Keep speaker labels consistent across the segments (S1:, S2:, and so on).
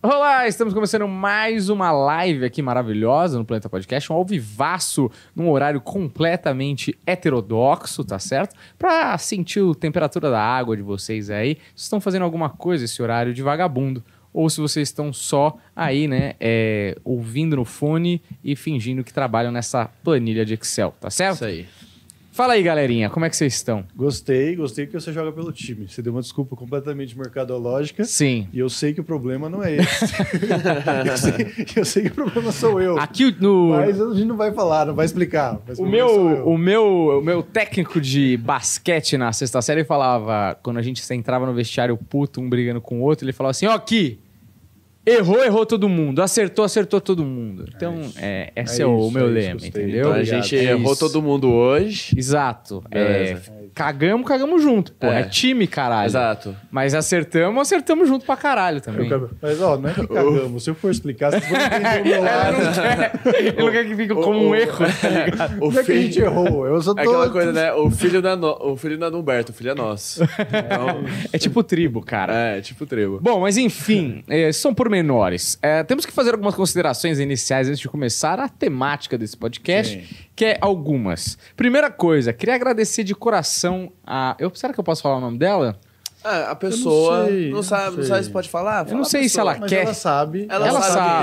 S1: Olá, estamos começando mais uma live aqui maravilhosa no Planeta Podcast, um alvivaço num horário completamente heterodoxo, tá certo? Pra sentir a temperatura da água de vocês aí, se estão fazendo alguma coisa esse horário de vagabundo, ou se vocês estão só aí, né, é, ouvindo no fone e fingindo que trabalham nessa planilha de Excel, tá certo?
S2: Isso aí.
S1: Fala aí, galerinha, como é que vocês estão?
S3: Gostei, gostei que você joga pelo time. Você deu uma desculpa completamente mercadológica.
S1: Sim.
S3: E eu sei que o problema não é esse. eu, sei, eu sei que o problema sou eu.
S1: Aqui o- no,
S3: Mas a gente não vai falar, não vai explicar. mas
S1: O
S3: problema sou eu.
S1: meu, o, meu, o meu técnico de basquete na sexta série falava, quando a gente entrava no vestiário puto, um brigando com o outro, ele falava assim: ó, aqui, errou, errou todo mundo, acertou, acertou todo mundo. Então,
S3: isso.
S1: é, esse é,
S3: É
S1: o
S3: isso,
S1: meu
S3: é isso,
S1: lema,
S3: gostei.
S1: entendeu?
S2: Então a
S3: Obrigado.
S2: gente
S1: É
S2: errou
S1: isso.
S2: todo mundo hoje.
S1: Exato. É,
S2: Beleza.
S1: cagamos, cagamos junto. Pô, é,
S2: É.
S1: time, caralho.
S2: Exato.
S1: Mas acertamos, acertamos junto pra caralho
S3: Eu
S1: também.
S3: acabei- Mas, ó, não é que cagamos. Se eu for explicar, vocês vão entender o meu
S1: É, Ele não
S3: lado.
S1: quer, ele não quer que fique como um
S2: o-
S1: erro.
S2: O
S3: Não é que a
S2: filho-
S3: gente errou. Eu só tô...
S2: É aquela coisa, né? O filho, da no- o filho não é do Humberto, o filho é nosso. Então,
S1: É tipo tribo, cara.
S2: é, tipo tribo.
S1: Bom, mas enfim, eh, são pormenores. Eh, temos que fazer algumas considerações iniciais antes de começar a temática desse podcast, que é algumas. Primeira coisa, queria agradecer de coração a. Eu, será que eu posso falar o nome dela?
S2: Ah, a pessoa não,
S3: sei, eu não
S2: sabe, não
S3: sei.
S2: sabe se pode falar?
S1: Eu não sei se ela
S3: Mas
S1: quer.
S3: ela sabe.
S2: Ela sabe,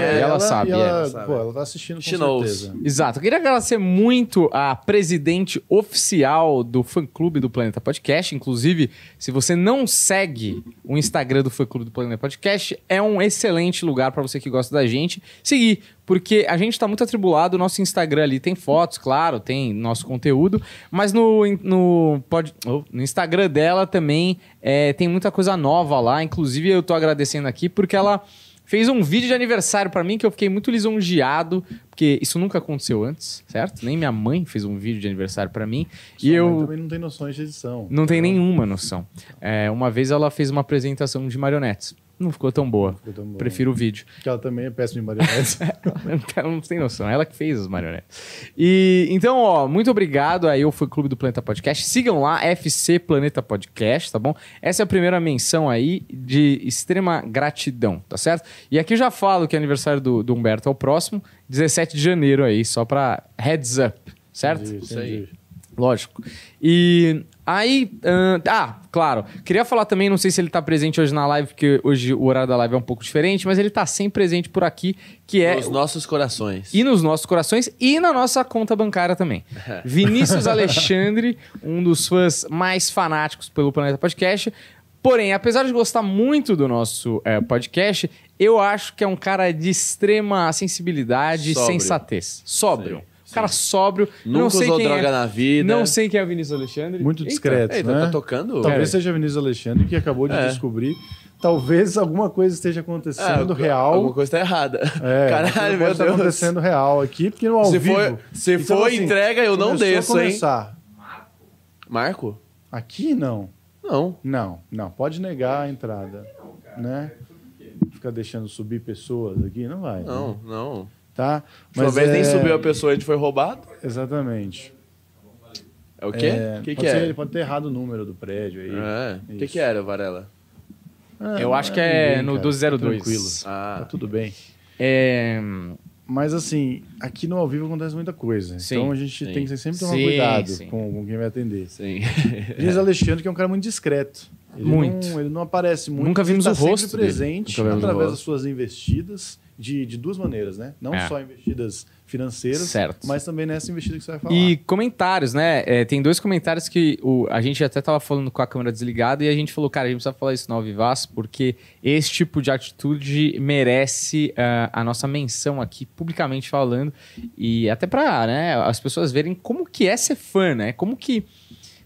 S2: ela
S1: sabe,
S3: e
S2: é.
S3: Ela, pô, ela tá assistindo com
S2: She knows.
S3: certeza.
S1: Exato. Queria agradecer muito a presidente oficial do fã clube do Planeta Podcast. Inclusive, se você não segue o Instagram do fã clube do Planeta Podcast, é um excelente lugar para você que gosta da gente seguir. Porque a gente tá muito atribulado, o nosso Instagram ali tem fotos, claro, tem nosso conteúdo, mas no, no, pod- oh, no Instagram dela também é, tem muita coisa nova lá. Inclusive, eu tô agradecendo aqui porque ela fez um vídeo de aniversário pra mim que eu fiquei muito lisonjeado, porque isso nunca aconteceu antes, certo? Nem minha mãe fez um vídeo de aniversário pra mim. e
S3: Sua
S1: eu
S3: mãe também não tem noções de edição.
S1: não tenho nenhuma noção. É, uma vez ela fez uma apresentação de marionetes. Não ficou tão boa.
S3: Ficou tão bom.
S1: Prefiro o vídeo.
S3: Porque ela também é péssima em marionete.
S1: Ela não tem Então, noção. Ela que fez as marionetes. E, então, ó, muito obrigado aí ao Fã Clube do Planeta Podcast. Sigam lá, FC Planeta Podcast, tá bom? Essa é a primeira menção aí de extrema gratidão, tá certo? E aqui eu já falo que o aniversário do, do Humberto é o próximo, 17 de janeiro aí, só pra heads up, certo?
S2: Isso aí.
S3: Entendi.
S1: Lógico. E aí. ahn, ah, claro. Queria falar também, não sei se ele tá presente hoje na live, porque hoje o horário da live é um pouco diferente, mas ele tá sempre presente por aqui, que é.
S2: Os nossos corações.
S1: E nos nossos corações e na nossa conta bancária também. Vinícius Alexandre, um dos fãs mais fanáticos pelo Planeta Podcast. Porém, apesar de gostar muito do nosso eh, podcast, eu acho que é um cara de extrema sensibilidade e
S2: Sóbrio.
S1: sensatez. Sóbrio.
S2: Sim,
S1: Um cara sóbrio.
S2: Nunca
S1: não sei
S2: usou
S1: quem é.
S2: droga na vida.
S1: Não sei quem é o Vinícius Alexandre.
S3: Muito
S1: Eita.
S3: discreto,
S2: Eita,
S3: né?
S2: tá tocando?
S3: Talvez
S1: aí.
S3: seja Vinícius Alexandre que acabou de
S2: É.
S3: descobrir. Talvez alguma coisa esteja
S2: Ah,
S3: acontecendo
S2: Alguma
S3: real.
S2: coisa tá errada.
S3: É,
S2: Caralho,
S3: alguma
S2: meu
S3: coisa
S2: Deus.
S3: Está acontecendo real aqui, porque no ao
S2: Se
S3: vivo.
S2: for, se
S3: Então,
S2: for
S3: assim,
S2: entrega, eu não
S3: começou a
S2: desço, hein?
S3: começar.
S2: Marco?
S3: Aqui não.
S2: Não.
S3: Não, não. Pode negar a entrada. né? Ficar deixando subir pessoas aqui, não vai. né?
S2: Não, não.
S3: Tá?
S2: Uma vez nem
S3: é-
S2: subiu a pessoa, a gente foi roubado.
S3: Exatamente.
S2: É o quê?
S3: É,
S2: O que, que
S3: pode ser,
S2: é?
S3: Ele pode ter errado o número do prédio aí.
S2: É. O que,
S3: Isso.
S2: que era, Varela?
S3: Ah,
S1: Eu
S3: não
S1: acho que é
S3: ninguém,
S1: no
S3: cara.
S1: 1202.
S3: Tranquilo.
S2: Ah.
S3: Tá tudo bem.
S1: É,
S3: Mas assim, aqui no ao vivo acontece muita coisa.
S1: Sim,
S3: então a gente
S2: sim.
S3: tem que sempre tomar
S1: Sim,
S3: cuidado
S1: sim.
S3: Com, com quem vai atender.
S2: Sim.
S3: Luiz Alexandre, que é um cara muito discreto. Ele
S1: Muito.
S3: Não, ele não aparece muito.
S1: Nunca
S3: ele
S1: vimos
S3: tá
S1: o
S3: sempre
S1: rosto dele.
S3: presente
S2: Nunca vimos o
S3: através
S2: rosto.
S3: das suas investidas, de, de duas maneiras, né? Não
S1: É.
S3: só investidas financeiras,
S1: Certo.
S3: mas também nessa investida que você vai falar.
S1: e comentários, né? É, tem dois comentários que o- a gente até tava falando com a câmera desligada e a gente falou, cara, a gente precisa falar isso no Alvivaz, porque esse tipo de atitude merece ah, a nossa menção aqui, publicamente falando, e até pra né, as pessoas verem como que é ser fã, né? Como que.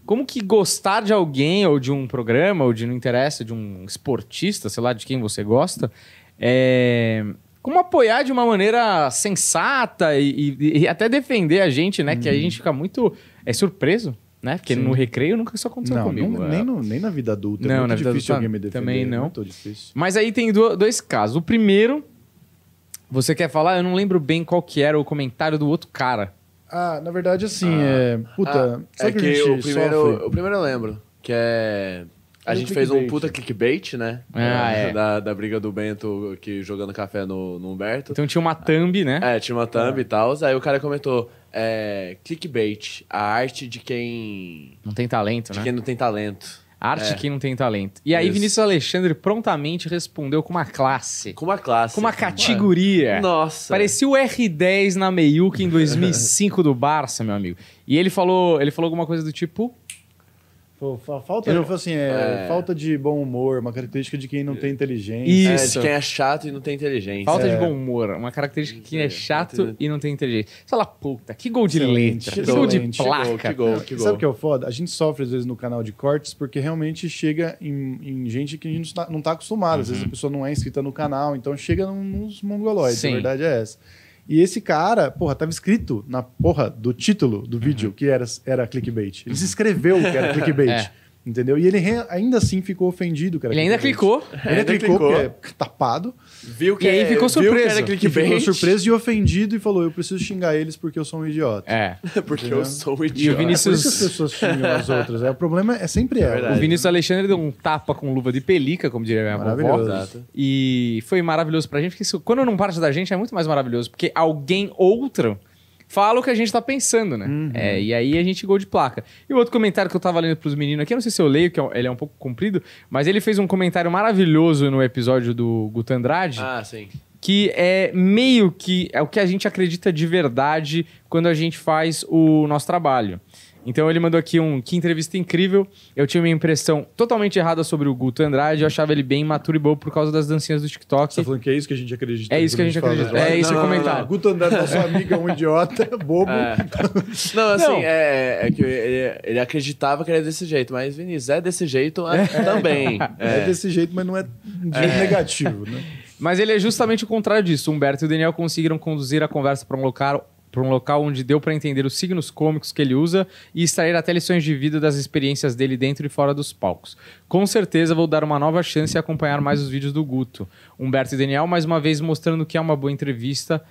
S1: Como que gostar de alguém ou de um programa ou de não interessa, de um esportista, sei lá, de quem você gosta, é, como apoiar de uma maneira sensata e, e- e até defender a gente, né? Que a gente fica muito é surpreso, né? Porque
S3: Uhum. Sim.
S1: no recreio nunca isso aconteceu
S3: Não,
S1: comigo.
S3: nem,
S1: é.
S3: nem no- nem na vida adulta.
S1: Não,
S3: é muito
S1: na vida
S3: difícil
S1: adulta
S3: alguém me defender. é
S1: também não.
S3: Muito difícil.
S1: Mas aí tem do- dois casos. O primeiro, você quer falar? Eu não lembro bem qual que era o comentário do outro cara.
S3: Ah, na verdade, assim, é. Puta,
S2: Ah,
S3: sabe
S2: é que
S3: a gente
S2: o primeiro,
S3: sofre?
S2: o primeiro eu lembro. Que é. A
S3: E o
S2: gente fez um
S3: clickbait?
S2: puta clickbait, né?
S1: Ah, é.
S2: Da, da briga do Bento que, jogando café no, no Humberto.
S1: Então tinha uma thumb, né?
S2: É, tinha uma thumb e tal. Aí o cara comentou: é, clickbait, a arte de quem.
S1: Não tem talento,
S2: de
S1: né?
S2: quem não tem talento.
S1: Arte
S2: É.
S1: que não tem talento. E aí
S2: Isso.
S1: Vinícius Alexandre prontamente respondeu com uma classe,
S2: Com uma classe.
S1: com uma categoria.
S2: Nossa.
S1: Parecia o R10 na Meiuca em 2005 do Barça, meu amigo. E ele falou, ele falou alguma coisa do tipo,
S3: Pô, fa- Falta, eu falo assim, é, falta de bom humor, uma característica de quem não tem inteligência.
S1: E-
S2: É, de
S1: Isso.
S2: quem é chato e não tem inteligência.
S1: falta de
S3: É.
S1: bom humor, uma característica que é
S2: É,
S1: chato
S2: muito-
S1: e não tem inteligência. Você fala, puta, que gol de
S3: Excelente,
S2: É,
S1: letra, que gol de
S3: excelente,
S1: placa.
S2: Que gol, que gol.
S3: Sabe o que é o foda? A gente sofre às vezes no canal de cortes porque realmente chega em, em gente que a gente não tá, não tá acostumado. Às vezes a pessoa não é inscrita no canal, então chega num- nos mongoloides,
S1: Sim.
S3: a verdade é essa. E esse cara, porra, tava escrito na porra do título do vídeo que era, era clickbait. Ele se escreveu que era clickbait.
S1: É.
S3: Entendeu? E ele re- ainda assim ficou ofendido, cara.
S1: Ele ainda clicou.
S3: Ele ainda
S2: Ainda
S3: clicou,
S2: clicou.
S3: porque é tapado.
S2: Viu que
S1: E aí
S2: é-
S1: ficou
S2: viu que
S1: surpreso.
S2: era
S3: Que
S2: clickbait.
S3: ficou surpreso e ofendido e falou: Eu preciso xingar eles porque eu sou um idiota.
S1: É.
S2: Porque eu sou um
S1: E o
S2: idiota.
S3: É por isso que as
S1: Vinícius
S3: pessoas xingam as outras. É, o problema é sempre ela.
S2: verdade.
S1: O Vinícius Alexandre deu um tapa com luva de pelica, como diria minha vovó.
S3: Maravilhoso.
S2: Exato.
S1: E foi maravilhoso pra gente, porque isso, quando não parte da gente é muito mais maravilhoso, porque alguém outro fala o que a gente tá pensando, né? É, e aí a gente gol de placa. E o outro comentário que eu tava lendo pros meninos aqui, eu não sei se eu leio, que é um- ele é um pouco comprido, mas ele fez um comentário maravilhoso no episódio do Guto Andrade,
S2: Ah, sim.
S1: que é meio que é o que a gente acredita de verdade quando a gente faz o nosso trabalho. Então ele mandou aqui um que entrevista incrível. Eu tinha uma impressão totalmente errada sobre o Guto Andrade. Eu achava ele bem imaturo e bobo por causa das dancinhas do TikTok.
S3: Você tá falando que é isso que a gente acredita.
S1: É isso que a gente
S3: fala,
S1: acredita.
S3: né?
S1: É isso
S2: Não,
S1: o
S2: não, não,
S1: comentário.
S3: Ah, Guto Andrade, nosso amigo, é um idiota, bobo.
S2: Não, assim,
S1: Não.
S2: É, é que ele, ele acreditava que ele era desse jeito, mas Vinícius é desse jeito ah, também.
S3: É.
S2: É.
S3: desse jeito, mas não é de jeito negativo, né?
S1: Mas ele é justamente o contrário disso. Humberto e o Daniel conseguiram conduzir a conversa para um local para um local onde deu para entender os signos cômicos que ele usa e extrair até lições de vida das experiências dele dentro e fora dos palcos. Com certeza vou dar uma nova chance e acompanhar mais os vídeos do Guto. Humberto e Daniel mais uma vez mostrando que é uma boa entrevista,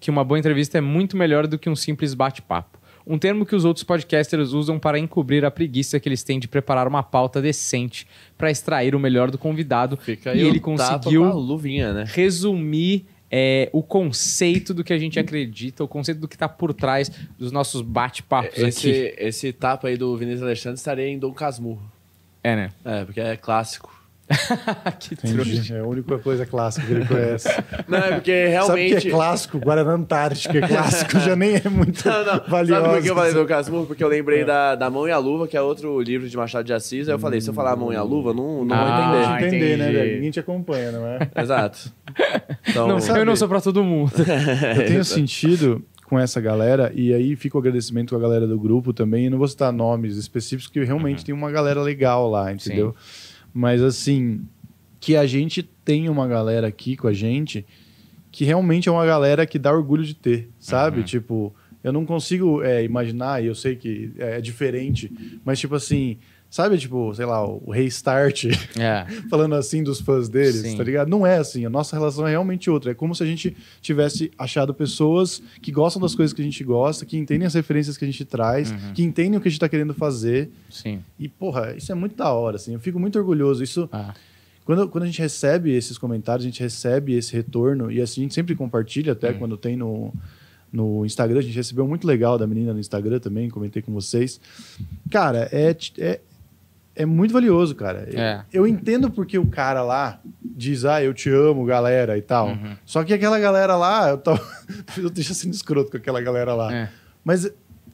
S1: que uma boa entrevista é muito melhor do que um simples bate-papo. Um termo que os outros podcasters usam para encobrir a preguiça que eles têm de preparar uma pauta decente para extrair o melhor do convidado
S2: Fica
S1: e
S2: o
S1: ele
S2: tapa
S1: conseguiu
S2: com a luvinha, né?
S1: resumir é, o conceito do que a gente acredita, o conceito do que tá por trás dos nossos bate-papos aqui.
S2: Esse, esse tapa aí do Vinícius Alexandre estaria em Dom Casmurro.
S1: É, né?
S2: É, porque é clássico.
S1: que trouxa.
S3: Entendi. É a única coisa clássica que ele conhece.
S2: Não, é porque
S3: Sabe
S2: realmente.
S3: o que é clássico? Guaraná Antártica é clássico, já nem é muito assim,
S2: Não, não.
S3: valioso.
S2: Sabe por que eu falei do Casmurro?
S1: assim.
S2: Porque eu lembrei
S1: É.
S2: da, da Mão e a Luva, que é outro livro de Machado de Assis. Aí eu falei, se eu falar a Mão e a Luva, não, não
S1: Ah,
S2: vou
S3: Ninguém
S2: entender.
S3: te entender, né,
S1: entendi.
S3: velho? Ninguém te acompanha, não é?
S2: Exato. Então,
S1: Não,
S3: sabe.
S1: eu não sou pra todo mundo.
S3: Eu tenho sentido com essa galera, e aí fica o agradecimento com a galera do grupo também. Eu não vou citar nomes específicos, porque realmente tem uma galera legal lá, entendeu? Mas assim, que a gente tem uma galera aqui com a gente que realmente é uma galera que dá orgulho de ter, sabe? Tipo, eu não consigo é, imaginar, e eu sei que é diferente, mas tipo assim. Sabe, tipo, sei lá, o restart
S1: É.
S3: falando assim dos fãs deles,
S1: Sim.
S3: tá ligado? Não é assim. A nossa relação é realmente outra. É como se a gente tivesse achado pessoas que gostam das coisas que a gente gosta, que entendem as referências que a gente traz, que entendem o que a gente tá querendo fazer.
S1: Sim.
S3: E, porra, isso é muito da hora, assim. Eu fico muito orgulhoso. Isso.
S1: Ah.
S3: Quando, quando a gente recebe esses comentários, a gente recebe esse retorno, e assim, a gente sempre compartilha, até quando tem no, no Instagram, a gente recebeu muito legal da menina no Instagram também, comentei com vocês. Cara, é, t- é, é muito valioso, cara.
S1: É.
S3: Eu entendo porque o cara lá diz, ah, eu te amo, galera, e tal. Só que aquela galera lá, eu, tava, eu tô sendo escroto com aquela galera lá.
S1: É.
S3: Mas,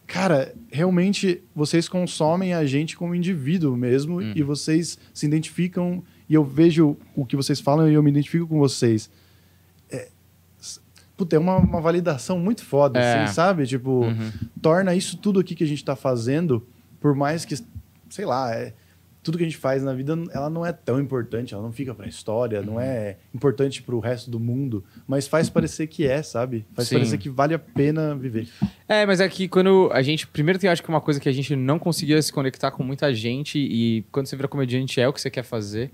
S3: cara, realmente vocês consomem a gente como indivíduo mesmo
S1: Uhum.
S3: e vocês se identificam. E eu vejo o que vocês falam e eu me identifico com vocês. É, s- puta, é uma, uma validação muito foda,
S1: É.
S3: assim, sabe? Tipo, torna isso tudo aqui que a gente tá fazendo, por mais que, sei lá, é- tudo que a gente faz na vida, ela não é tão importante, ela não fica pra história,
S1: Uhum.
S3: não é importante pro resto do mundo, mas faz parecer que é, sabe? Faz
S1: Sim.
S3: parecer que vale a pena viver.
S1: É, mas é que quando a gente. Primeiro tem, acho que é uma coisa que a gente não conseguia se conectar com muita gente, e quando você vira comediante é o que você quer fazer.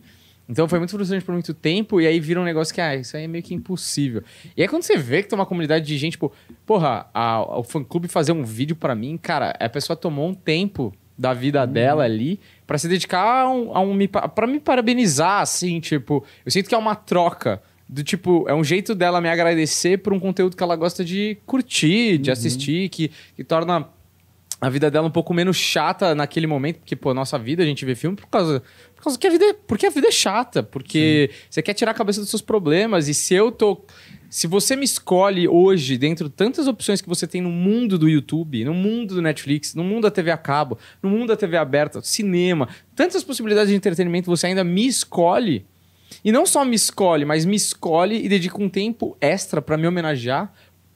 S1: Então foi muito frustrante por muito tempo, e aí vira um negócio que, ah, isso aí é meio que impossível. E aí quando você vê que tem uma comunidade de gente, tipo, porra, a- o fã clube fazer um vídeo pra mim, cara, a pessoa tomou um tempo da vida dela ali pra se dedicar a um, a um me pa- pra me parabenizar assim tipo eu sinto que é uma troca do tipo é um jeito dela me agradecer por um conteúdo que ela gosta de curtir de assistir que, que torna a vida dela um pouco menos chata naquele momento, porque, pô, nossa vida, a gente vê filme por causa, por causa que a vida é, porque a vida é chata, porque você quer tirar a cabeça dos seus problemas, e se eu tô... Se você me escolhe hoje, dentro de tantas opções que você tem no mundo do YouTube, no mundo do Netflix, no mundo da TV a cabo, no mundo da TV aberta, cinema, tantas possibilidades de entretenimento, você ainda me escolhe, e não só me escolhe, mas me escolhe e dedica um tempo extra pra me homenagear,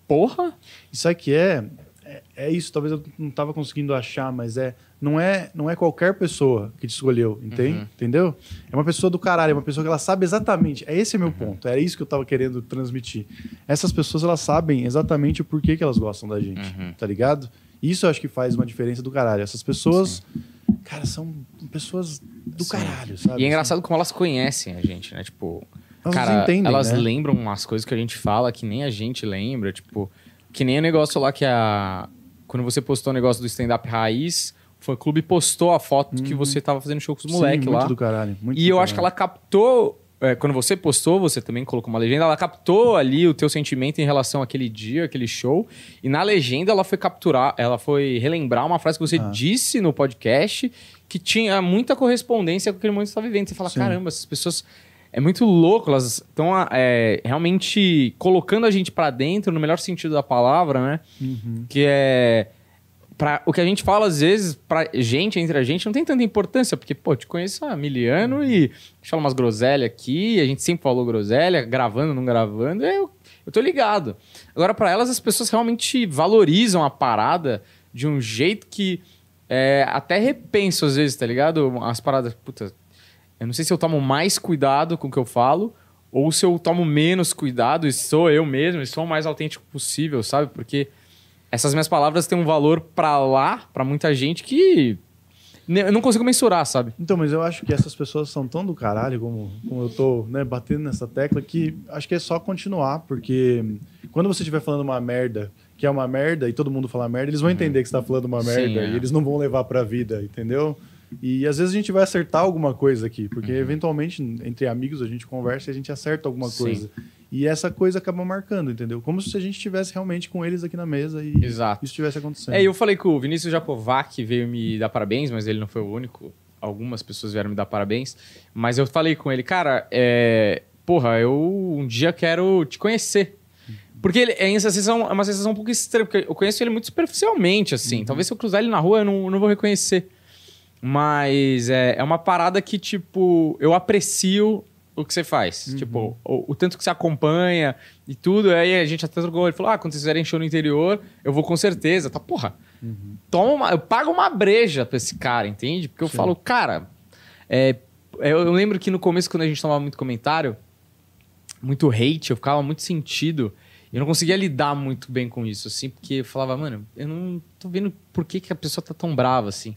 S1: porra!
S3: E sabe que é? é? é isso, talvez eu não tava conseguindo achar, mas é. Não é, não é qualquer pessoa que te escolheu, entende?
S1: Uhum.
S3: entendeu? É uma pessoa do caralho, é uma pessoa que ela sabe exatamente. É esse é meu ponto, era isso que eu tava querendo transmitir. Essas pessoas, elas sabem exatamente o porquê que elas gostam da gente,
S1: Uhum.
S3: tá ligado? Isso eu acho que faz uma diferença do caralho. Essas pessoas, cara, são pessoas do caralho, sabe?
S1: E é engraçado como elas conhecem a gente, né? Tipo,
S3: Elas
S1: cara,
S3: nos entendem,
S1: elas
S3: né?
S1: lembram umas coisas que a gente fala que nem a gente lembra, tipo, que nem o negócio lá que a quando você postou o negócio do stand up raiz, o fã clube postou a foto que você tava fazendo show com os
S3: Uhum. Sim,
S1: moleques
S3: muito
S1: lá.
S3: do caralho. muito né?
S1: E
S3: do
S1: eu acho que
S3: caralho.
S1: ela captou. é, quando você postou, você também colocou uma legenda, ela captou ali o teu sentimento em relação àquele dia, aquele show. E na legenda ela foi capturar, ela foi relembrar uma frase que você
S3: Ah.
S1: disse no podcast que tinha muita correspondência com aquele momento que você está vivendo. Você fala,
S3: Sim.
S1: caramba, essas pessoas. É muito louco, elas estão realmente colocando a gente pra dentro, no melhor sentido da palavra, né?
S3: Uhum.
S1: Que é. Pra, o que a gente fala, às vezes, pra gente, entre a gente, não tem tanta importância, porque, pô, te conheço há mil anos e deixa eu falar umas groselhas aqui, a gente sempre falou groselha, gravando, não gravando, é, eu, eu tô ligado. Agora, pra elas, as pessoas realmente valorizam a parada de um jeito que é, até repenso, às vezes, tá ligado? As paradas, puta, eu não sei se eu tomo mais cuidado com o que eu falo ou se eu tomo menos cuidado e sou eu mesmo e sou o mais autêntico possível, sabe? Porque essas minhas palavras têm um valor pra lá, pra muita gente, que ne- eu não consigo mensurar, sabe?
S3: Então, mas eu acho que essas pessoas são tão do caralho, como, como eu tô né, batendo nessa tecla, que acho que é só continuar, porque quando você estiver falando uma merda, que é uma merda, e todo mundo fala merda, eles vão entender que você tá falando uma
S1: Uhum. Sim,
S3: merda,
S1: é.
S3: e eles não vão levar pra vida, entendeu? E às vezes a gente vai acertar alguma coisa aqui,
S1: Uhum.
S3: porque eventualmente entre amigos a gente conversa e a gente acerta alguma
S1: Sim.
S3: coisa. E essa coisa acaba marcando, entendeu? Como se a gente estivesse realmente com eles aqui na mesa e
S1: Exato.
S3: isso estivesse acontecendo.
S1: É, eu falei que o Vinícius Japovac veio me dar parabéns, mas ele não foi o único. Algumas pessoas vieram me dar parabéns. Mas eu falei com ele, cara, é... porra, eu um dia quero te conhecer. Porque ele é, essa sensação, é uma sensação um pouco estranha, porque eu conheço ele muito superficialmente, assim. Talvez se eu cruzar ele na rua, eu não, eu não vou reconhecer. Mas é, é uma parada que, tipo, eu aprecio o que você faz. Tipo, o, o tanto que você acompanha e tudo. Aí a gente até trocou. Ele falou: ah, quando vocês fizerem show no interior, eu vou com certeza. Tá, porra. Toma uma- eu pago uma breja pra esse cara, entende? Porque eu
S3: Sim.
S1: falo, cara. é, eu, eu lembro que no começo, quando a gente tomava muito comentário, muito hate, eu ficava muito sentido. Eu não conseguia lidar muito bem com isso, assim, porque eu falava, mano, eu não tô vendo por que, que a pessoa tá tão brava, assim.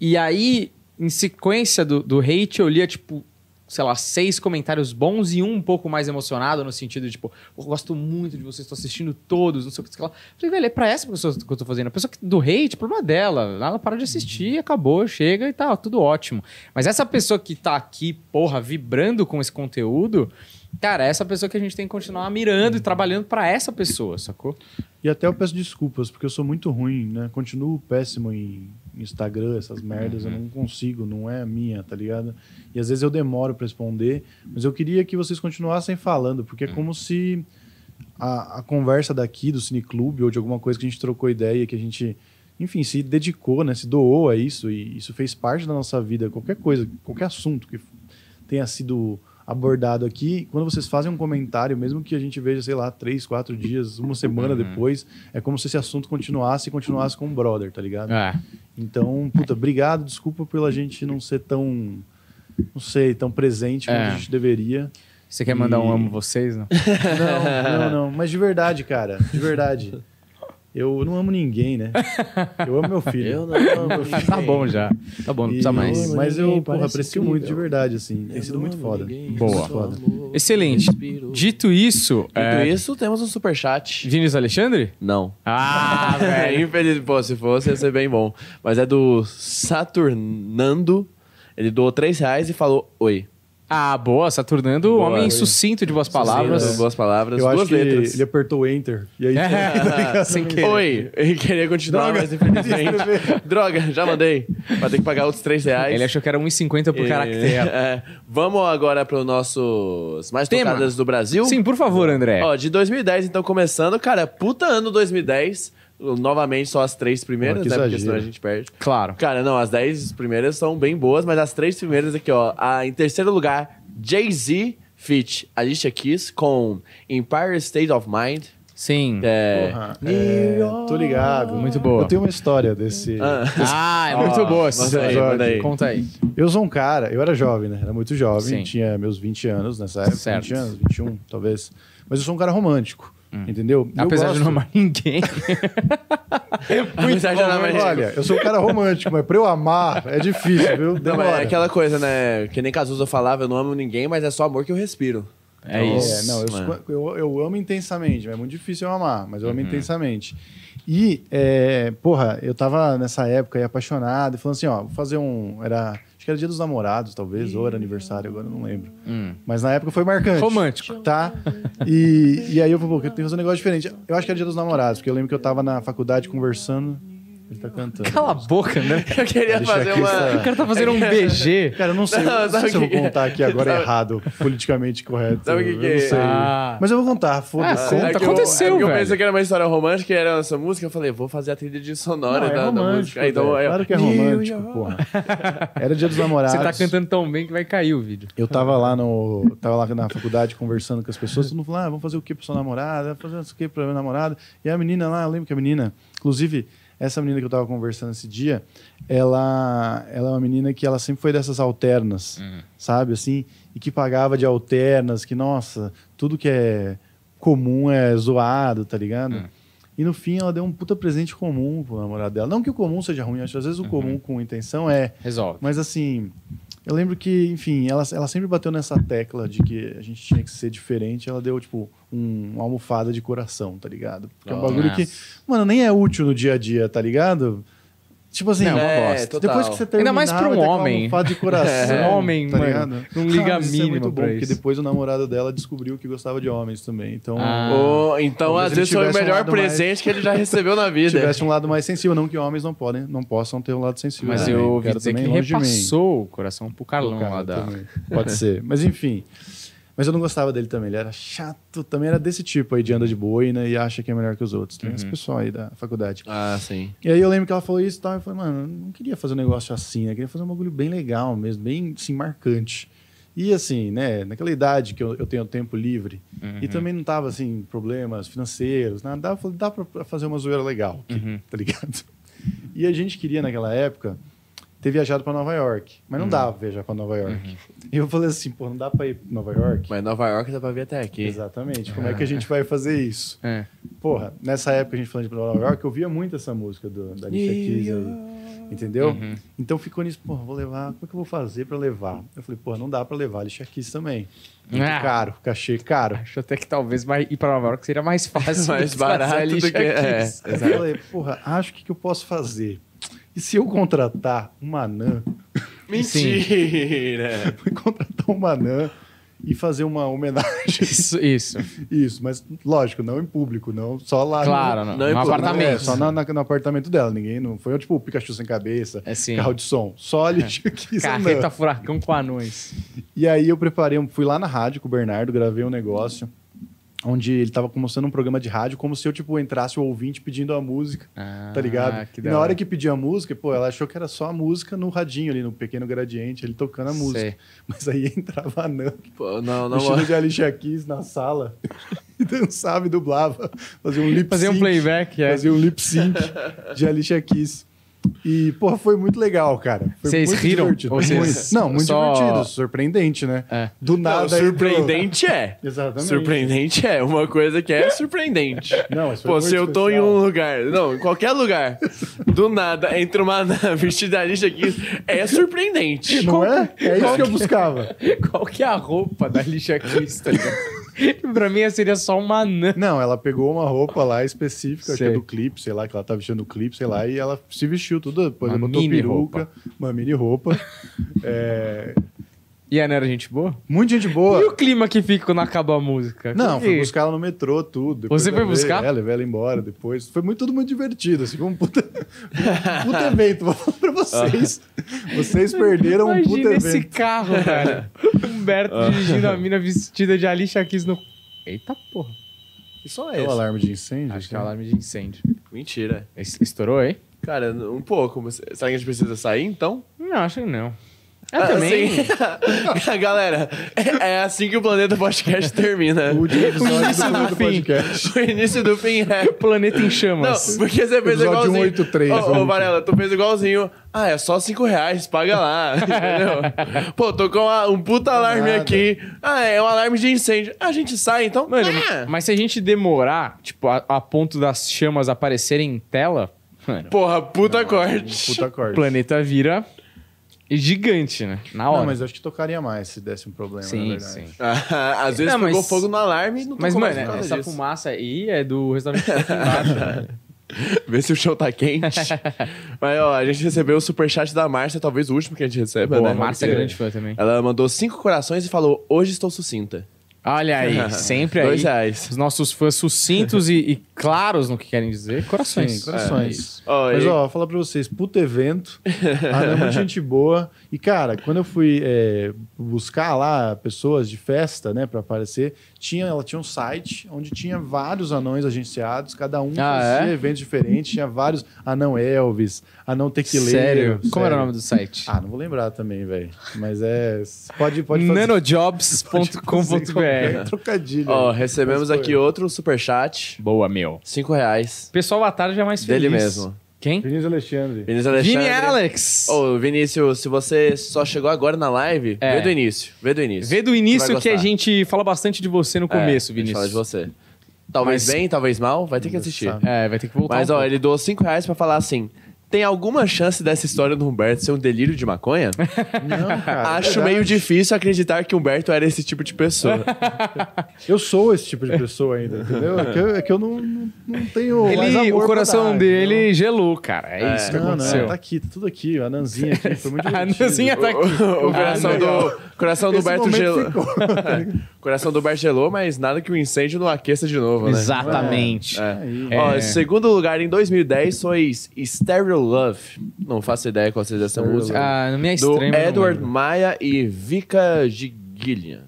S1: E aí, em sequência do, do hate, eu lia, tipo, sei lá, seis comentários bons e um um pouco mais emocionado, no sentido de, tipo, eu gosto muito de vocês, tô assistindo todos, não sei o que, sei lá. Falei, velho, é pra essa pessoa que eu tô fazendo. A pessoa que, do hate, problema dela. Ela para de assistir, acabou, chega e tá tudo ótimo. Mas essa pessoa que tá aqui, porra, vibrando com esse conteúdo, cara, é essa pessoa que a gente tem que continuar mirando e trabalhando pra essa pessoa, sacou?
S3: E até eu peço desculpas, porque eu sou muito ruim, né? Continuo péssimo em Instagram, essas merdas, eu não consigo, não é a minha, tá ligado? E às vezes eu demoro pra responder, mas eu queria que vocês continuassem falando, porque é como se a, a conversa daqui do cineclube ou de alguma coisa que a gente trocou ideia, que a gente, enfim, se dedicou, né? Se doou a isso e isso fez parte da nossa vida. Qualquer coisa, qualquer assunto que tenha sido abordado aqui, quando vocês fazem um comentário, mesmo que a gente veja, sei lá, três, quatro dias, uma semana depois, é como se esse assunto continuasse e continuasse com o brother, tá ligado?
S1: É.
S3: Então, puta, obrigado, desculpa pela gente não ser tão, não sei, tão presente como
S1: É.
S3: a gente deveria.
S1: Você quer mandar um
S3: E-
S2: Tá
S1: amo vocês, não?
S3: Não, não, não. Mas de verdade, cara. De verdade. Eu não amo ninguém, né? Eu amo meu filho.
S2: Eu não amo ninguém.
S1: Tá bom já. Tá bom, não precisa
S3: E-
S1: mais.
S3: Mas eu,
S2: Ninguém,
S3: porra,
S2: parece
S3: aprecio
S2: incrível.
S3: muito de verdade, assim. Tem
S2: Eu
S3: sido
S2: não
S3: muito
S2: amo
S3: foda.
S2: ninguém,
S1: Boa.
S2: só
S3: Foda.
S2: amor,
S1: Excelente. É.
S2: respiro.
S1: Dito isso,
S2: Dito
S1: é...
S2: isso, temos um superchat.
S1: Vinícius Alexandre?
S2: Não.
S1: Ah,
S2: É,
S1: velho.
S2: infeliz, pô, se fosse ia ser bem bom. Mas é do Saturnando. Ele doou 3 reais e falou oi.
S1: Ah, boa, Saturnando,
S2: Boa,
S1: homem
S2: boa.
S1: sucinto de boas palavras.
S2: Sim, Boas palavras,
S3: Eu
S2: duas
S3: acho que
S2: letras.
S3: ele é apertou Enter. E aí.
S1: É. Sem querer.
S2: Oi, ele queria continuar,
S3: Droga.
S2: mas infelizmente. Droga, já mandei. Vai ter que pagar outros 3 reais.
S1: Ele achou que era 1,50 por
S2: E-
S1: caractere.
S2: É, vamos agora para os nossos mais
S1: Tema.
S2: tocadas do Brasil.
S1: Sim, por favor,
S3: É.
S1: André.
S2: Ó, de 2010, então, começando, cara, puta ano 2010. Novamente, só as três primeiras,
S3: Ó, que
S2: né? Porque
S3: exagero.
S2: senão a gente perde.
S1: Claro.
S2: Cara, não, as 10 primeiras são bem boas, mas as três primeiras aqui, ó. a- em terceiro lugar, Jay-Z feat Alicia Keys com Empire State of Mind.
S1: Sim.
S2: É,
S3: Porra, é, tô ligado.
S1: Muito boa.
S3: Eu tenho uma história desse.
S1: Ah, é muito
S2: Ó,
S1: boa.
S2: manda aí,
S1: episódio.
S2: manda aí.
S1: Conta aí.
S3: Eu sou um cara, eu era jovem, né? Era muito jovem,
S1: Sim.
S3: tinha meus 20 anos nessa época.
S1: Certo.
S3: 20 anos, 21, talvez. Mas eu sou um cara romântico,
S2: Hum.
S3: entendeu? Eu
S1: Apesar de
S3: gosto-
S1: não amar ninguém.
S2: Apesar de eu não amar ninguém.
S3: Olha, eu sou um cara romântico, mas pra eu amar é difícil, viu?
S2: Não, mas
S3: Demora.
S2: é aquela coisa, né? Que nem Cazuza falava, eu não amo ninguém, mas é só amor que eu respiro.
S1: É
S3: É,
S1: isso.
S3: não, eu,
S2: mano. Uhum.
S3: sou- eu, eu amo intensamente, mas é muito difícil eu amar, mas eu amo intensamente. E, é, porra, eu tava nessa época aí apaixonado e falando assim, ó, vou fazer um. Era. Acho que era dia dos namorados, talvez, ou era aniversário, agora eu não lembro.
S2: Hum.
S3: Mas na época foi marcante.
S1: Romântico.
S3: Tá? E, e aí eu falei, pô, eu tenho que fazer um negócio diferente. Eu acho que era dia dos namorados, porque eu lembro que eu tava na faculdade conversando. Ele tá cantando.
S1: Cala a boca, né?
S2: Eu queria
S3: Deixa
S2: fazer
S3: aqui
S2: uma.
S3: essa-
S1: O cara tá fazendo um BG.
S3: Cara, eu não sei,
S2: Não,
S3: eu não sei
S2: sabe
S3: se eu
S2: o
S3: vou
S2: que que é?
S3: contar aqui agora
S2: Sabe-
S3: errado, politicamente correto.
S2: Sabe o que
S3: eu
S2: que
S3: não
S2: é?
S3: sei.
S1: Ah.
S3: Mas eu vou contar, foda-se.
S1: conta,
S2: É que eu-
S1: aconteceu,
S2: é que eu,
S1: velho.
S2: pensei que era uma história romântica, e era essa música. Eu falei, vou fazer a trilha de sonora da,
S3: Não, é
S2: da
S3: romântico,
S2: música. Aí, então,
S3: velho.
S2: é-
S3: Claro que é
S2: New
S3: romântico,
S2: York.
S3: porra. Era dia dos namorados.
S1: Você tá cantando tão bem que vai cair o vídeo.
S3: Eu tava lá no. Tava lá na faculdade conversando com as pessoas, todo mundo falando, ah, vamos fazer o que pra sua namorada, Vamos fazer o que pra minha namorada. E a menina lá, eu lembro que a menina, inclusive, essa menina que eu tava conversando esse dia, ela, ela é uma menina que ela sempre foi dessas alternas, sabe? Assim, e que pagava de alternas, que, nossa, tudo que é comum é zoado, tá ligado? E no fim ela deu um puta presente comum pro namorado dela. Não que o comum seja ruim, acho que às vezes o comum com intenção é
S1: Resolve.
S3: mas assim, eu lembro que, enfim, ela, ela sempre bateu nessa tecla de que a gente tinha que ser diferente. Ela deu, tipo, um, uma almofada de coração, tá ligado? Porque é um
S2: Nossa.
S3: bagulho que, mano, nem é útil no dia a dia, tá ligado? Tipo assim,
S1: Não, é uma
S2: É,
S1: bosta.
S2: total.
S3: depois que você terminar,
S1: Ainda mais pra um
S3: vai ter aquela
S1: homem.
S3: almofada de coração,
S1: É. Homem,
S3: tá
S1: mano,
S3: ligado?
S1: não liga
S3: Ah, mas isso é
S1: mínima
S3: muito bom,
S1: pra
S3: porque
S1: isso.
S3: depois o namorado dela descobriu que gostava de homens também. Então,
S1: Ah.
S2: Ou, então,
S3: Talvez
S2: às
S3: ele
S2: vezes, foi o
S3: tivesse um
S2: melhor
S3: lado mais-
S2: presente que ele já recebeu na vida.
S3: tivesse um lado mais sensível, não que homens não podem, não possam ter um lado sensível.
S1: Mas
S3: também.
S1: eu ouvi
S3: Quero
S1: dizer que
S3: também longe de mim.
S1: repassou o coração pro Carlão
S3: Pô, cara,
S1: lá da.
S3: também. Pode ser. Mas enfim. Mas eu não gostava dele também. Ele era chato. Também era desse tipo aí de anda de boina e acha que é melhor que os outros. Tem
S1: Uhum.
S3: esse pessoal aí da faculdade.
S2: Ah, sim.
S3: E aí eu lembro que ela falou isso e tal. Eu falei, mano, eu não queria fazer um negócio assim, né? Eu queria fazer um bagulho bem legal mesmo, bem assim, marcante. E assim, né, naquela idade que eu, eu tenho tempo livre e também não tava assim, problemas financeiros, nada, dá, falei, dá pra fazer uma zoeira legal, aqui, tá ligado? E a gente queria naquela época ter viajado pra Nova York, mas não dava pra viajar pra Nova York. E eu falei assim, pô, não dá pra ir pra Nova York?
S2: Mas Nova York dá pra vir até aqui.
S3: Exatamente, como é que a gente vai fazer isso?
S1: É.
S3: Porra, nessa época a gente falando de Nova York, eu via muito essa música do, da Alicia Keys aí. Entendeu?
S1: Uhum.
S3: Então ficou nisso, porra, vou levar, como é que eu vou fazer pra levar? Eu falei, porra, não dá pra levar a Alicia Keys também. Muito
S1: Ah.
S3: caro, cachê caro.
S1: Acho até que talvez mais- ir pra Nova York seria mais fácil.
S2: Mais
S1: trazer
S2: barato
S1: a lixa
S2: do que- é.
S1: aqui.
S3: Aí eu falei, porra, acho que que eu posso fazer. E se eu contratar uma Nã,
S2: Mentira!
S3: fui contratar uma Nã e fazer uma homenagem.
S1: Isso, isso.
S3: Isso, mas lógico, não em público, não só lá no-
S1: Claro, não.
S2: Não,
S1: um
S2: pô,
S1: apartamento.
S3: É, só na, na- no apartamento dela. Ninguém não foi tipo o Pikachu sem cabeça,
S1: É, sim. É.
S3: carro de som. Só a Alicia Keys. andando.
S1: Carreta furacão com anões.
S3: E aí eu preparei, um- fui lá na rádio com o Bernardo, gravei um negócio onde ele tava começando um programa de rádio, como se eu, tipo, entrasse o ouvinte pedindo a música,
S1: Ah,
S3: tá ligado?
S1: que
S3: e
S1: da
S3: na
S1: hora.
S3: hora que pedia a música, pô, ela achou que era só a música no radinho ali, no pequeno gradiente, ele tocando a
S1: Sei.
S3: música. Mas aí entrava a Nan,
S2: Pô, não, não.
S3: vestida de Alicia Keys na sala, e dançava e dublava, fazia um lip
S1: Fazer um
S3: sync.
S1: playback, é.
S3: Fazia um lip sync de Alicia Keys. E, porra, foi muito legal, cara. Foi
S1: Vocês
S3: muito
S1: riram?
S3: divertido.
S1: Ou vocês
S3: Muito. Não, muito
S1: só-
S3: divertido. Surpreendente, né?
S1: É.
S3: Do
S2: Não,
S3: nada. entrou-
S2: surpreendente é.
S3: Exatamente.
S2: Surpreendente é. Uma coisa que é surpreendente.
S3: Não, mas foi
S2: Pô,
S3: muito
S2: se eu tô em
S3: especial.
S2: um lugar, não, em qualquer lugar, do nada, entra uma vestida lista aqui, é surpreendente.
S3: Não é? É isso que eu buscava.
S1: Qual que é a roupa da lixa Kiss, tá ligado? pra mim seria só uma anã.
S3: Não, ela pegou uma roupa lá específica, que é
S1: Sei.
S3: do clipe, sei lá, que ela tá vestindo o clipe, sei lá, e ela se vestiu tudo, depois
S1: Uma
S3: ela botou
S1: mini
S3: peruca, uma mini roupa. É,
S1: E a Ana era gente boa?
S3: Muito gente
S1: E
S3: boa.
S1: o clima que fica quando acaba a música?
S3: Não,
S1: Como
S3: fui
S1: que-
S3: buscar ela no metrô, tudo. Depois
S1: Você foi
S3: levei
S1: buscar?
S3: Ela, levei ela embora depois. Foi muito, tudo muito divertido, assim, foi um puta, um puta evento. Vou falar pra vocês. Vocês perderam um puta
S1: Ah. Imagina esse
S3: evento. Ah.
S1: carro, cara. Humberto dirigindo a mina vestida de Alicia Keys no... Eita porra.
S2: Só
S3: É o alarme de incêndio?
S1: Acho que é
S3: né?
S1: o alarme de incêndio.
S2: Mentira.
S1: Es- Estourou, hein?
S2: Cara, um pouco. mas Será que a gente precisa sair, então?
S1: Não, acho que não. Eu
S2: Ah,
S1: também.
S2: assim- Galera, é é assim que o Planeta Podcast termina.
S3: O último episódio
S1: Isso
S3: do,
S1: no
S3: do
S1: fim.
S3: podcast.
S2: O início do fim é...
S1: Planeta em
S2: Não,
S1: chamas.
S2: porque você fez
S3: Episódio
S2: igualzinho.
S3: 183,
S2: Ô, ô,
S3: vamos.
S2: Varela, tu fez igualzinho. Ah, é só 5 reais, paga lá. entendeu? Pô, tô com uma- um puta alarme
S3: nada.
S2: aqui. Ah, é um alarme de incêndio. A gente sai então.
S1: Mano,
S2: ah,
S1: mas se a gente demorar, tipo, a, a ponto das chamas aparecerem em tela, mano,
S2: porra, puta corte.
S3: um Puta
S1: o
S3: corte.
S1: planeta vira gigante, né? Na hora.
S3: Não, mas eu acho que tocaria mais se desse um problema,
S1: sim,
S3: na verdade.
S1: sim.
S2: Ah, Às vezes
S1: Não,
S2: pegou
S1: mas-
S2: fogo no alarme e não
S1: Mas,
S2: tocou
S1: mano,
S2: mais nada
S1: essa
S2: disso.
S1: fumaça aí é do restaurante que tá aqui embaixo. né?
S2: Vê se o chão tá quente. Mas, ó, a gente recebeu o superchat da Márcia, talvez o último que a gente receba,
S1: Pô,
S2: né?
S1: a Márcia é
S2: Porque
S1: grande fã também.
S2: Ela mandou cinco corações e falou: Hoje estou sucinta.
S1: Olha aí, sempre aí.
S2: Dois reais.
S1: Os nossos fãs sucintos e, e claros no que querem dizer, corações.
S3: Sim, corações.
S2: É. Ó,
S3: Mas,
S2: e-
S3: ó, vou falar pra vocês, puta evento, a Ana é muita gente boa. E, cara, quando eu fui é, buscar lá pessoas de festa, né, pra aparecer, tinha, ela tinha um site onde tinha vários anões agenciados, cada um
S1: Ah,
S3: fazia
S1: é?
S3: eventos diferentes, tinha vários anão Elvis, anão Tequileiro.
S1: Sério? Como era o nome do site?
S3: Ah, não vou lembrar também, velho. Mas é. Pode, pode fazer. pode fazer qualquer
S1: Nanojobs.com.br
S3: Trocadilho.
S2: Ó, recebemos
S3: Mas foi.
S2: aqui outro superchat.
S1: Boa, meu.
S2: Cinco reais.
S1: Pessoal à tarde é mais feliz.
S2: Dele mesmo.
S1: Quem?
S3: Vinícius Alexandre.
S2: Vinícius Alexandre.
S1: Vini Alex.
S2: Ô, Vinícius, se você só chegou agora na live,
S1: É.
S2: vê do início. Vê do início.
S1: Vê do
S2: Você
S1: início
S2: vai
S1: que a
S2: gostar.
S1: gente fala bastante de você no
S2: É,
S1: começo,
S2: a gente
S1: Vinícius.
S2: Fala de você. Talvez
S1: Mas-
S2: bem, talvez mal, vai ter que assistir.
S3: Engraçado.
S1: É, vai ter que voltar.
S2: Mas,
S1: um
S2: ó,
S1: pouco.
S2: ele doou 5 reais pra falar assim: tem alguma chance dessa história do Humberto ser um delírio de maconha?
S3: Não, cara. é
S2: Acho
S3: verdade.
S2: meio difícil acreditar que Humberto era esse tipo de pessoa.
S1: Tá
S3: Eu sou esse tipo de pessoa ainda, entendeu? É que eu, é que eu não, não, não tenho. mais
S1: Ele-
S3: amor
S1: o
S3: pra
S1: coração
S3: dar,
S1: dele gelou, cara. É,
S2: É.
S1: isso que
S3: entendeu? Não,
S1: aconteceu.
S3: não, tá aqui, tá tudo aqui, a Nanzinha aqui, foi muito
S1: a
S3: divertido.
S1: Nanzinha tá aqui.
S2: o coração
S1: Ah,
S2: do, coração do
S3: Esse
S2: Humberto
S3: momento
S2: gelou. É,
S3: ficou.
S2: coração do Humberto gelou, mas nada que o incêndio não aqueça de novo, né?
S1: Exatamente.
S2: É.
S3: Aí.
S1: É.
S2: Ó, segundo lugar em 2010 foi Stereo Love. Não faço ideia qual seja essa
S3: Stereo
S2: música.
S1: Ah, não me é
S2: do
S1: estranho. mas não
S2: Edward
S1: lembro.
S2: Maia e Vika Gigillian.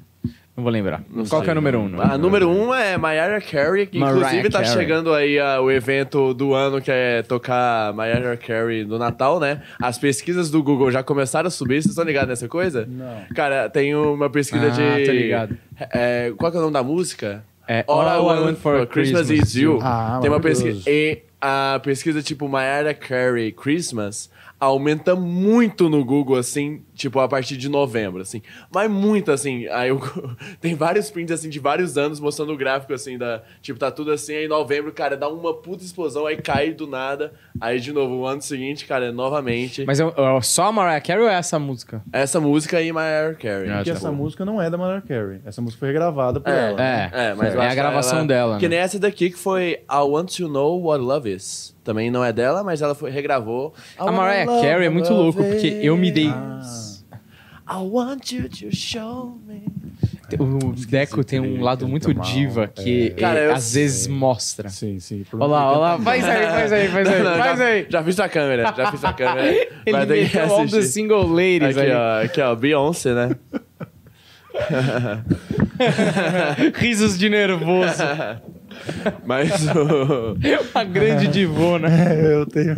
S1: Não vou lembrar.
S2: Não
S1: Qual
S2: sei.
S1: que é o número um?
S2: A número um é Mariah Carey, que
S1: Mariah
S2: inclusive tá
S1: Carey.
S2: chegando aí ah, o evento do ano que é tocar Mariah Carey no Natal, né? As pesquisas do Google já começaram a subir, vocês estão ligados nessa coisa?
S3: Não.
S2: Cara, tem uma pesquisa
S1: Ah,
S2: de.
S1: tô ligado.
S2: É, qual que é o nome da música?
S1: É All I Want for Christmas
S2: Is You.
S3: Ah,
S2: tem uma
S3: maravilhoso.
S2: pesquisa. E a pesquisa tipo Mariah Carey Christmas aumenta muito no Google, assim, tipo, a partir de novembro, assim. Mas muito, assim. Aí eu- tem vários prints, assim, de vários anos mostrando o gráfico, assim, da... Tipo, tá tudo assim, aí em novembro, cara, dá uma puta explosão, aí cai do nada. Aí, de novo, o ano seguinte, cara, novamente.
S1: Mas é, é só a Mariah Carey ou é essa música?
S2: Essa música aí, Mariah Carey.
S1: Ah,
S3: Porque
S1: tá
S3: essa
S1: bom.
S3: música não é da Mariah Carey. Essa música foi regravada por ela.
S1: É.
S2: É, mas eu
S1: é a
S2: acho que
S1: gravação
S2: ela-
S1: dela.
S2: Que
S1: né?
S2: nem essa daqui que foi I Want to Know What Love Is. Também não é dela, mas ela foi, regravou. I
S1: A
S2: wanna
S1: Mariah
S2: love
S1: Carey é muito louco,
S2: it.
S1: porque eu me dei.
S3: Ah.
S2: I want you to show me.
S1: O Deco tem um
S3: ele
S1: lado
S3: canta
S1: muito
S3: mal,
S1: diva que
S3: é.
S1: ele
S2: Cara, eu
S1: às vezes mostra.
S3: Sim, sim.
S1: Olha lá, olha lá. Faz aí, faz aí, faz aí,
S2: Não, não,
S1: faz
S2: já,
S1: aí.
S2: Já fiz na câmera, já fiz na câmera.
S1: Ele
S2: Vai ter que
S1: meteu all the
S2: assistir.
S1: single ladies
S2: Aqui,
S1: aí.
S2: ó, aqui, ó, Beyoncé, né?
S1: Risos de nervoso.
S2: Mas o...
S1: A grande divona.
S3: Eu tenho.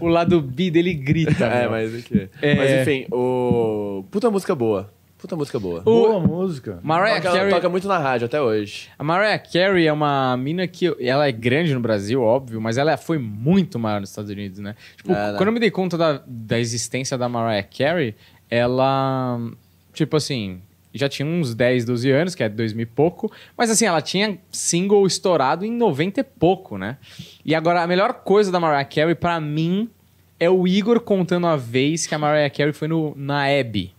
S1: o lado B dele grita.
S2: É,
S1: meu.
S2: mas aqui.
S1: É.
S2: Mas enfim, o... Puta música boa. Puta música boa.
S3: Boa música.
S1: Mariah
S2: toca,
S1: Carey,
S2: toca muito na rádio até hoje.
S1: a Mariah Carey é uma mina que ela é grande no Brasil, óbvio, mas ela foi muito maior nos Estados Unidos, né? Tipo,
S2: É, né?
S1: quando eu me dei conta da, da existência da Mariah Carey, ela, tipo assim, já tinha uns 10, 12 anos, que é 2000 e pouco, mas assim, ela tinha single estourado em 90 e pouco, né? E agora, a melhor coisa da Mariah Carey, pra mim, é o Igor contando a vez que a Mariah Carey foi no, na Abby.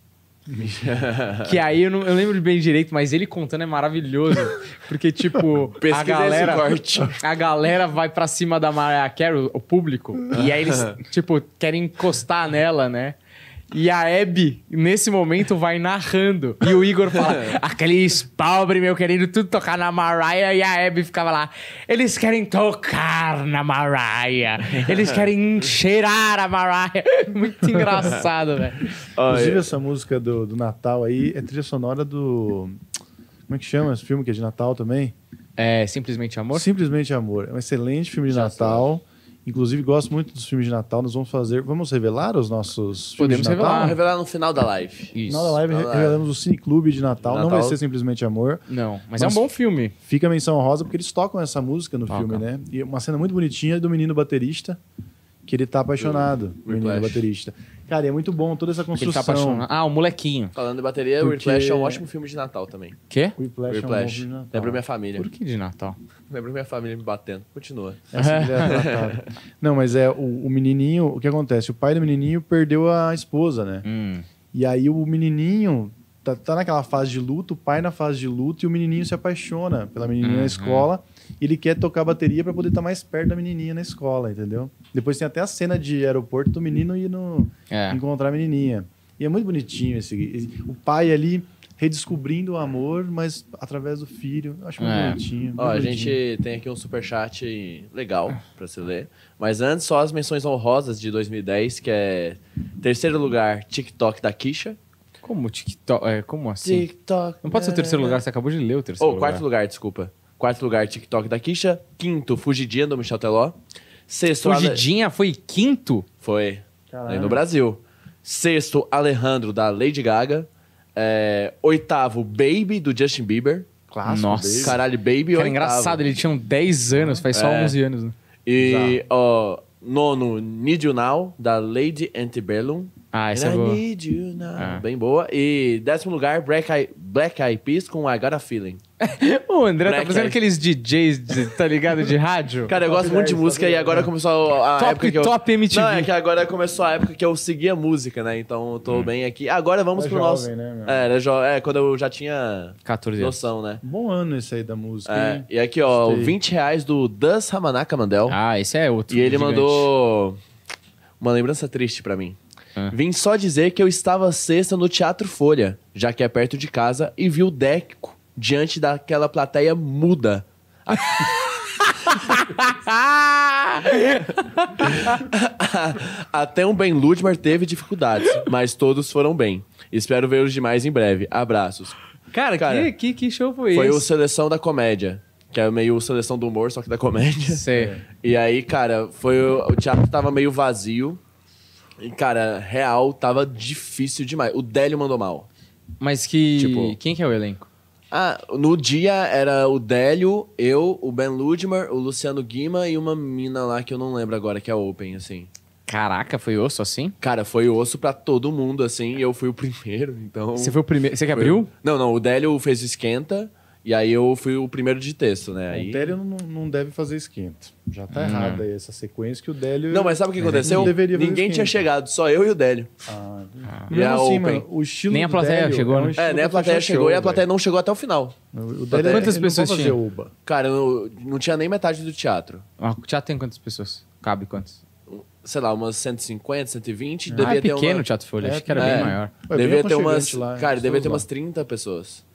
S1: Que aí eu não eu lembro bem direito, mas ele contando é maravilhoso. Porque, tipo,
S2: Pesquisa
S1: a
S2: esse
S1: galera.
S2: corte.
S1: A galera vai pra cima da Mariah Carey, o público, e aí eles, tipo, querem encostar nela, né? E a Abby, nesse momento, vai narrando. E o Igor fala: aqueles pobre, meu querido, tudo tocar na Mariah. E a Abby ficava lá: eles querem tocar na Mariah. Eles querem cheirar a Mariah. Muito engraçado, velho.
S3: Inclusive, essa música do, do Natal aí é trilha sonora do. Como é que chama esse filme que é de Natal também?
S1: É simplesmente amor?
S3: Simplesmente Amor. É um excelente filme de
S2: Já
S3: Natal. Inclusive, gosto muito dos filmes de Natal. Nós vamos fazer. Vamos revelar os nossos filmes
S1: Podemos
S3: de Natal?
S1: revelar.
S2: Vamos revelar no final da live.
S1: Isso.
S3: No final da live,
S2: Isso.
S3: re- revelamos o Cine Clube de Natal. Não
S2: Natal.
S3: vai ser simplesmente amor.
S1: Não, mas,
S3: Mas-
S1: é um bom filme.
S3: Fica a menção rosa porque eles tocam essa música no
S1: Toca.
S3: filme, né? E uma cena muito bonitinha do menino baterista, que ele tá apaixonado. O menino
S2: Whiplash.
S3: baterista. Cara, e é muito bom toda essa
S1: Ele tá
S3: construção.
S1: apaixonado. Ah, o molequinho.
S2: Falando de bateria,
S3: Porque-
S2: o Whiplash é um ótimo filme de Natal também.
S1: Quê?
S3: Whiplash, é um bom
S2: Whiplash.
S3: filme de Natal.
S2: Lembra minha família.
S1: Por que de Natal?
S2: Lembra minha família me batendo. Continua.
S3: É assim que ele é tratado. Não, mas é o, o menininho, o que acontece? O pai do menininho perdeu a esposa, né?
S1: Hum.
S3: E aí o menininho tá, tá naquela fase de luto, o pai na fase de luto e o menininho se apaixona pela menininha
S1: Uhum.
S3: na escola. E ele quer tocar bateria pra poder estar mais perto da menininha na escola, entendeu? Depois tem até a cena de aeroporto do menino ir no
S1: É.
S3: encontrar a menininha. E é muito bonitinho esse, esse- o pai ali redescobrindo o amor, mas através do filho. Eu acho muito
S1: É.
S3: bonitinho. muito
S2: Ó, a
S3: bonitinho.
S2: gente tem aqui um superchat legal pra se ler. Mas antes, só as menções honrosas de 2010, que é terceiro lugar, TikTok da Kisha.
S1: Como TikTok? É, como assim?
S2: TikTok.
S1: Não pode ser o terceiro lugar, você acabou de ler o terceiro
S2: Ou quarto lugar, desculpa. Quarto lugar, TikTok da Kisha. Quinto, Fugidinha do Michel Teló. Sexto, Ale-
S1: Fugidinha foi quinto?
S2: Foi.
S3: Caralho.
S2: Aí no Brasil. Sexto, Alejandro, da Lady Gaga. É, oitavo, Baby, do Justin Bieber.
S3: Clássico
S1: Nossa.
S3: dele.
S2: Caralho,
S1: Cara,
S2: Baby um
S1: é
S2: oitavo.
S1: engraçado, ele tinha 10 anos, faz só
S2: É.
S1: 11 anos. né?
S2: E, ó, nono, Need You Now, da Lady Antebellum.
S1: Ah, essa
S2: And
S1: é
S2: I
S1: boa.
S2: Need You Now.
S1: Ah.
S2: Bem boa. E décimo lugar, Black Eyed, Black Eyed Peas com I Got A Feeling.
S1: O André tá
S2: Moleque,
S1: fazendo
S2: aí.
S1: aqueles DJs, de- tá ligado, de rádio?
S2: Cara, eu
S3: Top
S2: gosto muito
S3: 10,
S2: de
S3: top
S2: música e
S3: 10,
S2: agora começou a, a
S1: Top,
S2: época que eu...
S1: top MTV.
S2: Não, é que agora começou a época que eu seguia música, né? Então eu
S1: Hum.
S2: tô bem aqui. Agora vamos
S3: Era
S2: pro
S3: jovem,
S2: nosso...
S3: né, meu?
S2: é, era jo... é, quando eu já tinha
S1: 14 anos.
S2: noção, né?
S3: Bom ano esse aí da música.
S2: É,
S3: hein?
S2: e aqui, ó,
S3: Gostei.
S2: 20 reais do Das Ramanaka Mandel.
S1: Ah, esse é outro.
S2: E ele
S1: gigante.
S2: mandou uma lembrança triste pra mim.
S1: Ah.
S2: Vim só dizer que eu estava sexta no Teatro Folha, já que é perto de casa, e vi o Deco diante daquela plateia muda.
S1: Ah!
S2: Até um Ben Ludmer teve dificuldades, mas todos foram bem. Espero ver os demais em breve. Abraços.
S1: Cara,
S2: Cara,
S1: que, é que, que show foi,
S2: Foi o
S1: esse?
S2: Seleção da Comédia, que é meio o Seleção do Humor, só que da comédia.
S1: Sei.
S2: E aí, cara, foi o, o teatro tava meio vazio. E, cara, real, tava difícil demais. O Délio mandou mal.
S1: Mas que.
S2: Tipo-
S1: Quem que é o elenco?
S2: Ah, no dia era o Délio, eu, o Ben Ludmer, o Luciano Guima e uma mina lá que eu não lembro agora, que é open, assim.
S1: Caraca, foi osso assim?
S2: Cara, foi osso pra todo mundo, assim, e eu fui o primeiro, então...
S1: Você foi o primeiro. Você que
S2: Foi-
S1: abriu?
S2: Não, não, o Délio fez o esquenta, e aí eu fui o primeiro de texto, né?
S3: O
S2: Aí...
S3: Délio não, não deve fazer esquenta. Já tá errada aí essa sequência que o Délio.
S2: Não, mas sabe o que aconteceu?
S3: Ele deveria fazer
S2: Ninguém
S3: esquenta.
S2: tinha chegado, só eu e o Délio.
S3: Ah,
S2: E
S3: mesmo
S2: a
S3: assim,
S2: Open?
S3: mano, o estilo
S1: Nem a
S3: do
S1: plateia
S3: Délio
S1: chegou,
S3: é um
S1: né?
S3: estilo
S2: É, né? A
S3: pra
S2: plateia
S3: fechar
S2: chegou
S3: show,
S2: e a plateia
S3: velho.
S2: não chegou até o final.
S3: O Délio,
S1: Quantas
S3: ele
S1: pessoas
S3: não pode fazer
S1: tinha?
S3: oba.
S2: Cara, eu não, não tinha nem metade do teatro.
S1: Ah, O teatro tem quantas pessoas? Cabe quantas?
S2: Sei lá, umas 150, 120.
S1: Ah,
S2: devia
S1: é
S2: ter
S1: pequeno
S2: uma...
S1: o Teatro Folha,
S3: É,
S1: acho que era
S2: é,
S1: bem maior.
S3: Ué, bem
S2: devia ter umas.
S3: aconchegante lá,
S2: cara,
S3: as
S2: devia ter
S3: pessoas
S2: umas 30 pessoas.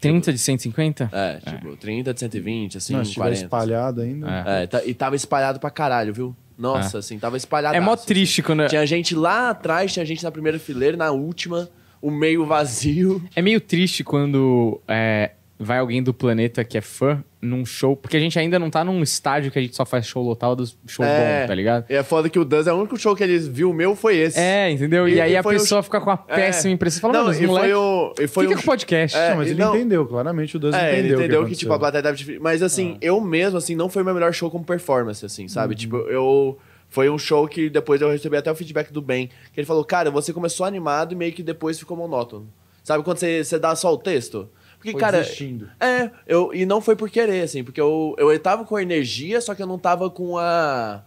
S1: 30 É. de 150?
S2: É, tipo, 30 de 120, assim,
S3: Não, se tiver
S2: 40.
S3: espalhado ainda.
S1: É.
S2: É, tá- e tava espalhado pra caralho, viu? Nossa, assim, tava espalhado.
S1: É, mó triste quando.
S2: Tinha gente lá atrás, tinha gente na primeira fileira, na última, o meio vazio.
S1: É meio triste quando é, vai alguém do planeta que é fã num show, porque a gente ainda não tá num estádio que a gente só faz show lotado, show
S2: É.
S1: bom, tá ligado?
S2: E é foda que o Dance, é o único show que ele viu meu foi esse.
S1: É, entendeu? E,
S2: E
S1: aí a
S2: foi o- é.
S1: pessoa fica com a péssima impressão. Fala,
S2: não,
S1: não, mas
S2: e
S1: moleque,
S2: foi o. E foi
S1: fica
S2: o
S1: com o podcast.
S2: É,
S3: não, mas
S2: e
S3: ele
S2: não-
S3: entendeu, claramente o Duz
S2: É,
S3: entendeu.
S2: ele
S3: o
S2: entendeu que, tipo, a
S3: aconteceu.
S2: plateia tava difícil. Mas assim,
S3: É.
S2: eu mesmo, assim, não foi meu melhor show como performance, assim,
S3: Uhum.
S2: sabe? Tipo, eu. Foi um show que depois eu recebi até o feedback do Ben. Que ele falou, cara, você começou animado e meio que depois ficou monótono. Sabe quando você, você dá só o texto? Porque,
S3: Foi
S2: cara.
S3: desistindo.
S2: É, eu, e não foi por querer, assim, porque eu, eu tava com a energia, só que eu não tava com a,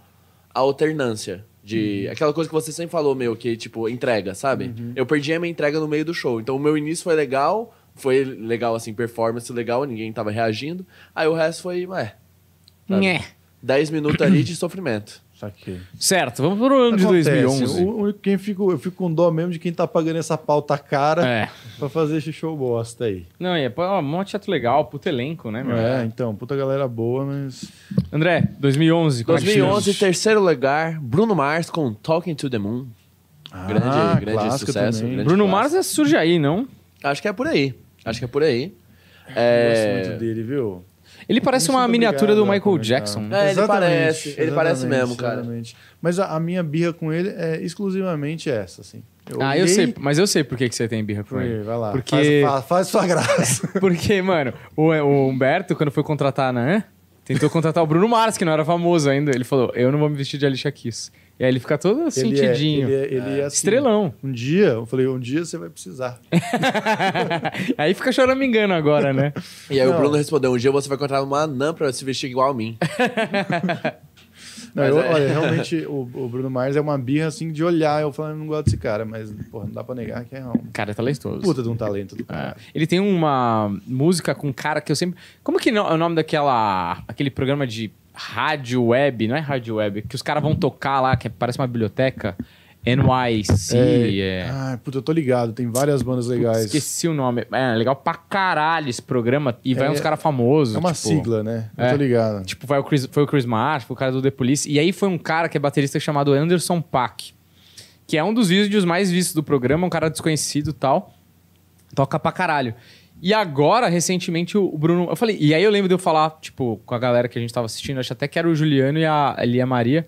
S2: a alternância.
S1: Uhum.
S2: De aquela coisa que você sempre falou, meu, que tipo, entrega, sabe? Eu perdi a minha entrega no meio do show. Então o meu início foi legal, foi legal, assim, performance legal, ninguém tava reagindo. Aí o resto foi, ué, sabe?
S1: Nhé.
S2: 10 minutos ali de sofrimento.
S3: Saquei.
S1: Certo, vamos pro ano de
S3: Acontece.
S1: 2011.
S3: O- o- quem fico, eu fico com dó mesmo de quem tá pagando essa pauta cara
S1: É.
S3: pra fazer esse show bosta aí.
S1: Não, e é pô, ó, um monte de ato legal, puto elenco, né, meu?
S3: É, então, puta galera boa, mas.
S1: André, 2011, como é que chega?
S2: 2011, terceiro lugar, Bruno Mars com Talking to the Moon.
S3: Ah,
S2: grande grande
S3: clássico
S2: sucesso.
S3: também.
S2: grande
S1: Bruno Mars
S2: clássico.
S1: é- surge aí, não?
S2: Acho que é por aí. Acho que é por aí.
S3: Eu gosto muito
S2: É...
S3: dele, viu?
S1: Ele parece
S3: Muito
S1: uma miniatura
S3: obrigado
S1: do
S3: a
S1: Michael
S3: comentar.
S1: Jackson. né?
S2: É, ele
S3: Exatamente,
S2: parece, ele
S3: exatamente,
S2: parece mesmo, cara.
S3: exatamente. Mas a, a minha birra com ele é exclusivamente essa, assim.
S1: ah, eu
S3: olhei
S1: sei, mas eu sei por que, que você tem birra com
S3: Foi,
S1: ele.
S3: vai lá.
S1: Porque-
S3: Faz, fa- faz sua graça.
S1: Porque, mano, o, o Humberto, quando foi contratar a Nan, tentou contratar o Bruno Mars, que não era famoso ainda. Ele falou: Eu não vou me vestir de Alicia Keys. E aí ele fica todo
S3: Ele é-
S1: sentidinho. Ah,
S3: Ele é, ele é assim,
S1: Estrelão.
S3: Um dia, eu falei, um dia você vai precisar.
S1: aí fica chorando me engano agora, né?
S2: E aí
S3: Não.
S2: o Bruno respondeu: um dia você vai encontrar uma anã pra se vestir igual a mim.
S3: Não,
S2: Mas
S3: eu-
S2: é-
S3: Olha, realmente o, o Bruno Mars é uma birra assim de olhar. Eu falo, eu não gosto desse cara, mas porra, não dá pra negar que é um
S1: Cara, é talentoso.
S3: puta de um talento do cara.
S1: É. Ele tem uma música com um cara que eu sempre. Como que não- é o nome daquela. aquele programa de rádio web, não é rádio web, que os caras vão tocar lá, que parece uma biblioteca. NYC. é.
S3: Ai, puta, eu tô ligado, tem várias bandas legais.
S1: Esqueci o nome. É legal pra caralho esse programa. E vai
S3: É-
S1: uns caras famosos.
S3: É uma
S1: tipo,
S3: sigla, né? Eu
S1: É.
S3: tô ligado.
S1: Tipo, vai o Chris, foi o Chris Martin, foi o cara do The Police. E aí foi um cara que é baterista chamado Anderson Pack, que é um dos vídeos mais vistos do programa, um cara desconhecido e tal. Toca pra caralho. E agora, recentemente, o o Bruno. Eu falei. E aí eu lembro de eu falar, tipo, com a galera que a gente tava assistindo, acho até que era o Juliano e a, ali a Maria.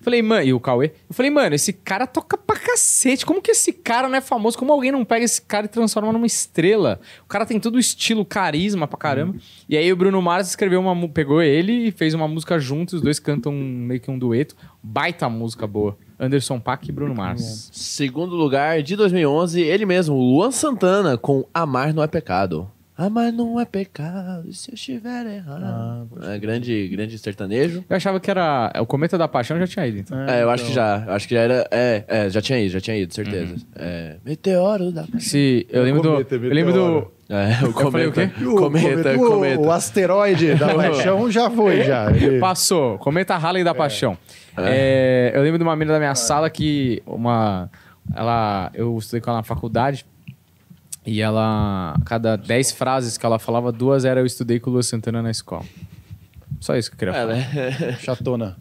S1: Falei, mano, e o Cauê? Eu falei, mano, esse cara toca pra cacete. Como que esse cara não é famoso? Como alguém não pega esse cara e transforma numa estrela? O cara tem todo o estilo, carisma pra caramba. E aí o Bruno Mars escreveu uma. mu- pegou ele e fez uma música juntos, os dois cantam um- meio que um dueto. Baita música boa. Anderson Paak e Bruno Mars.
S2: Segundo lugar, de 2011, ele mesmo, Luan Santana, com Amar Não É Pecado. Amar não é pecado, e se eu estiver
S3: Ah,
S2: errado. é, grande, grande sertanejo.
S1: Eu achava que era. O Cometa da Paixão já tinha ido, então.
S2: É, eu acho que já. eu Acho que já era. É, é, já tinha ido, já tinha ido, certeza. É, meteoro da.
S1: Se, eu lembro
S3: Cometa,
S1: do. Eu lembro do.
S3: meteoro.
S2: É, o
S1: falei o
S2: cometa.
S1: quê?
S3: O
S2: cometa,
S3: o,
S2: cometa. É.
S3: o asteroide da paixão já foi, já. Ele-
S1: Passou. Cometa Halley tá da Paixão. É, eu lembro de uma menina da minha sala que uma. Ela. Eu estudei com ela na faculdade. E ela. a Cada 10 frases que ela falava, duas era eu estudei com o Lua Santana na escola. Só isso que eu queria
S2: É,
S1: falar.
S2: né?
S3: Chatona.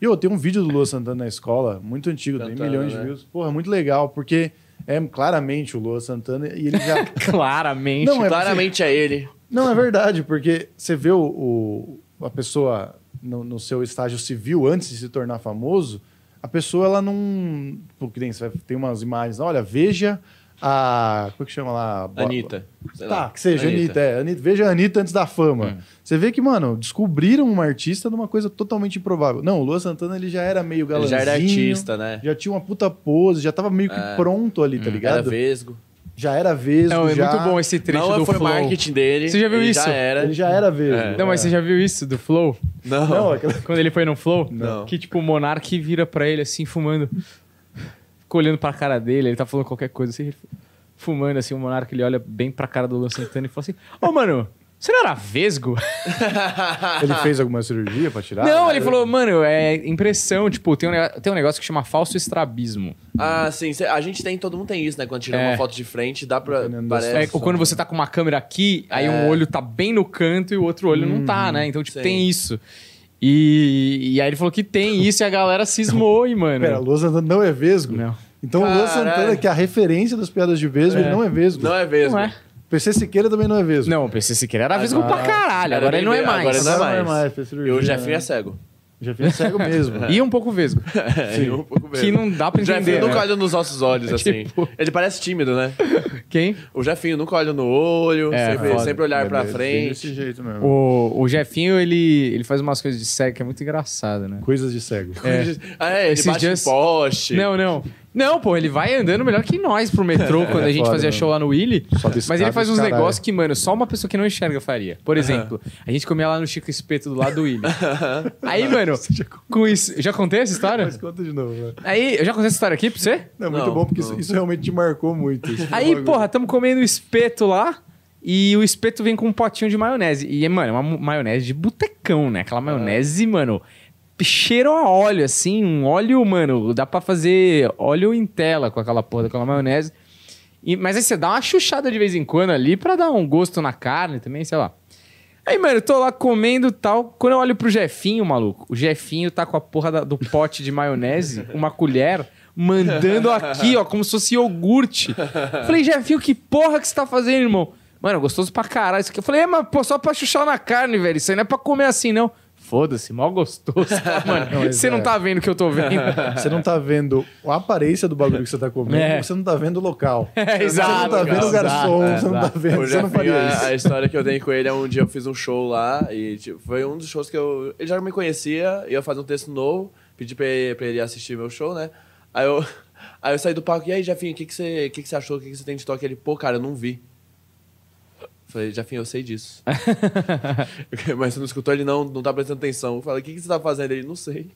S3: e eu tenho um vídeo do Lua Santana na escola, muito antigo, tem
S2: Cantando,
S3: milhões
S2: né?
S3: de views. Porra, muito legal, porque é claramente o Lua Santana e ele já.
S1: Claramente.
S3: Não, é-
S2: Claramente é ele.
S3: Não, é verdade, porque você vê o, o- a pessoa no, no seu estágio civil antes de se tornar famoso, a pessoa ela não. Pô, que nem você vai- tem umas imagens, olha, veja a. Como é que chama lá? Bo-
S2: Anitta. sei
S3: Tá,
S2: lá. Hum.
S3: que seja, Anitta. é, Anitta- veja a Anitta antes da fama. Você vê que, mano, descobriram uma artista numa coisa totalmente improvável. Não, o Lua Santana ele já era meio
S2: Ele
S3: galãzinho.
S2: já era artista, né?
S3: Já tinha uma puta pose, já tava meio que pronto ali, tá ligado?
S2: Era vesgo.
S3: Já era vez.
S1: Não, é
S3: já...
S1: muito bom esse trecho
S2: não é
S1: do
S2: foi
S1: Flow.
S2: marketing dele.
S1: Você já viu
S2: ele
S1: isso?
S2: Já era.
S3: Ele já era vez.
S2: É.
S1: Não, mas você já viu isso do Flow?
S2: Não.
S3: Não, é aquela...
S1: Quando ele foi no Flow?
S2: Não.
S1: Que tipo, o Monark vira pra ele assim, fumando. Ficou olhando pra cara dele, ele tá falando qualquer coisa assim. ele Fumando assim, o Monark ele olha bem pra cara do Luan Santana e fala assim: Ô mano, você não era vesgo?
S3: ele fez alguma cirurgia pra tirar?
S1: não, ele falou: Mano, é impressão. Tipo, tem um, nega- tem um negócio que chama falso estrabismo.
S2: Ah, sim. cê- A gente tem, todo mundo tem isso, né? Quando tira
S1: É.
S2: uma foto de frente, dá pra.
S3: Dependendo da
S1: É,
S2: Parece.
S1: ou quando você tá com uma câmera aqui, aí um olho tá bem no canto e o outro olho não tá, né? Então, tipo,
S2: Sim.
S1: tem isso. E, e aí ele falou que tem isso e a galera cismou, e mano.
S3: Pera, Lua Santana não é vesgo?
S1: Não.
S3: Então o Lua
S2: Caralho.
S3: Santana, que é a referência das piadas de vesgo, ele não é vesgo.
S2: Não é vesgo.
S1: Não é.
S3: PC Siqueira também não é vesgo.
S1: Não, o PC Siqueira era vesgo
S3: Ah,
S1: pra caralho,
S2: era
S1: agora
S2: bem
S1: ele não é
S2: mesmo,
S1: mais.
S2: agora ele não é
S3: Agora
S2: mais.
S3: fez cirurgia,
S2: Eu já
S3: né?
S2: fui a é cego.
S3: Já fiz cego mesmo.
S1: E um pouco vesgo.
S2: É, um pouco mesmo.
S1: Que não dá pra
S2: O Jefinho
S1: entender.
S2: nunca
S1: Né?
S2: olha nos nossos olhos, assim.
S1: Tipo-
S2: Ele parece tímido, né?
S1: Quem?
S2: O Jefinho nunca olha no olho,
S1: É,
S2: sempre,
S1: foda.
S2: sempre olhar
S3: É
S2: pra
S3: desse-
S2: frente.
S3: Desse jeito
S2: Ah.
S3: mesmo.
S1: O, o Jefinho, ele, ele faz umas coisas de cego que é muito engraçado, né?
S3: Coisas de cego.
S2: Ah, é, ele
S1: Esses
S2: bate
S1: dias-
S2: em poste.
S1: Não, não. Não, pô, ele vai andando melhor que nós pro
S2: É
S1: metrô quando a gente
S3: foda,
S2: né?
S1: fazia
S3: mano.
S1: show lá no Willy. Mas
S3: Sobe
S1: ele
S3: escada,
S1: faz uns
S3: caralho.
S1: negócios que, mano, só uma pessoa que não enxerga faria. Por exemplo, a gente comia lá no Chico Espeto do lado do Willy. Aí, mano, com isso. Já contei essa história?
S2: é.
S3: Mas conta de novo, velho.
S1: Aí, eu já contei essa história aqui pra você?
S3: Não, muito
S2: Não,
S3: bom, porque
S2: não.
S3: Isso, isso realmente te marcou muito. Isso foi um
S1: Aí,
S3: bagulho.
S1: porra, tamo comendo espeto lá. E o espeto vem com um potinho de maionese. E, mano, é uma mo- maionese de botecão, né? Aquela maionese, mano, cheiro a óleo, assim. Um óleo, mano, dá pra fazer óleo em tela com aquela porra daquela maionese. E- mas aí você dá uma chuchada de vez em quando ali pra dar um gosto na carne também, sei lá. Aí, mano, eu tô lá comendo e tal. Quando eu olho pro Jefinho, maluco, o Jefinho tá com a porra da- do pote de maionese, uma colher, mandando aqui, ó, como se fosse iogurte. Falei, Jefinho, que porra que você tá fazendo, irmão? Mano, gostoso pra caralho isso aqui. Eu falei, é, mas pô, só pra chuchar na carne, velho. Isso aí não é pra comer assim, não. Foda-se, mó gostoso.
S3: Não,
S1: Mano,
S3: mas
S1: você não
S3: é.
S1: tá vendo o que eu tô vendo.
S3: Você não tá vendo a aparência do bagulho que você tá comendo,
S1: É.
S3: você não tá vendo o local.
S1: É, exato.
S3: você não tá vendo o garçom,
S1: exato,
S3: você não tá
S1: exato.
S3: vendo,
S2: O
S3: você
S2: Jefinho,
S3: não faria
S2: a,
S3: isso.
S2: a história que eu tenho com ele é um dia eu fiz um show lá e tipo, foi um dos shows que eu. Ele já me conhecia, ia fazer um texto novo, pedi pra ele, pra ele assistir meu show, né? Aí eu, aí eu saí do palco, e aí, Jefinho, o que, que, você, o que, que você achou? O que, que você tem de toque? Ele, pô, cara, eu não vi. Falei, Jefinho, eu sei disso. Mas você não escutou ele, não, não tá prestando atenção. Eu falei, o que, que você tá fazendo? Ele, não sei.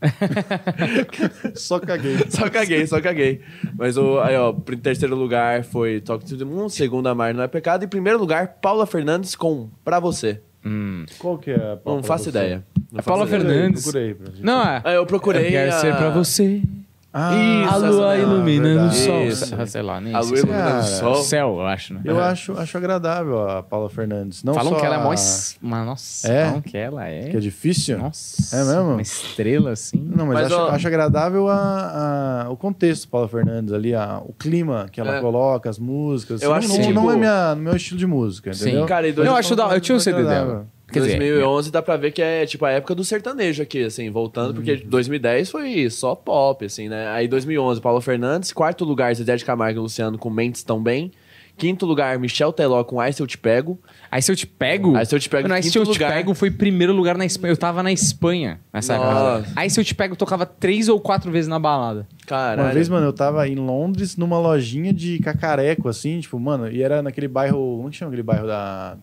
S3: Só caguei.
S2: Só caguei, só caguei. Mas o, aí, ó, pr- terceiro lugar foi Talk to the Moon, segundo Amar Não É Pecado, e primeiro lugar, Paula Fernandes com Pra Você.
S1: Hum.
S3: Qual que é a
S2: Não faço ideia. Não
S1: É
S2: faço
S1: Paula
S2: ideia.
S1: Fernandes.
S3: Procurei, pra gente.
S1: Não, é.
S2: Aí eu procurei
S1: Quero
S2: a-
S1: ser pra você.
S3: Ah,
S2: Isso,
S1: a
S2: essa
S1: lua
S2: daí.
S3: é
S1: iluminando o sol.
S2: Isso.
S1: Ah, Sei lá, nem
S2: A
S1: sei
S2: lua
S1: se-
S2: iluminando o
S3: Cara,
S2: sol.
S1: Céu, eu acho, né?
S3: É. Eu acho, acho agradável a Paula Fernandes. Não
S1: falam
S3: só
S1: que ela é
S3: a-
S1: mó. es- Mas nossa,
S3: É?
S1: falam que ela é.
S3: Que é difícil?
S1: Nossa.
S3: É mesmo?
S1: Uma estrela assim.
S3: Não, mas,
S2: Mas,
S3: acho,
S2: ó-
S3: acho agradável a- a- o contexto, Paula Fernandes, ali, a- o clima que ela
S2: É.
S3: coloca, as músicas.
S2: Eu
S3: não,
S2: acho
S3: não,
S2: que, tipo,
S3: não é minha, no meu estilo de música,
S1: Sim.
S3: entendeu? é
S2: Cara, e
S1: Eu,
S2: dois-
S1: acho da. Eu tinha o CD dela. Quer dizer,
S2: 2011 dá pra ver que é tipo a época do sertanejo aqui, assim, voltando, porque
S1: Uhum.
S2: 2010 foi só pop, assim, né? Aí 2011, Paulo Fernandes, quarto lugar, Zé de Camargo e Luciano com Mentes Tão Bem. Quinto lugar, Michel Teló com Ai Se Eu Te Pego.
S1: Aí se eu te pego.
S2: Aí Se Eu Te Pego,
S1: Mano, Aí se
S2: quinto
S1: eu te
S2: lugar.
S1: pego foi primeiro lugar na Espanha. Eu tava na Espanha nessa
S2: Nossa.
S1: casa. Aí se eu te pego tocava três ou quatro vezes na balada.
S2: Caralho.
S3: Uma vez, mano, eu tava em Londres numa lojinha de cacareco, assim, tipo, mano, e era naquele bairro. Como é que chama aquele bairro da.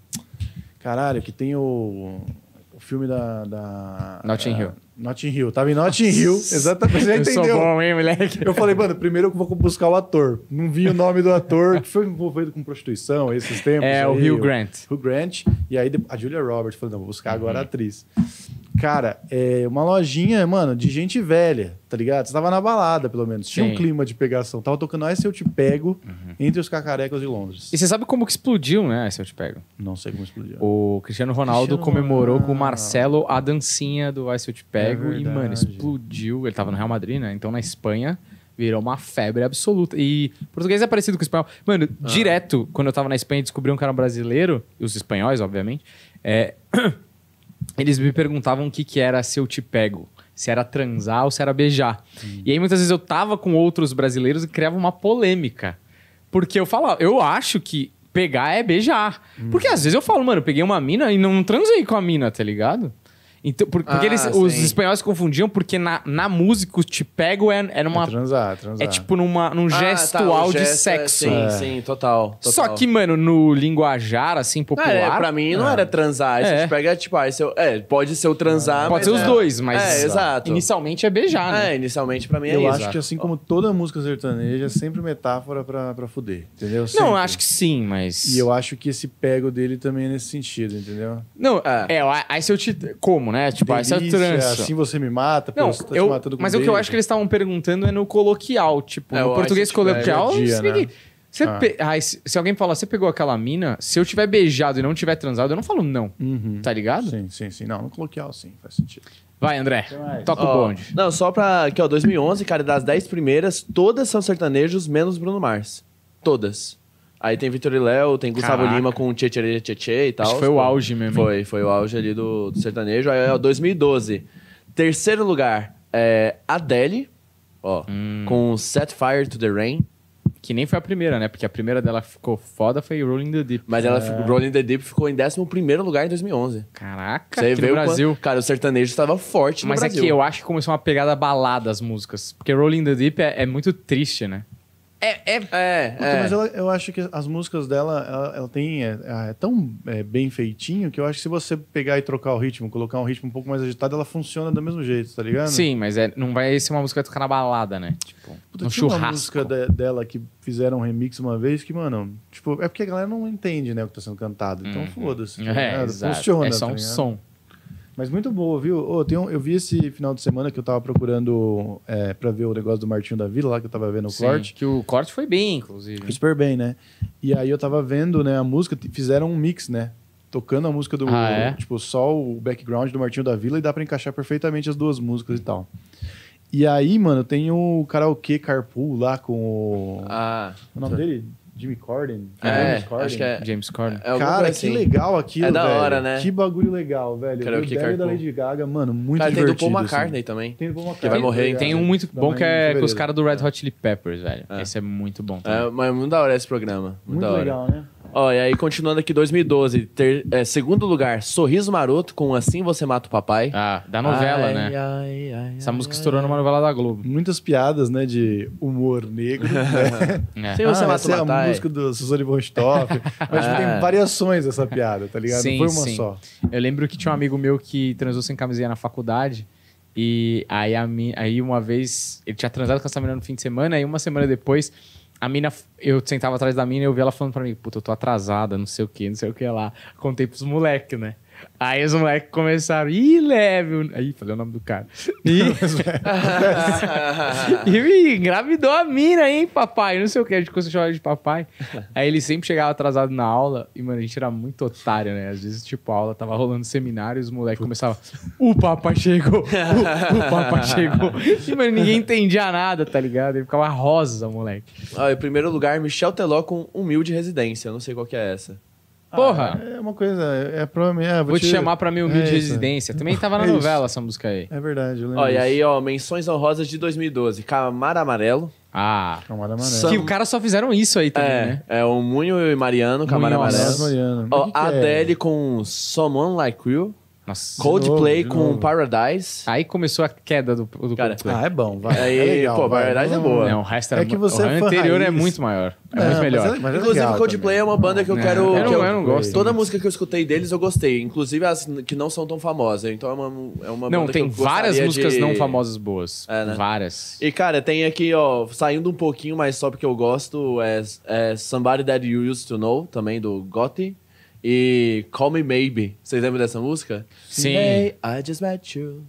S3: Caralho, que tem o. O filme da. da é,
S1: Notting Hill.
S3: Notting Hill. Tava em Notting Hill, exatamente. Você já
S1: eu sou
S3: entendeu?
S1: bom, hein, moleque?
S3: Eu falei, mano, primeiro eu vou buscar o ator. Não vi o nome do ator, que foi envolvido com prostituição esses tempos.
S1: É,
S3: aí,
S1: o Hugh Grant.
S3: Hugh Grant. E aí de- a Julia Roberts. Falei, não, vou buscar
S1: Uhum.
S3: agora a atriz. Cara, é uma lojinha, mano, de gente velha, tá ligado? Você tava na balada, pelo menos. Tinha
S1: Sim. Uhum.
S3: um clima de pegação. Tava tocando Ai Se Eu Te Pego entre os cacarecas de Londres.
S1: E você sabe como que explodiu, né? Aí se eu te pego.
S3: Não sei como explodiu.
S1: O Cristiano Ronaldo
S3: Cristiano
S1: comemorou
S3: Ronaldo.
S1: com o Marcelo a dancinha do Ice Eu Te Pego
S3: É
S1: e, mano,
S3: verdade.
S1: explodiu. Ele tava no Real Madrid, né? Então na Espanha virou uma febre absoluta. E português é parecido com o espanhol. Mano,
S3: Ah.
S1: direto, quando eu tava na Espanha e descobri um cara brasileiro, e os espanhóis, obviamente, é, eles me perguntavam o que, que era se eu te pego. Se era transar ou se era beijar.
S2: Hum.
S1: E aí, muitas vezes, eu tava com outros brasileiros e criava uma polêmica. Porque eu falava, eu acho que pegar é beijar.
S2: Hum.
S1: Porque às vezes eu falo, mano, eu peguei uma mina e não transei com a mina, tá ligado? Então, por- porque
S2: Ah,
S1: eles, os
S2: sim.
S1: espanhóis confundiam, porque na, na música o te pego é, é
S3: É
S1: numa.
S3: transar, transar.
S1: É, tipo numa, num
S2: Ah, tá,
S1: gestual
S2: o
S1: de
S2: gesto é-
S1: sexo.
S2: Sim,
S3: É.
S2: sim, total. total.
S1: Só que, mano, no linguajar, assim, popular.
S2: Ah, é, pra mim não era transar. Se
S1: É.
S2: a gente pega, tipo, ah, esse é o- é, pode ser o transar.
S1: Pode
S2: mas
S1: ser os
S2: é-
S1: dois, mas.
S2: É, exato.
S1: Inicialmente é beijar, né?
S2: É, inicialmente pra mim é
S3: eu
S2: isso.
S3: acho que assim como toda música sertaneja, é sempre metáfora pra, pra fuder, entendeu?
S1: Não, eu
S3: Sempre.
S1: acho que sim, mas.
S3: E eu acho que esse pego dele também é nesse sentido, entendeu?
S1: Não,
S2: Ah.
S1: é, aí- aí se eu te. Como, né? Tipo, aí se eu
S3: Delícia,
S1: transo.
S3: Assim você me mata, pô,
S1: não,
S3: você tá te
S1: eu,
S3: matando com
S1: mas o que eu
S3: beijo.
S1: acho que eles estavam perguntando é no coloquial. Tipo,
S2: É, eu
S1: no
S2: acho
S1: português
S2: que, tipo,
S1: coloquial.
S3: é, dia a
S1: se
S3: dia,
S1: ligue-
S3: né?
S1: você
S3: Ah.
S1: pe- ai, se, se alguém falar, você pegou aquela mina, se eu tiver beijado e não tiver transado, eu não falo não.
S3: Uhum.
S1: Tá ligado?
S3: Sim, sim, sim. Não, no coloquial, sim, faz sentido.
S1: Vai, André.
S3: mais?
S1: Toca o
S2: Ó,
S1: bonde.
S2: Não, só pra. Aqui, ó, 2011, cara, das 10 primeiras, todas são sertanejos, menos Bruno Mars. Todas. Aí tem Vitor e Léo, tem Gustavo
S1: Caraca.
S2: Lima com Tchê Tchê Tchê Tchê e tal.
S1: Acho que foi o auge mesmo, hein?
S2: Foi, foi o auge ali do, do sertanejo. Aí, ó, 2012. Terceiro lugar, é Adele, ó,
S1: Hum.
S2: com Set Fire to the Rain.
S1: Que nem foi a primeira, né? Porque a primeira dela ficou foda foi Rolling the Deep.
S2: Mas ela, fi- Rolling the Deep, ficou em 11º lugar em 2011.
S1: Caraca,
S2: Você
S1: aqui no
S2: veio
S1: Brasil.
S2: Cara, o sertanejo estava forte
S1: Mas
S2: no
S1: é
S2: Brasil.
S1: que eu acho que começou uma pegada balada as músicas. Porque Rolling the Deep é, é muito triste, né?
S2: É, é.
S3: Puta, Mas ela- eu acho que as músicas dela, ela, ela tem. É, é tão é, bem feitinho que eu acho que se você pegar e trocar o ritmo, colocar um ritmo um pouco mais agitado, ela funciona do mesmo jeito, tá ligado?
S1: Sim, mas é, não vai ser uma música que vai tocar na balada, né? Tipo,
S3: Puta,
S1: no
S3: tinha uma
S1: churrasco.
S3: música de- dela que fizeram um remix uma vez que, mano, tipo, é porque a galera não entende, né, o que tá sendo cantado. Então foda-se. tá
S1: É,
S3: ligado?
S1: exato.
S3: Funciona.
S1: é só
S3: tá
S1: um
S3: ligado?
S1: som.
S3: Mas muito boa, viu? Ô, tem um- eu vi esse final de semana que eu tava procurando é, pra ver o negócio do Martinho da Vila, lá que eu tava vendo o
S1: Sim,
S3: corte.
S1: Que o corte foi bem,
S3: Foi
S1: inclusive.
S3: super bem, né? E aí eu tava vendo, né, a música, t- fizeram um mix, né? Tocando a música do.
S1: Ah, é?
S3: Tipo, só o background do Martinho da Vila e dá pra encaixar perfeitamente as duas músicas e tal. E aí, mano, tem o karaokê Carpool lá com o.
S2: Ah,
S3: o nome dele? Jimmy Corden?
S2: é,
S3: James Corden?
S2: acho que é.
S1: James Corden.
S2: é alguma
S3: Cara,
S2: coisa
S3: que
S2: assim.
S3: legal aquilo,
S2: É da
S3: velho.
S2: hora, né?
S3: Que bagulho legal, velho.
S2: Karaokê
S3: o ideia da
S2: Carpool.
S3: Lady Gaga, mano, muito
S2: Cara, tem do
S3: divertido.
S2: Paul
S3: assim.
S2: McCartney também.
S3: Tem do Paul McCartney.
S2: vai morrer, hein?
S3: tá
S1: Tem
S3: ligado?
S1: um muito
S3: Da
S1: bom
S3: manhã
S1: que
S3: de
S1: é com os
S3: fevereiro.
S1: caras do Red Hot Chili Peppers, velho. Esse é muito bom. também.
S2: É, mas muito da hora esse programa. Muito,
S3: Muito
S2: da hora.
S3: legal, né?
S2: Ó, e aí continuando aqui, 2012. ter- é, segundo lugar, Sorriso Maroto com Assim Você Mata o Papai.
S1: Ah, da novela,
S2: Ai,
S1: né?
S2: ai, ai,
S1: Essa
S2: ai,
S1: música
S2: ai,
S1: estourou numa novela da Globo.
S3: Muitas piadas, né, de humor negro. né?
S1: É.
S2: Sim, você
S3: ah,
S2: mata
S3: essa
S2: o
S3: é a
S2: um Matai.
S3: música do Suzane von Stoff. Mas tipo,
S2: Ah.
S3: tem variações dessa piada, tá ligado?
S1: Sim,
S3: não foi uma
S1: sim.
S3: só.
S1: Eu lembro que tinha um amigo meu que transou sem camisinha na faculdade. E aí, a mi... aí uma vez, ele tinha transado com essa menina no fim de semana. E uma semana depois, a mina, eu sentava atrás da mina e eu vi ela falando pra mim: Puta, eu tô atrasada, não sei o que, não sei o que lá. Contei pros moleques, né? Aí os moleques começaram, ih, leve. Aí falei o nome do cara.
S3: é,
S1: E, e engravidou a mina, hein, papai? Não sei o que, a gente começou a chamar ele de papai. Aí ele sempre chegava atrasado na aula e, mano, a gente era muito otário, né? Às vezes, tipo, a aula tava rolando seminário e os moleques começavam, o papai chegou, o, o papai chegou. E, mano, ninguém entendia nada, tá ligado? Ele ficava rosa, moleque.
S2: Ó, em primeiro lugar, Michel Teló com Humilde Residência. Eu não sei qual que é essa.
S1: Porra,
S3: É uma coisa, é, é provavelmente. é,
S1: vou, te chamar pra mim o
S3: é
S1: humilde
S3: isso.
S1: residência. Também tava na
S3: É isso.
S1: novela essa música aí.
S3: É verdade, eu lembro.
S2: Ó, e
S3: disso.
S2: aí, ó, menções honrosas de 2012. Camar Amarelo.
S1: Ah,
S3: Camada Amarela.
S2: Sam-
S1: que o cara só fizeram isso aí também,
S2: É,
S1: né?
S2: é o Munho e Mariano, Camar
S1: Munhoz.
S3: Nossa,
S2: Amarelo.
S3: Mariana.
S2: Ó,
S3: Mas que que é?
S2: Adele com Someone Like You.
S1: Nossa.
S2: Coldplay
S3: novo, de
S2: com
S3: novo.
S2: Paradise.
S1: Aí começou a queda do, do
S2: Cara,
S1: Coldplay.
S3: Ah, é bom, vai.
S2: Aí,
S3: é legal,
S2: pô,
S3: vai.
S2: Paradise é
S3: Não,
S2: boa.
S1: Não, o resto era
S3: É que
S1: mu-
S3: você
S1: o
S3: é fã
S1: anterior é
S3: raiz.
S1: muito maior. É
S3: Não,
S1: muito melhor.
S3: Mas é, mas é
S2: Inclusive,
S3: legal
S2: Coldplay é uma banda que eu quero.
S1: Eu não-
S2: que
S1: eu não gosto
S2: Toda música que eu escutei deles eu gostei. Inclusive as que não são tão famosas. Então é uma, é uma
S1: Não,
S2: banda
S1: tem
S2: que eu
S1: várias
S2: gostaria
S1: músicas
S2: de-
S1: não famosas boas.
S2: É, né?
S1: Várias.
S2: E cara, tem aqui, ó, saindo um pouquinho, mas só porque eu gosto, é, é Somebody That You Used to Know, também do Gotti. E Call Me Maybe. Vocês lembram dessa música?
S1: Sim.
S2: Today I just met you.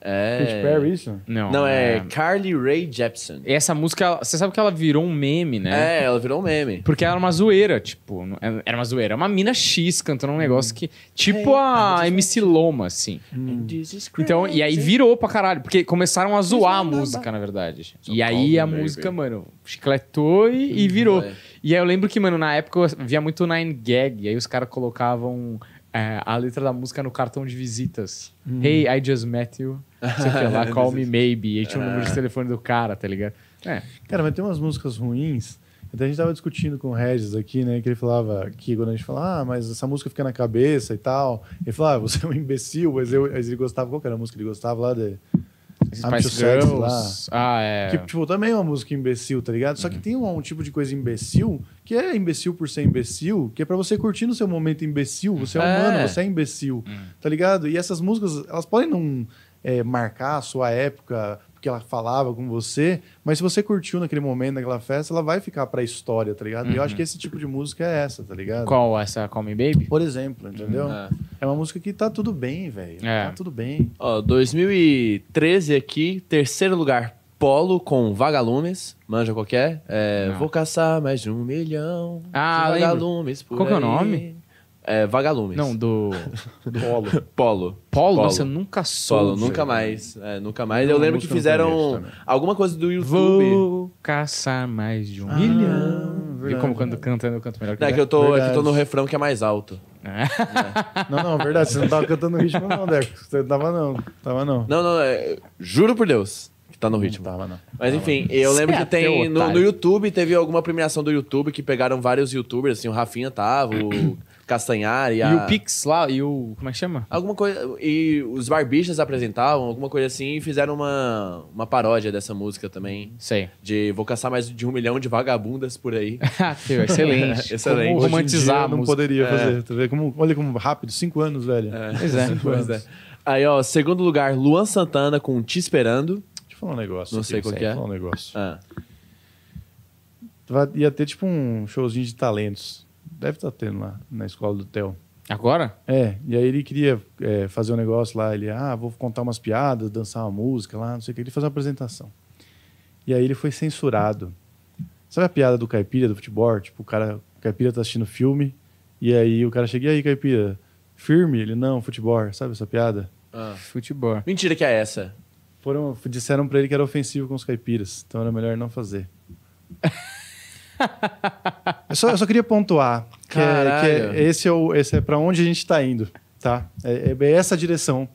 S3: também.
S2: É.
S3: Katy Perry, isso?
S1: Não,
S2: Não, é, Carly Rae Jepsen.
S1: E Essa música, ela- você sabe que ela virou um meme, né?
S2: É, ela virou um meme.
S1: Porque ela era uma zoeira, tipo. não- Era uma zoeira. Era uma mina X cantando um negócio que.
S3: É.
S1: Tipo a MC Loma, assim.
S2: This is
S1: Então, e aí
S2: crazy.
S1: virou pra caralho. Porque começaram a zoar a música, na verdade. E aí a
S2: calma,
S1: música,
S2: baby.
S1: mano, chicletou e, e virou.
S2: é.
S1: E aí eu lembro que, mano, na época eu via muito Nine Gag. E aí os caras colocavam é, a letra da música no cartão de visitas.
S3: Hum.
S1: Hey, I just met you. Não sei o que lá, call me maybe. E aí tinha
S2: Ah.
S1: o número de telefone do cara, tá ligado? É.
S3: Cara, mas tem umas músicas ruins. Até a gente tava discutindo com o Regis aqui, né? Que ele falava que quando a gente fala, ah, mas essa música fica na cabeça e tal. Ele falava, ah, você é um imbecil, mas, eu, mas ele gostava. Qual que era a música que ele gostava lá? De...
S1: Spice
S3: Too Sexy
S1: Girls. Ah, é.
S3: Que, tipo, também é uma música imbecil, tá ligado? Só que tem um, um tipo de coisa imbecil, que é imbecil por ser imbecil, que é pra você curtir no seu momento imbecil. Você é,
S2: É.
S3: humano, você é imbecil, tá ligado? E essas músicas, elas podem não é, marcar a sua época, porque ela falava com você, mas se você curtiu naquele momento, naquela festa, ela vai ficar pra história, tá ligado? E eu acho que esse tipo de música é essa, tá ligado?
S1: Qual essa Call Me Baby?
S3: Por exemplo, entendeu?
S2: É.
S3: É uma música que tá tudo bem, velho.
S1: É.
S3: Tá tudo bem.
S2: Ó, 2013 aqui, terceiro lugar, Polo com Vagalumes. Manja qualquer. É,
S1: Não.
S2: vou caçar mais de um milhão
S1: Ah,
S2: de
S1: lembro.
S2: vagalumes por
S1: Qual que é o
S2: aí.
S1: nome?
S2: É, Vagalumes.
S1: Não, do.
S3: Polo.
S2: Polo.
S1: Polo?
S2: Polo.
S1: Nossa, eu nunca soube.
S2: Polo, nunca mais. É, nunca mais.
S3: Não,
S2: Eu lembro que
S3: música eu não
S2: fizeram
S3: conheço também.
S2: alguma coisa do YouTube.
S3: Ah,
S1: Vou caçar mais de um milhão.
S3: Milhão.
S1: Viu como quando canta, eu canto melhor que
S2: Não, é que eu tô, é que eu tô
S3: Verdade.
S2: no refrão que é mais alto.
S3: Não, não, verdade. Você não tava cantando ritmo, não, Deco. Você não tava, não. Tava, não.
S2: Não, não, é, juro por Deus que tá no
S3: Não
S2: ritmo.
S3: tava, não.
S2: Mas enfim, eu lembro que
S1: Certo,
S2: tem
S1: ô
S2: no,
S1: otário.
S2: no YouTube, teve alguma premiação do YouTube que pegaram vários youtubers, assim, o Rafinha tava, o Castanhar e
S1: E
S2: a...
S1: o Pix lá, e o. Como é que chama?
S2: Alguma coisa. E os barbichas apresentavam, alguma coisa assim, e fizeram uma, uma paródia dessa música também.
S1: Sei.
S2: De vou caçar mais de um milhão de vagabundas por aí.
S1: Ah, Teu, excelente.
S2: Excelente.
S1: Como
S3: Hoje em dia
S1: romantizar
S3: eu
S1: a
S3: não
S1: música.
S3: poderia
S2: É.
S3: fazer. Tá vendo? Como, olha como rápido, cinco anos, velho.
S1: Pois é.
S3: Cinco
S2: Pois
S3: anos.
S2: é. Aí, ó, segundo lugar, Luan Santana com Te Esperando.
S3: Deixa eu falar um negócio.
S2: Não
S3: aqui,
S2: sei qual
S3: deixa
S2: que
S3: eu
S2: é.
S3: falar um negócio.
S2: Ah,
S3: Vai- Ia ter tipo um showzinho de talentos. Deve estar tendo lá na escola do Theo.
S1: Agora?
S3: É, e aí ele queria é, fazer um negócio lá, ele, ah, vou contar umas piadas, dançar uma música lá, não sei o que, ele fez uma apresentação. E aí ele foi censurado. Sabe a piada do caipira, do futebol? Tipo, o cara, o caipira tá assistindo filme, e aí o cara chega, e aí, caipira? Firme? Ele, não, futebol, sabe essa piada?
S2: ah.
S1: Futebol.
S2: Mentira que é essa.
S3: Foram, disseram pra ele que era ofensivo com os caipiras, então era melhor não fazer. eu, só, eu só queria pontuar que, é- que é-
S2: Caralho.
S3: esse é, o- esse é para onde a gente tá indo, tá? É, é essa direção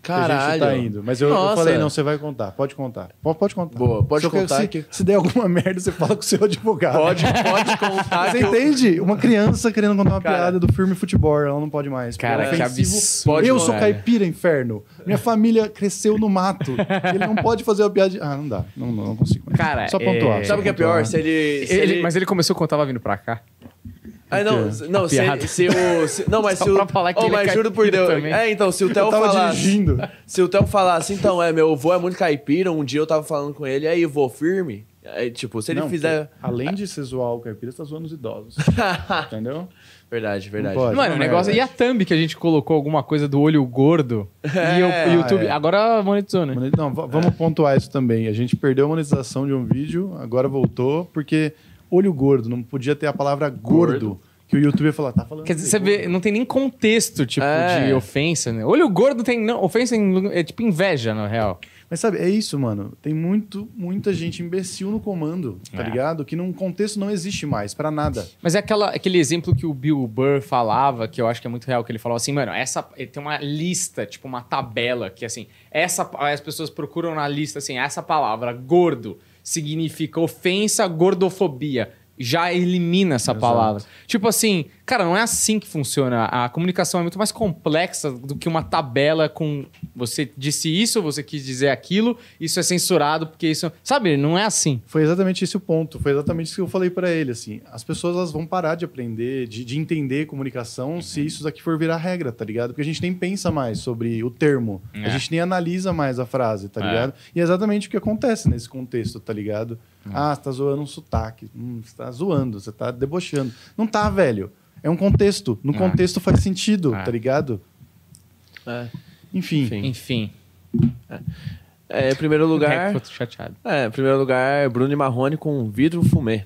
S3: que a gente
S2: Caralho.
S3: tá indo. Mas eu, eu
S2: Nossa.
S3: falei, não, você vai contar, pode contar. Pode, pode contar.
S2: Boa, pode
S3: Se eu quero-
S2: contar
S3: Se,
S2: que-
S3: se der alguma merda, você fala com o seu advogado.
S2: Pode, pode contar
S3: Você
S2: que eu-
S3: entende? Uma criança querendo contar uma
S2: Cara.
S3: piada do filme Futebol, ela não pode mais. porque
S1: Cara,
S3: é
S1: que
S3: ofensivo.
S1: absurdo, né?
S3: Eu sou
S2: né?
S1: cara.
S3: caipira, inferno. Minha família cresceu no mato. Ele não pode fazer uma piada de... Ah, não dá. Não, não, não consigo. mais.
S1: Cara,
S3: só
S1: é-
S3: pontuar. só
S2: Sabe o que é
S3: pontuar.
S2: pior? Se ele. Se
S1: Ele-
S2: ele-
S1: Mas ele começou quando tava vindo pra cá.
S2: Ah, não,
S3: quê?
S2: se- não,
S1: A
S2: se,
S1: piada.
S2: se o. se- não, mas
S1: Só
S2: se o.
S1: pra falar que
S2: oh,
S1: ele é
S2: mas juro por
S1: caipira
S2: Deus.
S1: também.
S2: É, então, se o Theo
S3: Eu tava
S2: falasse.
S3: dirigindo.
S2: Se o Theo falasse, então, é, meu avô é muito caipira, um dia eu tava falando com ele, aí, vô, firme. Aí, tipo, se ele
S3: Não,
S2: fizer.
S3: porque Além de ser zoar o caipira, você tá zoando os idosos. Entendeu?
S2: Verdade, verdade.
S3: pode.
S1: Mano, o
S3: não é
S1: negócio. E a
S3: verdade.
S1: thumb que a gente colocou alguma coisa do olho gordo? E o YouTube.
S3: é.
S1: Agora monetizou, né?
S3: Mone- Não, va- vamos pontuar isso também. A gente perdeu a monetização de um vídeo, agora voltou, porque olho gordo, não podia ter a palavra gordo, que o YouTube ia falar, tá falando.
S1: Quer dizer,
S3: de
S1: você
S3: gordo.
S1: vê, não tem nem contexto, tipo,
S2: É.
S1: de ofensa, né? Olho gordo tem. Não, ofensa em- é tipo inveja, na real.
S3: Mas sabe, é isso, mano. Tem muito, muita gente imbecil no comando, tá
S1: É.
S3: ligado? Que num contexto não existe mais, pra nada.
S1: Mas é aquela, aquele exemplo que o Bill Burr falava, que eu acho que é muito real, que ele falou assim, mano, essa ele tem uma lista, tipo uma tabela, que assim, essa, as pessoas procuram na lista assim, essa palavra, gordo, significa ofensa, gordofobia. Já elimina essa
S3: Exato.
S1: palavra. Tipo assim, cara, não é assim que funciona. A comunicação é muito mais complexa do que uma tabela com você disse isso, você quis dizer aquilo, isso é censurado, porque isso. Sabe, não é assim.
S3: Foi exatamente esse o ponto. Foi exatamente isso que eu falei pra ele. Assim, as pessoas elas vão parar de aprender, de, de entender comunicação, se
S1: Uhum.
S3: isso daqui for virar regra, tá ligado? Porque a gente nem pensa mais sobre o termo,
S1: É.
S3: a gente nem analisa mais a frase,
S1: É.
S3: tá ligado? E é exatamente o que acontece nesse contexto, tá ligado?
S1: Uhum.
S3: Ah, você tá zoando um sotaque. Hum, você tá zoando, você tá debochando. Não tá, velho. É um contexto. No
S1: É.
S3: contexto faz sentido,
S1: É.
S3: tá ligado?
S2: É.
S3: Enfim.
S2: Enfim.
S1: Enfim.
S2: É, em primeiro
S1: É,
S2: lugar.
S1: fico chateado.
S2: É, em primeiro lugar, Bruno e Marrone com Vidro Fumê.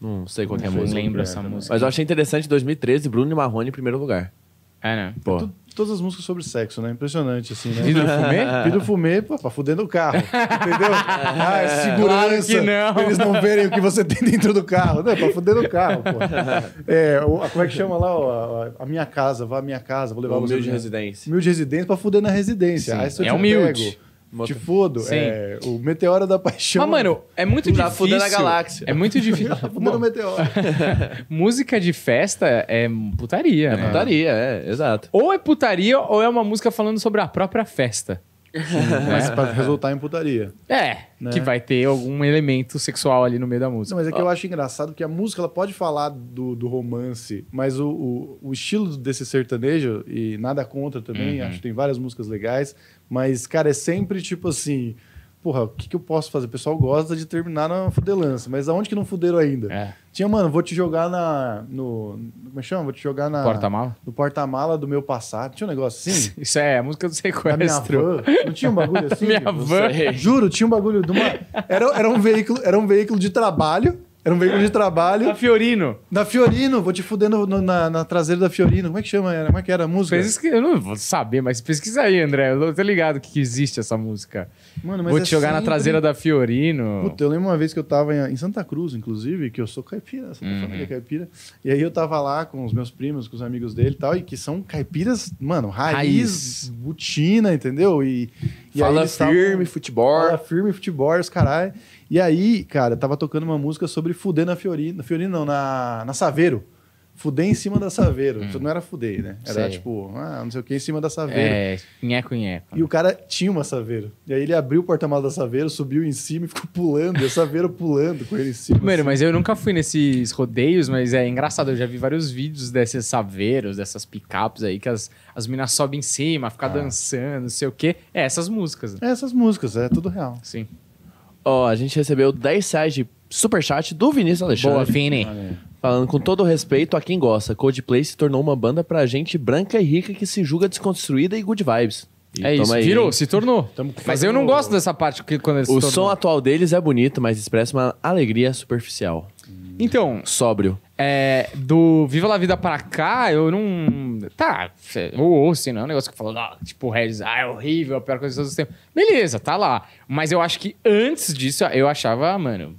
S2: Não sei qual que é a
S1: Eu
S2: música.
S1: lembro
S3: né,
S1: essa
S3: também.
S1: música.
S2: Mas eu achei interessante 2013, Bruno e Marrone em primeiro lugar.
S1: É, né?
S2: Pô.
S3: Tu- Todas as músicas sobre sexo, né? Impressionante, assim, né?
S1: Vidro fumê?
S3: Pido fumê, pô, pra fuder no carro. Entendeu? Ah, é segurança.
S1: Claro que não.
S3: pra Eles não verem o que você tem dentro do carro. Não, é pra fuder no carro, pô. É, o- a- como é que chama lá? ó, a- a, minha casa, vá à minha casa, vou levar você.
S2: Humilde
S3: na-
S2: residência.
S3: Humilde residência pra fuder na residência.
S1: Sim,
S3: Aí se eu
S1: é
S3: te
S1: humilde.
S3: Pego, te fodo.
S1: Sim.
S3: É, o Meteora da Paixão.
S1: Mas, mano, é muito
S2: Tá
S1: difícil.
S2: fudendo a galáxia.
S1: É muito difícil.
S3: Fuder no Meteoro.
S1: música de festa é putaria, né?
S2: Putaria, é, exato.
S1: Ou é putaria ou é uma música falando sobre a própria festa. Né?
S3: Mas pra resultar em putaria.
S1: É,
S3: Né?
S1: que vai ter algum elemento sexual ali no meio da música.
S3: Não, mas é que eu acho engraçado que a música ela pode falar do, do romance, mas o, o, o estilo desse sertanejo, e nada contra também,
S1: Uhum.
S3: acho que tem várias músicas legais, mas, cara, é sempre tipo assim. Porra, o que, que eu posso fazer? O pessoal gosta de terminar na fudelança, mas aonde que não fuderam ainda?
S1: É.
S3: Tinha, mano, vou te jogar na. No, como é que chama? Vou te jogar na.
S1: Porta-mala?
S3: No porta-mala do meu passado. Tinha um negócio assim?
S1: Isso é a música do
S3: Da minha
S1: sequestro.
S3: van. Não tinha um bagulho assim?
S1: Minha
S3: Você-
S1: van.
S3: Juro, tinha um bagulho de uma. Era, era, um veículo, era um veículo de trabalho. Era um veículo de trabalho.
S1: A Fiorino.
S3: Na Fiorino, vou te fuder no- no- na, na traseira da Fiorino. Como é que chama? Era? Como é que era a música?
S1: Pesquisa, eu não vou saber, mas pesquisa aí, André. Eu tô ligado que existe essa música.
S3: Mano,
S1: vou
S3: é
S1: te jogar na
S3: sempre-
S1: traseira da Fiorino.
S3: Puta, eu lembro uma vez que eu tava em, em Santa Cruz, inclusive, que eu sou caipira, essa
S1: Uhum.
S3: minha família é caipira. E aí eu tava lá com os meus primos, com os amigos dele e tal, e que são caipiras, mano, raiz,
S1: Raiz.
S3: butina, entendeu? E, e aí
S2: Fala
S3: eles tavam-
S2: firme, futebol.
S3: Fala firme, futebol, os caralho. E aí, cara, tava tocando uma música sobre fuder na Fiorina. Fiorina não, na, na Saveiro. Fuder em cima da Saveiro. Então Não era fuder, né? Era
S1: Hum. Sei.
S3: tipo, ah, não sei o que, em cima da Saveiro.
S1: é, nheco, nheco.
S3: E o cara tinha uma Saveiro. E aí ele abriu o porta-malas da Saveiro, subiu em cima e ficou pulando. E a Saveiro pulando com ele em cima.
S1: Mano,
S3: assim.
S1: mas eu nunca fui nesses rodeios, mas é engraçado. Eu já vi vários vídeos desses saveiros, dessas picapes aí, que as, as minas sobem em cima,
S2: Ah.
S1: ficam dançando, não sei o quê. É essas músicas, né?
S3: É Essas músicas, é tudo real.
S1: Sim.
S2: Tá Ó, a gente recebeu 10 reais de superchat do Vinícius Alexandre.
S1: Boa, Vini.
S2: Falando com todo o respeito a quem gosta, Coldplay se tornou uma banda pra gente branca e rica que se julga desconstruída e good vibes. E
S1: É isso,
S2: toma aí.
S1: virou, se tornou.
S3: Tamo
S1: Mas eu não
S3: fazendo-
S1: gosto dessa parte que quando eles
S2: O
S1: se
S2: som
S1: tornou.
S2: atual deles é bonito, mas expressa uma alegria superficial.
S1: Então,
S2: Sóbrio.
S1: É, do Viva La Vida pra cá, eu não. Tá, ou ouço, não é um negócio que falou, "Ah, tipo, o Regis, ah, é horrível, a pior coisa de todos os tempos. Beleza, tá lá. Mas eu acho que antes disso, eu achava, mano,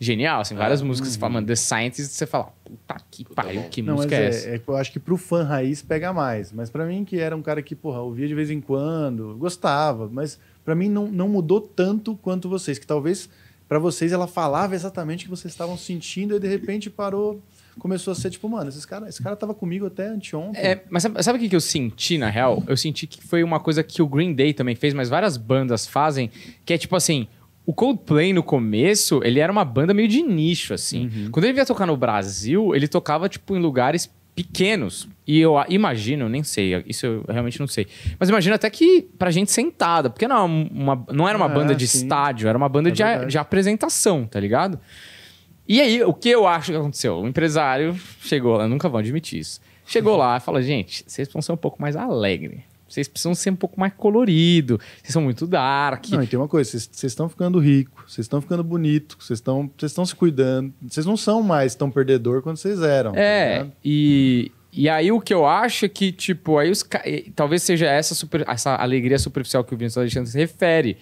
S1: genial. Assim, várias músicas, você fala, mano, The Scientist, você fala, puta que pariu, que
S3: Não, mas
S1: música é, essa?
S3: é, é que eu acho que pro fã raiz pega mais. Mas pra mim, que era um cara que, porra, ouvia de vez em quando, gostava, mas pra mim não, não mudou tanto quanto vocês. Que talvez pra vocês ela falava exatamente o que vocês estavam sentindo e de repente parou, começou a ser tipo, mano, esses cara, esse cara tava comigo até anteontem.
S1: É, mas sabe, sabe o que, que eu senti, na real? Eu senti que foi uma coisa que o Green Day também fez, mas várias bandas fazem, que é tipo assim. O Coldplay, no começo, ele era uma banda meio de nicho, assim.
S3: Uhum.
S1: Quando ele vinha tocar no Brasil, ele tocava, tipo, em lugares pequenos. E eu a- imagino, nem sei, isso eu realmente não sei. Mas imagino até que pra gente sentada, porque não, é uma, não era uma
S3: Ah,
S1: banda de
S3: sim.
S1: estádio, era uma banda
S3: É
S1: de, a-
S3: verdade.
S1: de apresentação, tá ligado? E aí, o que eu acho que aconteceu? O empresário chegou lá, nunca vão admitir isso. Chegou lá e falou: gente, vocês precisam ser um pouco mais alegre. Vocês precisam ser um pouco mais colorido. Vocês são muito dark.
S3: Não, e tem uma coisa, vocês- vocês estão ficando rico, vocês estão ficando bonito, vocês estão vocês estão se cuidando, vocês não são mais tão perdedor quanto vocês eram. tá
S1: é,
S3: ligado?
S1: e, e aí o que eu acho é que, tipo, aí os ca- e talvez seja essa, super- essa alegria superficial que o Vinícius Alexandre se refere.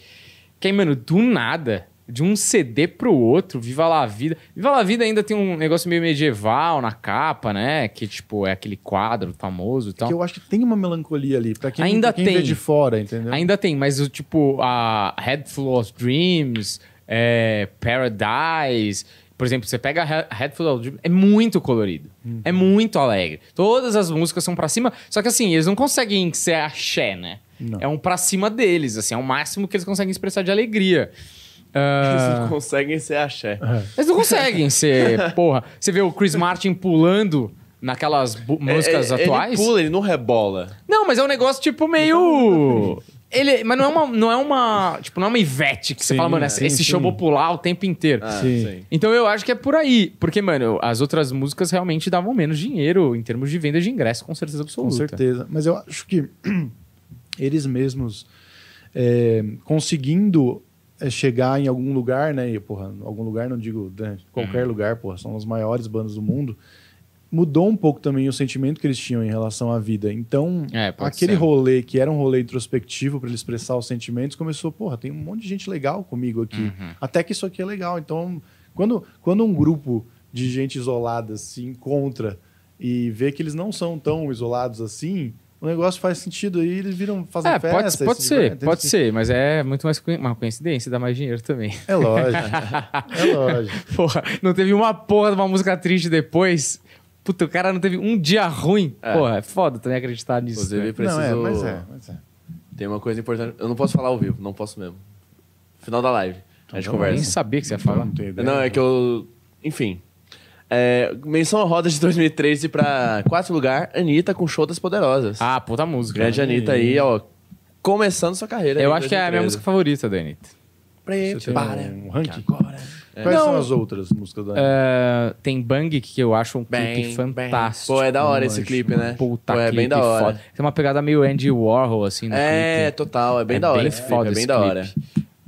S1: Que aí, mano, do nada, de um CD pro outro, Viva La Vida. Viva La Vida ainda tem um negócio meio medieval na capa, né? Que, tipo, é aquele quadro famoso e tal.
S3: Porque eu acho que tem uma melancolia ali, pra quem,
S1: Ainda
S3: pra quem vê
S1: tem.
S3: de fora, entendeu?
S2: Né?
S1: Ainda tem, mas o tipo, a Head Full of Dreams, é, Paradise. Por exemplo, você pega a Head Full of Dreams, é muito colorido. É
S2: Uhum.
S1: muito alegre. Todas as músicas são pra cima. Só que assim, eles não conseguem ser axé, né?
S3: Não.
S1: É um pra cima deles, assim. É o máximo que eles conseguem expressar de alegria.
S2: Eles
S1: Ah,
S2: não conseguem ser axé.
S3: É.
S1: eles não conseguem ser, porra. Você vê o Chris Martin pulando naquelas bu- músicas
S2: É, é,
S1: atuais.
S2: Ele pula, ele não rebola.
S1: Não, mas é um negócio tipo
S3: Então,
S1: meio. Ele, mas não é uma, não é uma, tipo, não é uma Ivete que você
S3: Sim,
S1: fala, mano,
S3: sim,
S1: esse
S3: sim.
S1: show vou pular o tempo inteiro.
S2: Ah,
S3: Sim.
S1: Então eu acho que é por aí, porque mano, as outras músicas realmente davam menos dinheiro em termos de venda de ingresso, com certeza
S3: Com
S1: absoluta.
S3: certeza. Mas eu acho que eles mesmos é, conseguindo é, chegar em algum lugar, né? E, porra, algum lugar, não digo né, qualquer
S1: Uhum.
S3: lugar, porra, são as maiores bandas do mundo. Mudou um pouco também o sentimento que eles tinham em relação à vida. Então,
S1: É, pode
S3: aquele
S1: ser.
S3: rolê que era um rolê introspectivo para ele expressar os sentimentos começou, porra, tem um monte de gente legal comigo aqui.
S1: Uhum.
S3: Até que isso aqui é legal. Então, quando, quando um grupo de gente isolada se encontra e vê que eles não são tão isolados assim, o negócio faz sentido aí, eles viram fazem
S1: É,
S3: festa.
S1: pode,
S3: e
S1: pode
S3: se
S1: ser,
S3: divertem,
S1: pode
S3: assim.
S1: ser, mas é muito mais coi- uma coincidência, dá mais dinheiro também.
S3: É lógico. é lógico.
S1: Porra, não teve uma porra de uma música triste depois. Puta, o cara não teve um dia ruim. Porra, é foda também acreditar nisso.
S2: Inclusive,
S1: né?
S2: preciso...
S3: Não, é, mas é, mas é.
S2: Tem uma coisa importante. Eu não posso falar ao vivo, não posso mesmo. Final da live. A gente
S3: bom.
S1: Eu nem
S2: conversa.
S1: sabia que você ia falar.
S3: Não tenho ideia.
S2: Não, é que eu. Enfim. É, menção à roda de 2013 pra quarto lugar, Anitta com show das poderosas.
S1: Ah, puta música.
S2: Grande Anitta aí, ó. Começando sua carreira.
S1: Eu
S2: aí,
S1: acho que é a minha
S2: 2013.
S1: música favorita da Anitta.
S3: Você tem
S2: Prepara.
S3: um ranking?
S2: Agora.
S3: Quais
S1: Não.
S3: são as outras músicas da
S1: É, tem Bang, que eu acho um clipe
S2: Bem,
S1: fantástico.
S2: Pô, é da hora esse
S3: Manjo,
S2: clipe, né?
S1: Puta
S2: Pô, é
S1: clipe
S2: bem da hora.
S1: foda. Tem uma pegada meio Andy Warhol, assim, no
S2: É,
S1: clipe.
S2: total, é bem
S1: É
S2: da hora.
S1: bem
S2: esse clipe,
S1: foda
S2: é bem
S1: esse
S2: da
S1: clipe.
S2: hora.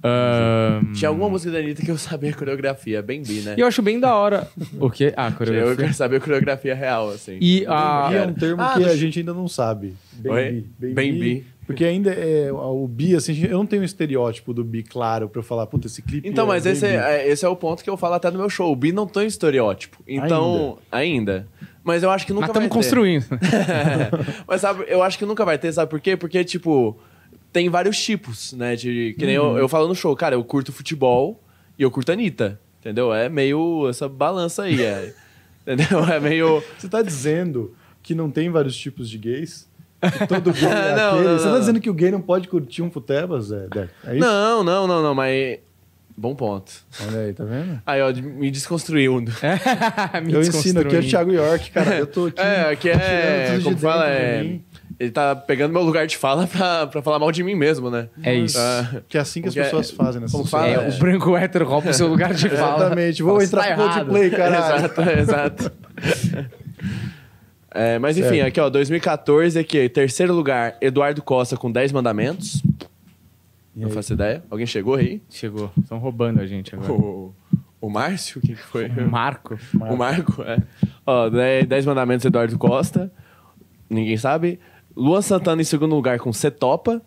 S1: Ahn,
S2: Tinha alguma música da Anitta que eu sabia a coreografia, bem bi, né?
S1: Ah, E eu acho bem da hora. O quê? Ah,
S2: Eu
S1: coreografia.
S2: quero saber a coreografia real, assim.
S1: E a.
S3: Bi é um termo
S2: Ah,
S3: que a
S2: deixa-
S3: gente ainda não sabe. Bem
S2: Oi?
S3: bi.
S2: Bem bi.
S3: Porque ainda é o bi, assim, eu não tenho um estereótipo do bi claro pra eu falar, puta, esse clipe.
S2: Então,
S3: é
S2: mas
S3: bem
S2: esse
S3: bi.
S2: é, é- esse é o ponto que eu falo até no meu show. O bi não tem um estereótipo. Então, ainda. Mas eu acho que nunca
S1: Nós estamos
S2: vai ter.
S1: construindo. né?
S2: Mas sabe, eu acho que nunca vai ter, sabe por quê? Porque, tipo, tem vários tipos, né? De, que nem
S3: Uhum.
S2: eu, eu falo no show, cara, eu curto futebol e eu curto a Anitta. Entendeu? É meio essa balança aí. É, entendeu? É meio.
S3: Você tá dizendo que não tem vários tipos de gays? Que todo gay é
S2: Não,
S3: aquele?
S2: não,
S3: Você tá
S2: não.
S3: dizendo que o gay não pode curtir um futebas, Zé? Deco? É isso?
S2: Não, não, não, não, mas. Bom ponto.
S3: Olha aí, tá vendo?
S2: Aí, ó, de- me desconstruiu.
S1: Ah, Me
S3: eu ensino aqui é
S1: desconstruindo.
S3: o Thiago York, É? cara. Eu tô aqui.
S2: É, aqui
S3: tirando
S2: é.
S3: tudo
S2: Como
S3: de
S2: fala,
S3: dentro de
S2: é.
S3: mim.
S2: Ele tá pegando meu lugar de fala pra, pra falar mal de mim mesmo, né?
S1: É isso.
S2: Ah,
S3: Que é assim que as
S2: Porque é-
S3: pessoas fazem nessa
S2: como fala,
S3: sociedade.
S1: É, o branco hétero rouba o seu lugar de fala.
S3: Exatamente. Vou
S1: Fala,
S3: entrar
S1: "Tá
S3: pro
S1: errado."
S3: Coldplay, caralho.
S2: Exato, exato. É, mas enfim,
S3: Certo.
S2: aqui ó, 2014 aqui, terceiro lugar, Eduardo Costa com 10 mandamentos.
S3: E
S2: Não
S3: aí?
S2: faço ideia. Alguém chegou aí?
S1: Chegou. Estão roubando a gente agora.
S2: O, o Márcio? Quem que foi?
S1: Marco.
S2: O Marco, é. Ó, 10 10 mandamentos Eduardo Costa. Ninguém sabe. Luan Santana em segundo lugar com Cetopa.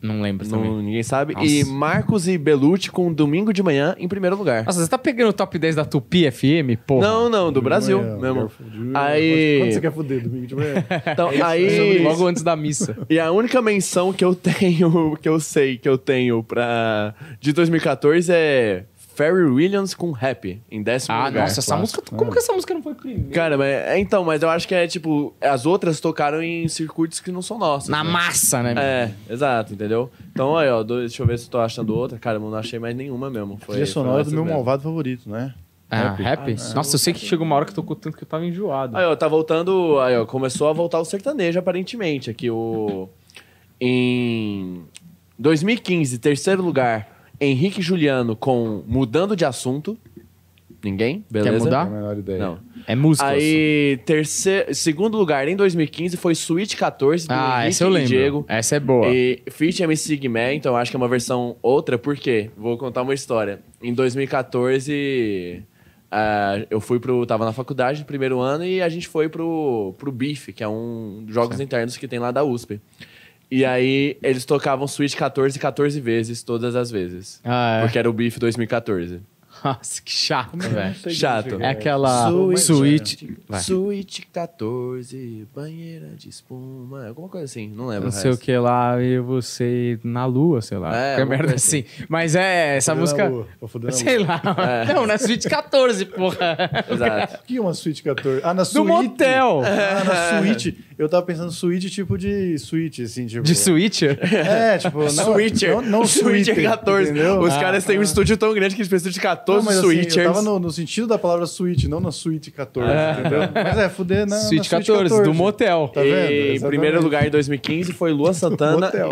S1: Não lembro
S2: Não-
S1: também.
S2: ninguém sabe.
S1: Nossa.
S2: E Marcos e Belucci com Domingo de Manhã em primeiro lugar.
S1: Nossa, você tá pegando o top 10 da Tupi FM, porra?
S2: Não, não, do Brasil
S3: Manhã,
S2: mesmo.
S3: quero fuder. um Quando
S2: Aí.
S3: você quer fuder, domingo de manhã?
S2: Então,
S1: Sobre
S2: aí.
S1: isso. Logo antes da missa.
S2: E a única menção que eu tenho, que eu sei que eu tenho pra. de 2014 é. Ferry Williams com Happy, em décimo
S1: Ah,
S2: lugar.
S1: nossa, essa
S3: clássico,
S1: música. Como
S3: né?
S1: que essa música não foi primeiro?
S2: Cara, mas, é, então, mas eu acho que é tipo. As outras tocaram em circuitos que não são nossos.
S1: Na
S2: né?
S1: massa, né?
S2: É, exato, entendeu? Então, aí, ó, do- deixa eu ver se eu tô achando outra. Cara, eu não achei mais nenhuma mesmo. Foi,
S3: Trilha
S2: foi
S3: sonora do
S2: essas
S3: meu
S2: mesmo.
S3: malvado favorito, né?
S1: Ah,
S3: Rap.
S1: rap? Nossa, eu sei que chegou uma hora que tocou tanto que eu tava enjoado.
S2: Aí, ó, tá voltando. Aí, ó, começou a voltar o sertanejo, aparentemente. Aqui, o. Em 2015, terceiro lugar, Henrique Juliano com Mudando de Assunto. Ninguém? Beleza.
S1: mudar? Tá.
S3: Não tenho a menor ideia.
S2: Não.
S1: É assim. música.
S2: Aí, terceiro, segundo lugar, em 2015, foi Suite 14 do
S1: Ah,
S2: Henrique
S1: essa eu
S2: e
S1: lembro.
S2: Diego.
S1: Essa é boa.
S2: E Fit MC Guimé, então acho que é uma versão outra, por quê? Vou contar uma história. Em 2014, ah, eu fui pro. Tava na faculdade no primeiro ano e a gente foi pro, pro BIF, que é um dos jogos internos que tem lá da USP. E aí eles tocavam Switch 14 14 vezes, todas as vezes.
S1: Ah, é.
S2: Porque era o BIF 2014.
S1: Nossa, que chato, velho.
S3: Sei
S2: Chato.
S3: dizer,
S1: É aquela
S3: Suíte.
S1: suíte. Vai.
S2: Switch 14, banheira de espuma, alguma coisa assim, não lembro.
S1: Não
S2: o
S1: sei o
S2: resto.
S1: que lá, e você na lua, sei lá.
S2: É,
S1: Qualquer
S2: alguma
S1: merda
S2: coisa
S1: assim. Mas é, essa
S3: Fudendo
S1: música.
S3: a lua, vou fudendo a lua.
S1: Sei lá.
S2: É.
S1: Não, na suíte 14, porra.
S2: Exato.
S3: O que é uma suíte 14? Ah, na suíte.
S1: Do motel.
S3: Ah, na suíte. Eu tava pensando suíte tipo de suíte, assim, tipo.
S1: De suíte?
S3: É, tipo, não,
S2: Switcher.
S3: Não, não
S2: Switcher
S3: suíte,
S2: 14.
S3: entendeu?
S2: Os
S3: Ah,
S2: caras têm um estúdio tão grande que eles precisam de
S3: não,
S2: 14
S3: mas assim,
S2: Switchers.
S3: eu tava no, no sentido da palavra suíte, não na suíte 14, entendeu? Mas é, fuder na,
S1: suíte
S3: na
S1: 14, do motel.
S3: Tá vendo?
S2: E em
S3: Exatamente.
S2: primeiro lugar em 2015 foi Luan Santana.
S3: Motel.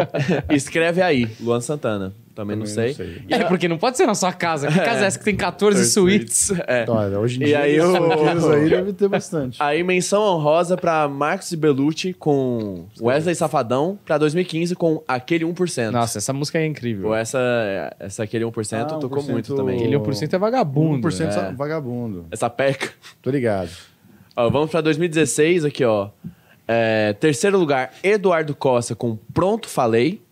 S2: Escreve aí, Luan Santana. Também, não sei.
S1: É, porque não pode ser na sua casa. Que casa é essa que tem 14 suítes?
S2: É.
S3: Então, olha, hoje em
S2: E
S3: dia,
S2: aí
S3: esses
S2: o-
S3: funkeiros aí deve ter bastante.
S2: Aí menção honrosa pra Marcos e Bellucci com Wesley Safadão pra 2015 com Aquele 1%.
S1: Nossa, essa música é incrível.
S2: Ou essa, essa Aquele 1%
S3: Ah,
S2: tocou
S3: 1%.
S2: muito também.
S1: Ele 1% é
S2: um
S1: vagabundo.
S3: 1%
S1: né?
S3: sa- vagabundo.
S2: Essa peca.
S3: Tô ligado.
S2: Ó, vamos pra 2016 aqui, ó. É, terceiro lugar, Eduardo Costa com Pronto Falei.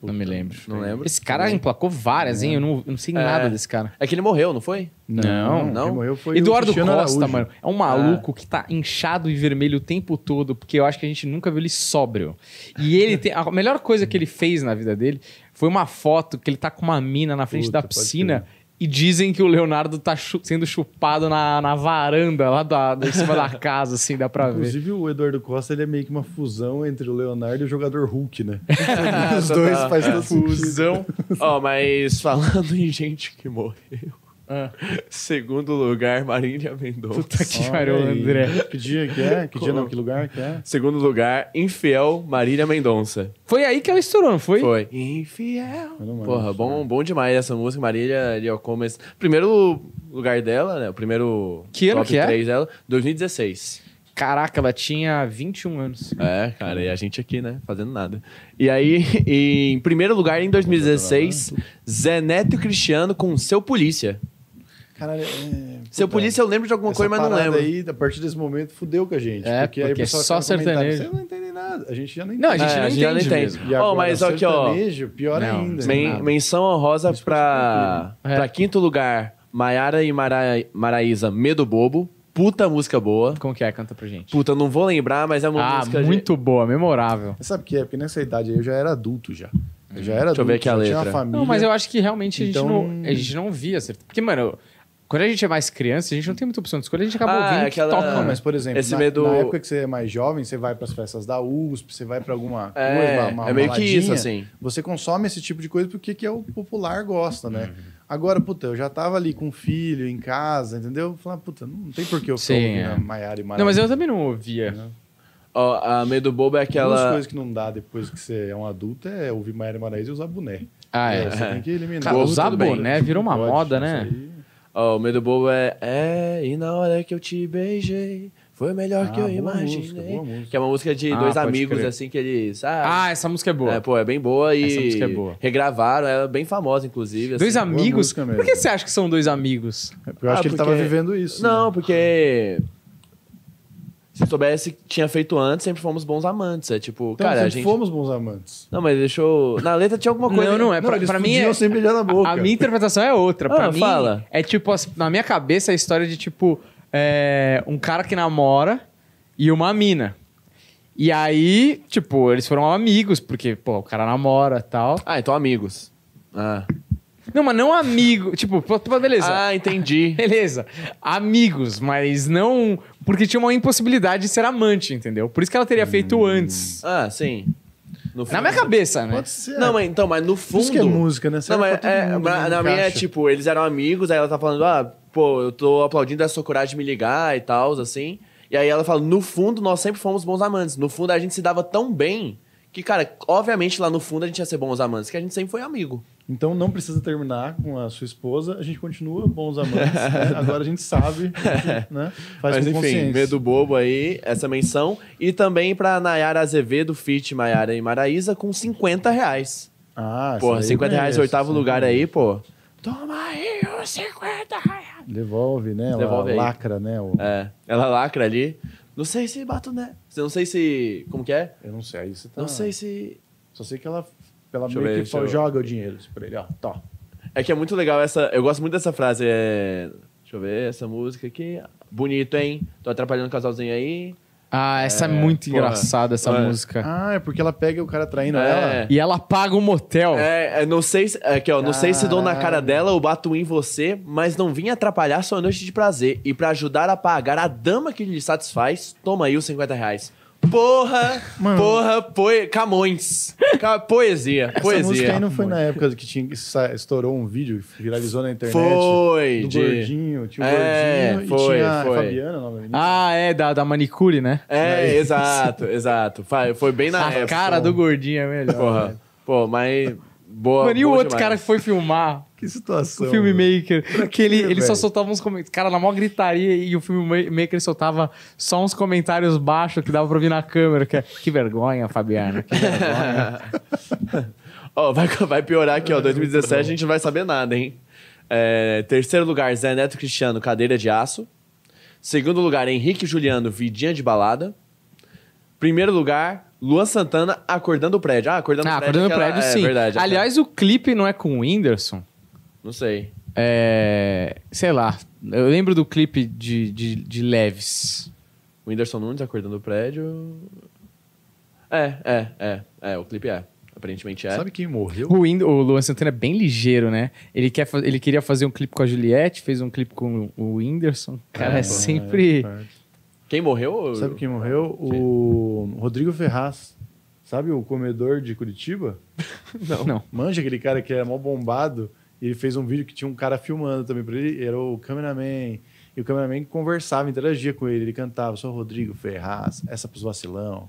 S1: Não me lembro.
S2: Não lembro.
S1: Esse cara emplacou várias, hein? Eu não, eu não sei
S2: É.
S1: nada desse cara.
S2: É que ele morreu, não foi?
S1: Não,
S2: não.
S3: Quem morreu foi o
S1: Eduardo
S3: Cristiano
S1: Costa,
S3: Araújo.
S1: mano, é um maluco que tá inchado e vermelho o tempo todo, porque eu acho que a gente nunca viu ele sóbrio. E ele tem. A melhor coisa que ele fez na vida dele foi uma foto que ele tá com uma mina na frente
S3: Puta,
S1: da
S3: pode
S1: piscina. E dizem que o Leonardo tá chu- sendo chupado na, na varanda lá da, da- em cima da casa, assim, dá pra ver.
S3: Inclusive, o Eduardo Costa ele é meio que uma fusão entre o Leonardo e o jogador Hulk, né? Os
S2: Total.
S3: dois fazem todo sentido.
S1: Fusão.
S2: Ó, mas falando em gente que morreu.
S1: Ah.
S2: Segundo lugar, Marília Mendonça.
S1: Puta que
S3: Olha
S1: pariu,
S3: aí.
S1: André.
S3: Que dia que é? Que dia não, que lugar que é?
S2: Segundo lugar, Infiel, Marília Mendonça.
S1: Foi aí que ela estourou, não foi?
S2: Foi. Infiel.
S3: Eu não né? lembro.
S2: Porra, bom, bom demais essa música, Marília ali, ó, como esse- Primeiro lugar dela, né? O primeiro
S1: Que ano
S2: top
S1: que é?
S2: 3 dela, 2016.
S1: Caraca, ela tinha 21 anos.
S2: É, cara, e a gente aqui, né? Fazendo nada. E aí, em primeiro lugar, em 2016, Zeneto Cristiano com Seu Polícia.
S3: Caralho, é,
S2: Seu
S3: puta,
S2: Polícia eu lembro de alguma
S3: essa
S2: coisa, mas não
S3: parada
S2: lembro.
S3: Aí, a partir desse momento, fudeu com a gente.
S1: É,
S3: aí o
S1: porque só
S3: pessoal fica no comentário,
S1: sertanejo.
S3: Você não entende nada. A gente já não entende.
S1: Não, a gente
S2: É,
S1: não
S2: a gente já
S1: entende
S2: não
S1: mesmo.
S2: entende.
S3: E agora,
S2: Ó, mas ó, aqui, ó.
S3: sertanejo, pior
S1: Não,
S3: ainda. né?
S1: sem
S2: Men-
S1: nada.
S2: menção honrosa
S3: Isso né?
S2: pra,
S1: tranquilo.
S2: pra
S1: É.
S2: quinto lugar, Maiara e Mara- Maraísa, Medo Bobo. Puta música boa.
S1: Como que é? Canta pra gente.
S2: Puta, não vou lembrar, mas é uma
S1: ah,
S2: música... de-
S1: muito boa, memorável.
S3: Mas Sabe o que é? Porque nessa idade aí eu já era adulto já. Eu já
S2: Deixa eu
S3: era adulto,
S2: ver aqui a
S3: já
S2: letra.
S3: tinha uma família.
S1: Não, mas eu acho que realmente a gente,
S3: Então-
S1: não, a gente não via. certo? Porque, mano, quando a gente é mais criança, a gente não tem muita opção de escolha, a gente acaba
S2: Ah,
S1: ouvindo o
S2: aquela-
S1: que toca.
S3: Não,
S2: Ah,
S3: mas por exemplo,
S2: esse
S3: na,
S2: medo-
S3: na época que você é mais jovem, você vai pras festas da USP, você vai pra alguma coisa,
S2: É,
S3: uma, uma
S2: é meio que
S3: baladinha,
S2: isso, assim.
S3: Você consome esse tipo de coisa porque que é o popular gosta, né? Agora, puta, eu já tava ali com um filho em casa, entendeu? Falar, puta, não tem por que eu
S1: Sim,
S3: ficar ouvindo
S1: é.
S3: a Maiara e Maravilha.
S1: Não, mas eu também não ouvia.
S2: Ó, a Medo Bobo é
S3: Duas
S2: aquela...
S3: coisas que não dá depois que você é um adulto é ouvir Maiara e Maraíza e usar boné.
S1: Ah, é.
S3: É, Você tem que eliminar.
S1: Cara, usar
S2: tudo bem.
S1: boné virou uma
S3: Pode,
S1: moda,
S3: isso
S1: né?
S3: aí.
S2: Ó, o Medo Bobo é... É, e na hora que eu te beijei, foi melhor
S3: Ah,
S2: que eu
S3: boa
S2: imaginei.
S3: música, boa música.
S2: Que é uma música de
S1: Ah,
S2: dois
S1: pode
S2: amigos,
S1: crer.
S2: assim, que eles...
S1: Ah, essa música é boa.
S2: É, pô, é bem boa e.
S1: Essa música é boa.
S2: Regravaram, ela é bem famosa, inclusive.
S1: dois
S2: assim.
S1: amigos?
S3: música
S1: Por
S3: mesmo.
S1: que você acha que são dois amigos?
S3: Eu acho
S2: Ah,
S3: que ele
S2: porque-
S3: tava vivendo isso. né?
S2: Não, porque. Se soubesse que tinha feito antes, sempre fomos bons amantes. É tipo,
S3: Então,
S2: cara, a
S3: sempre
S2: gente.
S3: fomos bons amantes.
S2: Não, mas deixou. Na letra tinha alguma coisa.
S1: Não, não, é
S3: Não,
S1: pra,
S3: eles
S1: pra mim.
S3: podiam
S1: É,
S3: sempre beijar na boca.
S1: A, minha interpretação é outra. Pra
S2: Ah,
S1: mim,
S2: fala.
S1: é tipo, as- na minha cabeça, a história de tipo, é, um cara que namora e uma mina. E aí, tipo, eles foram amigos, porque, pô, o cara namora e tal.
S2: Ah, então amigos. Ah,
S1: Não, mas não amigo. Tipo, pô, pô, beleza.
S2: ah entendi.
S1: Beleza. Amigos, mas não. Porque tinha uma impossibilidade de ser amante, entendeu? Por isso que ela teria feito antes.
S2: ah, sim. No
S1: Na
S2: fundo-
S1: minha cabeça, né?
S3: Pode ser.
S2: Não, mas então, mas no fundo.
S3: Isso que é música, né?
S2: Não,
S3: Serve
S2: mas
S3: pra
S2: é,
S3: todo mundo,
S2: mas
S3: né?
S2: na minha é
S3: Encaixa.
S2: tipo, eles eram amigos, aí ela tá falando, ah, pô, eu tô aplaudindo essa sua coragem de me ligar e tal, assim. E aí ela fala, no fundo, nós sempre fomos bons amantes. No fundo, a gente se dava tão bem que, cara, obviamente lá no fundo a gente ia ser bons amantes, que a gente sempre foi amigo.
S3: Então não precisa terminar com a sua esposa, a gente continua bons amantes. né? Agora a gente sabe, né? Faz
S2: Mas
S3: com
S2: enfim,
S3: consciência.
S2: medo bobo aí, essa menção. E também pra Nayara Azevedo, Fit Maiara e Maraísa, com 50 reais.
S3: Ah, essa
S2: Porra,
S3: daí eu
S2: 50 reais,
S3: conheço,
S2: oitavo
S3: essa
S2: lugar
S3: daí.
S2: aí, pô. Toma aí os 50 reais.
S3: Devolve, né? Ela
S2: Devolve aí.
S3: lacra, né? o-
S2: É, ela lacra ali. Não sei se bato, né? Não sei se. Como que é?
S3: Eu não sei, aí você tá...
S2: Não sei se.
S3: Só sei que ela, ela
S2: Deixa
S3: meio
S2: eu ver,
S3: que
S2: deixa eu-
S3: joga o dinheiro assim, pra ele, ó, tá.
S2: É que é muito legal essa. Eu gosto muito dessa frase. É... Deixa eu ver essa música aqui. Bonito, hein? Tô atrapalhando o casalzinho aí.
S1: Ah, essa é, muito
S2: porra.
S1: engraçada, essa
S2: É.
S1: música.
S3: Ah, é porque ela pega o cara traindo
S2: É.
S3: ela.
S1: E ela paga o motel.
S2: É, é, não sei se. Aqui, ó. Não sei se dou na cara
S3: Caralho.
S2: dela ou bato em você, mas não vim atrapalhar sua noite de prazer. E pra ajudar a pagar a dama que lhe satisfaz, toma aí os 50 reais. Porra!
S3: Mano.
S2: Porra, poe... Camões. Ca- Poesia,
S3: Essa
S2: poesia.
S3: música aí não foi na época que tinha, que sa- estourou um vídeo, que viralizou na internet.
S2: Foi,
S3: Do
S2: de-
S3: gordinho, tinha o
S2: É,
S3: gordinho
S2: foi,
S3: e tinha
S2: foi.
S3: a Fabiana, o nome da menina.
S1: Ah, é, da, da manicure, né?
S2: É, exato, exato. Fa- Foi bem na
S1: a
S2: época.
S1: cara do gordinho é melhor.
S2: Porra. Pô, mas. Boa.
S1: Mano, e o
S2: boa
S1: outro
S2: demais. Então,
S1: cara que foi filmar,
S3: Que situação.
S1: o filmmaker, que ele,
S3: quê,
S1: ele só
S3: velho?
S1: soltava uns comentários. Cara, na maior gritaria, e o filmmaker soltava só uns comentários baixos que dava pra ouvir na câmera. Que, é, que vergonha, Fabiana. que tá- vergonha."
S2: Ó, vai, vai piorar aqui, ó.
S1: é
S2: 2017 a gente não vai saber nada, hein? É, terceiro lugar, Zé Neto Cristiano, cadeira de aço. Segundo lugar, Henrique Juliano, vidinha de balada. Primeiro lugar, Luan Santana, acordando o prédio. Ah, acordando
S1: ah,
S2: o prédio.
S1: acordando o
S2: aquela-
S1: prédio,
S2: é,
S1: sim.
S2: verdade.
S1: Aliás, o clipe não é com o Whindersson.
S2: Não sei.
S1: É. Sei lá. Eu lembro do clipe de, de, de Leves.
S2: O Whindersson Nunes acordando o prédio. É, é, é. É, o clipe é. Aparentemente é.
S3: Sabe quem morreu?
S1: O, Whind- o Luan Santana é bem ligeiro, né? Ele, quer fa- ele queria fazer um clipe com a Juliette, fez um clipe com o Whindersson. Cara, é,
S2: É,
S1: sempre.
S2: Quem morreu?
S3: É, Sabe quem morreu?
S2: Quem?
S3: O Rodrigo Ferraz. Sabe o comedor de Curitiba?
S1: Não.
S3: Manja aquele cara que era mó bombado. E ele fez um vídeo que tinha um cara filmando também pra ele. Era o cameraman. E o cameraman conversava, interagia com ele. Ele cantava, sou Rodrigo Ferraz, essa pros vacilão.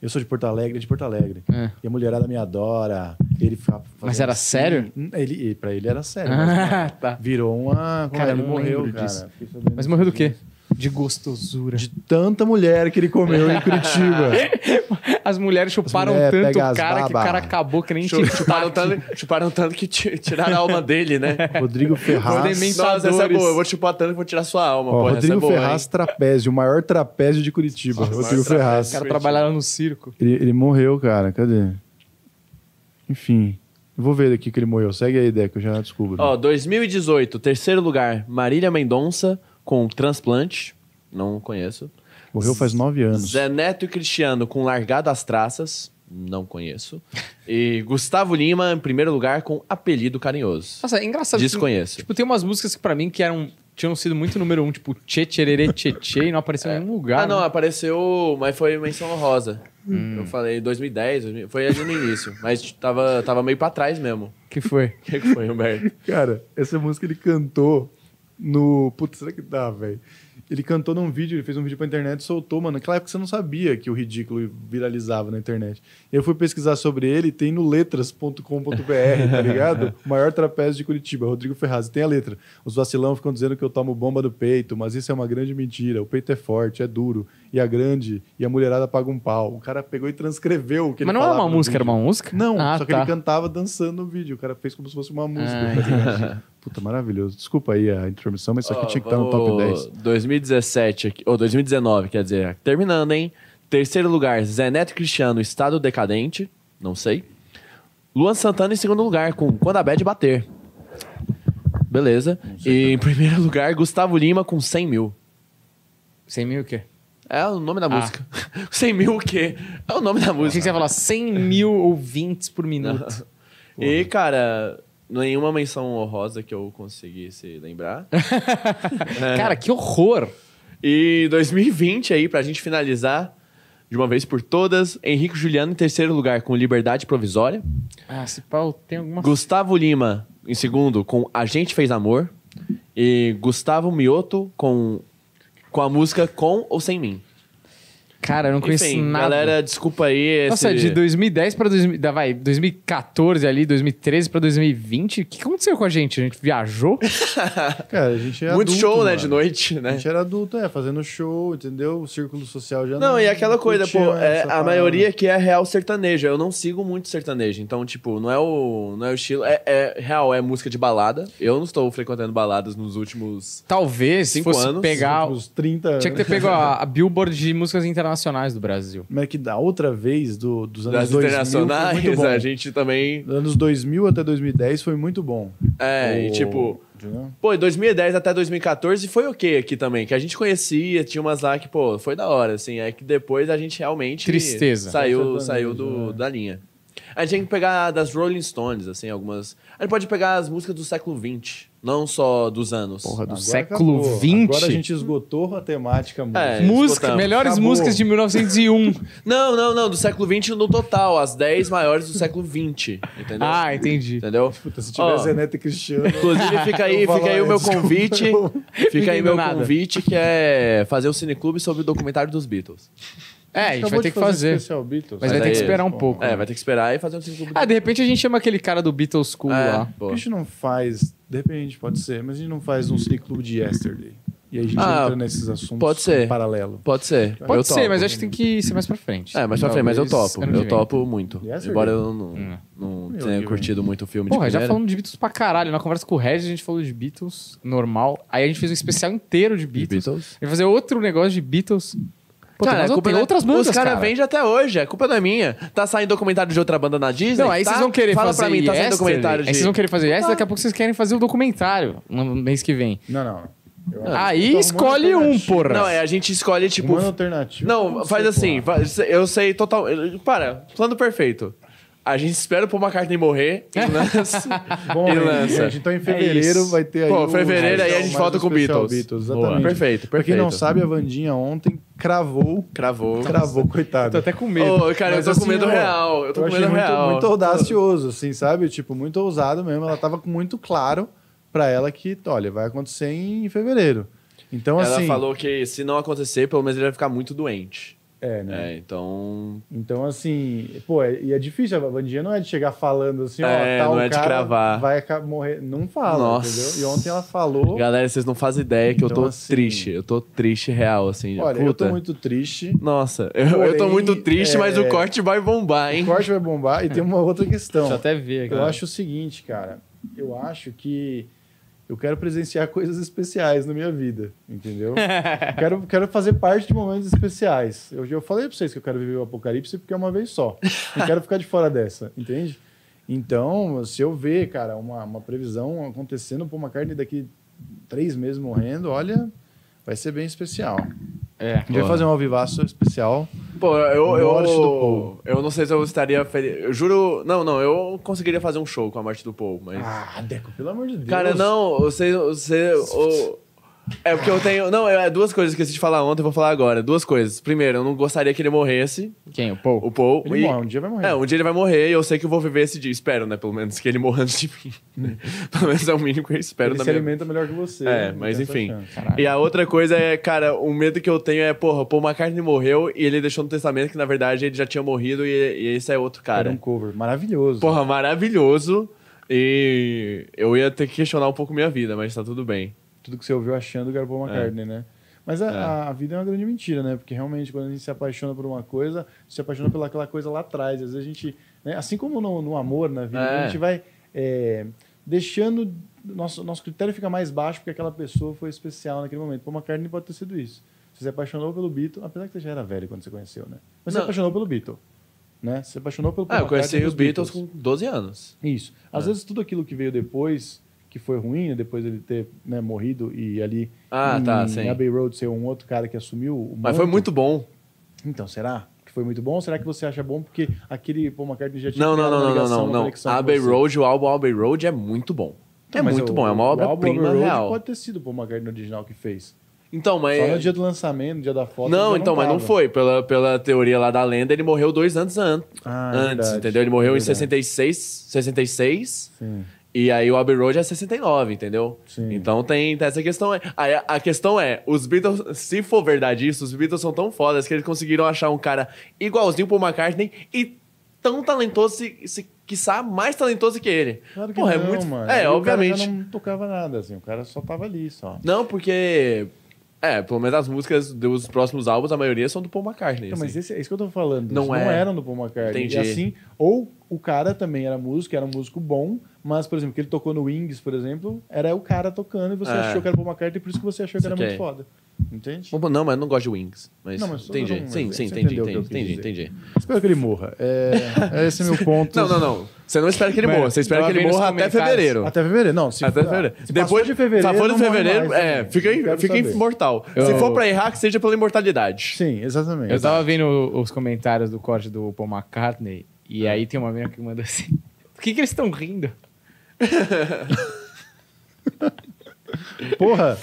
S3: Eu sou de Porto Alegre, de Porto Alegre.
S1: É.
S3: E a mulherada me adora. Ele ficava
S1: Mas
S3: fazendo
S1: era sério?
S3: Hum, Ele, e pra ele era sério. mas
S1: Ah, tá.
S3: Virou uma...
S1: Cara,
S3: ele
S1: eu não
S3: morreu,
S1: lembro
S3: cara.
S1: disso.
S3: Fiquei sabendo
S1: Mas morreu do
S3: disso.
S1: quê?
S3: De
S1: De gostosura.
S3: De tanta mulher que ele comeu em Curitiba.
S1: As mulheres chuparam
S3: mulher
S1: tanto
S3: pega
S1: o
S3: as
S1: cara que o
S3: baba.
S1: cara acabou que nem
S2: Chu-
S1: tic-tac.
S2: Chuparam tanto, chuparam tanto que ti- tiraram a alma dele, né?
S3: Rodrigo
S1: Rodrigo
S3: Ferraz.
S1: Mendes.
S2: Nossa, essa é
S1: Pensadores.
S2: boa. Eu vou chupar tanto que vou tirar sua alma.
S3: Ó,
S2: pô, essa é
S3: Rodrigo
S2: boa, hein?
S3: Ferraz Trapézio, o maior trapézio de Curitiba.
S2: Nossa,
S3: Rodrigo
S2: maior trapézio.
S3: Ferraz.
S1: O cara trabalhava no circo.
S3: Ele, ele morreu, cara. Cadê? Enfim. Eu vou ver daqui que ele morreu. Segue aí, Deco, eu já descubro.
S2: Ó, 2018, terceiro lugar, Marília Mendonça com Transplante. Não conheço.
S3: morreu faz nove anos.
S2: Zé Neto e Cristiano com Largada às Traças. Não conheço. E Gustavo Lima em primeiro lugar com Apelido Carinhoso.
S1: Nossa, é engraçado. que-
S2: Desconheço.
S1: Tipo, tem umas músicas que pra mim que eram... Tinham sido muito número um, tipo Tchê Tchererê Tchê Tchê, e não apareceu em nenhum lugar.
S2: Ah, não,
S1: né?
S2: apareceu, mas foi menção honrosa. Eu falei 2010, 2000, foi ali no início, mas tava, tava meio pra trás mesmo.
S1: Que foi?
S2: O que, é que foi, Humberto?
S3: Cara, essa música ele cantou no. Putz, será que dá, velho? Ele cantou num vídeo, ele fez um vídeo pra internet e soltou, mano. Naquela época você não sabia que o ridículo viralizava na internet. Eu fui pesquisar sobre ele, tem no letras.com.br, tá ligado? O maior trapézio de Curitiba, Rodrigo Ferraz. E Tem a letra. Os vacilão ficam dizendo que eu tomo bomba do peito, mas isso é uma grande mentira. O peito é forte, é duro, e a grande, e a mulherada paga um pau. O cara pegou e transcreveu o que
S1: Mas
S3: ele
S1: não era
S3: falava
S1: uma
S3: no
S1: música,
S3: vídeo.
S1: era uma música?
S3: Não,
S1: Ah,
S3: só que
S1: tá.
S3: ele cantava dançando no vídeo. O cara fez como se fosse uma
S1: Ah,
S3: música. tá ligado? Puta, maravilhoso. Desculpa aí a interrupção, mas isso aqui
S2: Ó,
S3: tinha que estar no top
S2: Ah, vamos-
S3: 10.
S2: 2017, aqui- ou 2019, quer dizer, terminando, hein? Terceiro lugar, Zé Neto e Cristiano, Estado Decadente, não sei. Luan Santana em segundo lugar, com Quando a Bad Bater. Beleza. E em primeiro lugar, Gustavo Lima com 100 mil.
S1: 100 mil o quê?
S2: É o nome da música. 100 mil o quê? É o nome da
S1: Eu achei
S2: música.
S1: que você ia falar 100 mil ouvintes por minuto. Uhum.
S2: E, cara, nenhuma menção honrosa que eu conseguisse lembrar.
S3: É.
S1: Cara, que horror!
S2: E 2020 aí, pra gente finalizar, de uma vez por todas, Henrique Juliano em terceiro lugar com Liberdade Provisória.
S1: Ah, se pau tem alguma
S2: Gustavo Lima em segundo com A Gente Fez Amor. E Gustavo Mioto com, com a música Com ou Sem Mim.
S1: Cara, eu não conheço
S2: Enfim,
S1: nada.
S2: galera, desculpa aí. Esse...
S1: Nossa, é de 2010 pra 2000, dá, vai, 2014 ali, 2013 pra 2020, o que aconteceu com a gente? A gente viajou?
S3: Cara, a gente
S1: um,
S3: é
S2: Muito
S3: adulto,
S2: show, né,
S3: mano.
S2: de noite,
S3: A
S2: né?
S3: gente era adulto, é, fazendo show, entendeu? O círculo social já
S2: Não, e aquela coisa,
S3: curtia
S2: pô, é,
S3: essa
S2: a
S3: parada.
S2: maioria que é real sertaneja. Eu não sigo muito sertanejo, então, tipo, não é o, não é o estilo. É, é real, é música de balada. Eu não estou frequentando baladas nos últimos.
S1: Talvez se
S2: Cinco
S1: fosse
S2: anos,
S1: pegar.
S3: Os 30
S1: Tinha que ter pego a, a Billboard de músicas internacionais do Brasil.
S3: Como é que da outra vez do, dos anos
S2: Das
S3: 2000 foi muito
S2: internacionais,
S3: bom.
S2: a gente também.
S3: Dos anos 2000 até 2010 foi muito bom.
S2: É, e
S3: O-
S2: tipo.
S3: entendeu?
S2: Pô, em 2010 até 2014 foi ok aqui também, que a gente conhecia, tinha umas lá que, pô, foi da hora, assim. É que depois a gente realmente.
S1: Tristeza.
S2: Saiu,
S3: Foi
S2: saiu do,
S3: é.
S2: da linha. A gente tem que pegar das Rolling Stones, assim, algumas. A gente pode pegar as músicas do século XX, não só dos anos.
S1: Porra, do
S3: Agora
S1: século
S3: acabou. Agora a
S1: 20.
S3: gente esgotou a temática muito.
S2: É,
S1: Música,
S2: esgotamos.
S1: melhores
S3: Acabou.
S1: músicas de 1901.
S2: Não, não, não, do século XX no total, as 10 maiores do século XX, entendeu?
S1: ah, entendi.
S2: Entendeu?
S3: Puta, se tivesse
S2: Ó.
S3: oh. Neto e Cristiano.
S2: Inclusive, fica aí,
S3: Eu vou
S2: fica aí
S3: lá,
S2: o meu
S3: desculpa,
S2: convite.
S3: eu-
S2: Fica aí
S1: Não
S2: meu
S1: nada.
S2: convite, que é fazer o Cineclube sobre o documentário dos Beatles.
S1: É, a gente vai
S3: Acabou
S1: ter
S3: de
S1: que fazer.
S3: especial Beatles.
S1: Mas
S2: vai ter que
S1: esperar um pouco.
S2: É, vai ter que esperar e fazer o Cineclube.
S1: Ah, de repente a gente chama aquele cara do Beatles Cool
S2: É,
S1: lá.
S3: Por
S2: pô.
S3: que a gente não faz, de repente pode ser, mas a gente não faz um cineclube de yesterday. E aí a gente
S2: Ah,
S3: entra nesses assuntos
S2: pode ser.
S3: em paralelo.
S2: Pode ser.
S1: Pode
S2: eu
S1: ser,
S2: topo.
S1: mas acho que tem que ser mais pra frente.
S2: É, mas pra frente, mas eu
S1: Talvez
S2: topo.
S1: ano que
S2: Eu
S1: vem.
S2: topo muito.
S3: Yes,
S2: Embora eu não,
S1: Hum.
S2: não
S3: Eu
S2: tenha
S3: que
S2: curtido muito o filme
S1: Porra,
S2: de
S1: já
S2: primeira.
S1: falamos de Beatles pra caralho. Na conversa com o Regis, a gente falou de Beatles, normal. Aí a gente fez um especial inteiro de
S2: de
S1: Beatles.
S2: Beatles.
S1: A gente vai fazer outro negócio de Beatles. Pô,
S2: Cara,
S1: tem,
S2: a
S1: umas-
S2: culpa
S1: tem
S2: não é-
S1: outras bandas,
S2: Os caras
S1: cara.
S2: vendem até hoje, a culpa não é minha. Tá saindo documentário de outra banda na Disney?
S1: Não, aí
S2: tá?
S1: vocês vão querer
S2: Fala
S1: fazer
S2: pra mim, tá saindo
S1: Yesterday,
S2: documentário
S1: Aí
S2: de...
S1: vocês vão querer fazer essa, daqui a pouco vocês querem fazer o documentário no mês que vem.
S3: Não, não. Eu- eu
S1: aí
S3: tô
S1: escolhe
S3: arrumando
S1: um,
S3: alternativa.
S1: porra.
S2: Não, é, a gente escolhe, tipo...
S3: Arrumando alternativa.
S2: Não, faz
S3: sei,
S2: assim,
S3: porra.
S2: faz- eu sei total... Para, plano perfeito. A gente espera o Paul McCartney morrer e lança.
S3: Bom,
S2: e
S3: gente,
S2: lança.
S3: gente, então em
S1: É
S3: fevereiro
S1: isso.
S3: vai ter aí.
S2: Pô,
S3: o-
S2: fevereiro aí a gente
S3: mais
S2: volta com
S3: especial
S2: Beatles.
S3: exatamente.
S2: Boa. Perfeito,
S3: Pra quem não
S2: perfeito.
S3: sabe, a Vandinha ontem cravou.
S2: Cravou.
S3: Cravou,
S1: Tô
S3: coitado.
S1: até com medo.
S2: Ô, cara,
S3: Mas
S2: eu tô
S3: assim,
S2: com medo
S3: ó,
S2: real. Eu tô com
S3: achei
S2: medo
S3: muito,
S2: real.
S3: muito audacioso, assim, sabe? Tipo, muito ousado mesmo. Ela tava com muito claro pra ela que, olha, vai acontecer em fevereiro. Então,
S2: Ela
S3: assim.
S2: falou que se não acontecer, pelo menos ele vai ficar muito doente.
S3: É, né?
S2: É, então.
S3: Então, assim, pô, é- e é difícil, a bandinha não é de chegar falando assim, ó,
S2: É,
S3: tal
S2: não é de
S3: cara
S2: cravar.
S3: vai aca- morrer. Não fala,
S2: Nossa.
S3: entendeu? E ontem ela falou.
S2: Galera, vocês não fazem ideia que eu
S3: Então,
S2: tô
S3: assim,
S2: triste. Eu tô triste real, assim.
S3: Olha, eu
S2: puta.
S3: tô muito triste.
S2: Nossa, eu, eu tô
S3: Porém,
S2: muito triste, mas o
S3: é-
S2: corte vai bombar,
S3: O
S2: hein?
S3: corte vai bombar. E tem uma outra questão.
S1: Deixa eu até ver aqui.
S3: Eu acho o seguinte, cara. Eu acho que eu quero presenciar coisas especiais na minha vida, entendeu? Eu quero, quero fazer parte de momentos especiais. Eu, eu falei pra vocês que eu quero viver o apocalipse porque é uma vez só. Não quero ficar de fora dessa, entende? Então, se eu ver, cara, uma, uma previsão acontecendo por uma carne daqui três meses morrendo, olha, vai ser bem especial.
S1: É.
S3: A gente vai fazer um alvivaço especial.
S2: Pô, eu.
S3: Morte do
S2: Eu,
S3: Paul.
S2: eu não sei se eu estaria feliz. Eu juro. Não, não, eu conseguiria fazer um show com a morte do Paul, mas.
S3: Ah, Deco, pelo amor de Deus.
S2: Cara, não, você. você o- É porque eu tenho. Não, é duas coisas que eu esqueci de falar ontem, eu vou falar agora. Duas coisas. Primeiro, eu não gostaria que ele morresse,
S1: Quem? O Paul?
S2: um- o Paul.
S3: Ele
S2: e-
S3: morre, um dia vai morrer.
S2: É, um dia ele vai morrer e eu sei que eu vou viver esse dia. Espero, né? Pelo menos que ele morra antes de mim. Pelo menos é o mínimo que eu espero
S3: Ele
S2: da
S3: se
S2: minha
S3: alimenta melhor que você.
S2: É,
S3: né?
S2: mas
S3: Tem essa
S2: enfim.
S3: chance.
S1: Caralho.
S2: E a outra coisa é, cara, o medo que eu tenho é, porra, Paul McCartney morreu e ele deixou no testamento que, na verdade, ele já tinha morrido e, e esse é outro
S3: Era
S2: cara.
S3: um cover maravilhoso.
S2: Porra, maravilhoso. E eu ia ter que questionar um pouco minha vida, mas tá tudo bem.
S3: Tudo que você ouviu achando que era Paul
S2: É.
S3: McCartney, né? Mas a, a- a vida é uma grande mentira, né? Porque realmente, quando a gente se apaixona por uma coisa, se apaixona pelaquela coisa lá atrás. Às vezes a gente, né? assim como no, no amor, na vida,
S2: É.
S3: a gente vai é, deixando. Nosso, nosso critério fica mais baixo porque aquela pessoa foi especial naquele momento. Paul McCartney pode ter sido isso. Você se apaixonou pelo Beatle, apesar que você já era velho quando você conheceu, né? Mas você
S2: Não.
S3: se apaixonou pelo Beatle, né? Você se apaixonou pelo Paul
S2: Ah, eu
S3: McCartney e
S2: conheci os Beatles
S3: pelos
S2: com 12 anos.
S3: Isso.
S2: É.
S3: Às vezes tudo aquilo que veio depois, que foi ruim, né, depois dele ter né, morrido e ali
S2: Ah,
S3: em
S2: tá, sim.
S3: Abbey Road ser um outro cara que assumiu o
S2: Mas foi
S3: manto.
S2: muito bom.
S3: Então, será? Que foi muito bom? Será que você acha bom porque aquele Paul McCartney já tinha
S2: Não, não,
S3: criado uma
S2: não, não,
S3: ligação,
S2: não,
S3: uma
S2: não.
S3: conexão com
S2: Abbey
S3: você?
S2: Road, o álbum Abbey Road é muito bom.
S3: Então,
S2: é
S3: mas
S2: muito
S3: o-
S2: bom, é uma
S3: o álbum
S2: obra-prima
S3: Abbey Road
S2: real.
S3: Pode ter sido o Paul McCartney original que fez.
S2: Então, mas.
S3: Só no dia do lançamento, no dia da foto. ele já
S2: Não, então, mas não
S3: tava.
S2: foi. Pela, pela teoria lá da lenda, ele morreu dois anos an
S3: Ah,
S2: antes,
S3: verdade.
S2: entendeu? Ele morreu
S3: Verdade.
S2: em 66, 66
S3: Sim.
S2: e aí o Abbey Road é 69, entendeu?
S3: Sim.
S2: Então tem, tem essa questão aí. aí. A a questão é, os Beatles, se for verdade isso, os Beatles são tão fodas que eles conseguiram achar um cara igualzinho pro McCartney e tão talentoso, se, se quiçá mais talentoso que ele.
S3: Claro que
S2: Porra,
S3: não,
S2: é muito...
S3: mano. E
S2: É,
S3: o cara
S2: obviamente.
S3: já não tocava nada, assim. O cara só tava ali, só.
S2: Não, porque. É, pelo menos as músicas dos próximos álbuns, a maioria são do Paul McCartney.
S3: Então, mas
S2: assim.
S3: esse, é isso que eu tô falando.
S2: Não
S3: Não, não
S2: é.
S3: eram do Paul McCartney.
S2: Entendi.
S3: E assim, ou o cara também era músico, era um músico bom, mas, por exemplo, que ele tocou no Wings, por exemplo, era o cara tocando e você
S2: É.
S3: achou que era Paul McCartney, por isso que você achou que era
S2: Saquei.
S3: muito foda. Entende?
S2: Bom, Não, mas eu não gosto de Wings. Mas,
S3: Não, mas todo
S2: entendi.
S3: mundo-
S2: sim,
S3: você
S2: sim, entendi,
S3: entendeu o que
S2: entendi,
S3: eu quis
S2: entendi,
S3: dizer.
S2: entendi.
S3: Espero que ele morra. É, é esse meu ponto.
S2: Não, não, não. Você não espera que ele
S1: Mano,
S2: morra. Você espera
S1: eu
S2: que ele
S1: vi nos
S2: morra até
S1: comentários.
S2: fevereiro.
S3: Até fevereiro? Não, se
S2: Até
S3: ah,
S2: fevereiro.
S3: se
S2: Depois
S3: passou de fevereiro.
S2: Se for de
S3: não morre
S2: fevereiro,
S3: mais,
S2: é,
S3: né?
S2: fica,
S3: Eu quero
S2: fica
S3: saber.
S2: imortal. Se
S1: Eu-
S2: for pra errar, que seja pela imortalidade.
S3: Sim, exatamente.
S1: Eu tava vendo os comentários do corte do Paul McCartney
S2: É.
S1: e aí tem uma menina que manda assim: Por que, que eles estão rindo?
S3: Porra!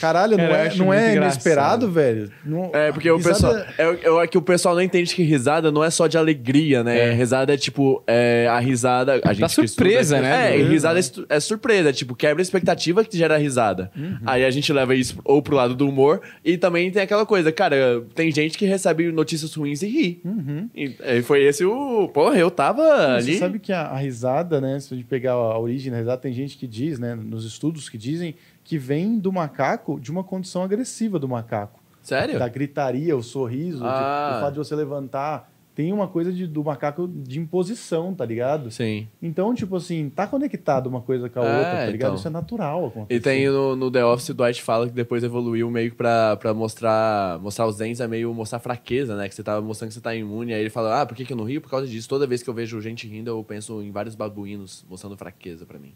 S3: Caralho, não
S1: Cara, eu
S3: é,
S1: acho
S3: não
S1: muito
S3: é
S1: engraçado.
S3: inesperado, velho? Não-
S2: É, porque
S3: a
S2: o pessoal.
S3: risada-
S2: É, é- é que o pessoal não entende que risada não é só de alegria, né?
S1: É.
S2: Risada é tipo. é, a risada. A gente que
S1: surpresa,
S2: estuda-
S1: né?
S2: É, e
S1: Surpresa. Uhum.
S2: risada é, su- é surpresa. Tipo, quebra a expectativa que gera risada. Aí a gente leva isso ou pro lado do humor. E também tem aquela coisa, cara, tem gente que recebe notícias ruins e ri.
S1: Uhum.
S2: E, e foi esse o. Porra, eu tava ali.
S3: Você sabe que a, a risada, né? Se a gente pegar a origem da risada, tem gente que diz, né? Nos estudos que dizem que vem do macaco de uma condição agressiva do macaco.
S2: Sério?
S3: Da gritaria, o sorriso,
S2: Ah.
S3: de- o fato de você levantar. Tem uma coisa de- do macaco de imposição, tá ligado?
S2: Sim.
S3: Então, tipo assim, tá conectado uma coisa com a
S2: É,
S3: outra, tá ligado?
S2: então.
S3: Isso é natural acontecer.
S2: E tem no, no The Office, o Dwight fala que depois evoluiu meio que pra, pra mostrar, mostrar ausência, meio mostrar fraqueza, né? Que você tá mostrando que você tá imune. Aí ele fala, ah, por que, que eu não rio? Por causa disso. Toda vez que eu vejo gente rindo, eu penso em vários babuínos mostrando fraqueza pra mim.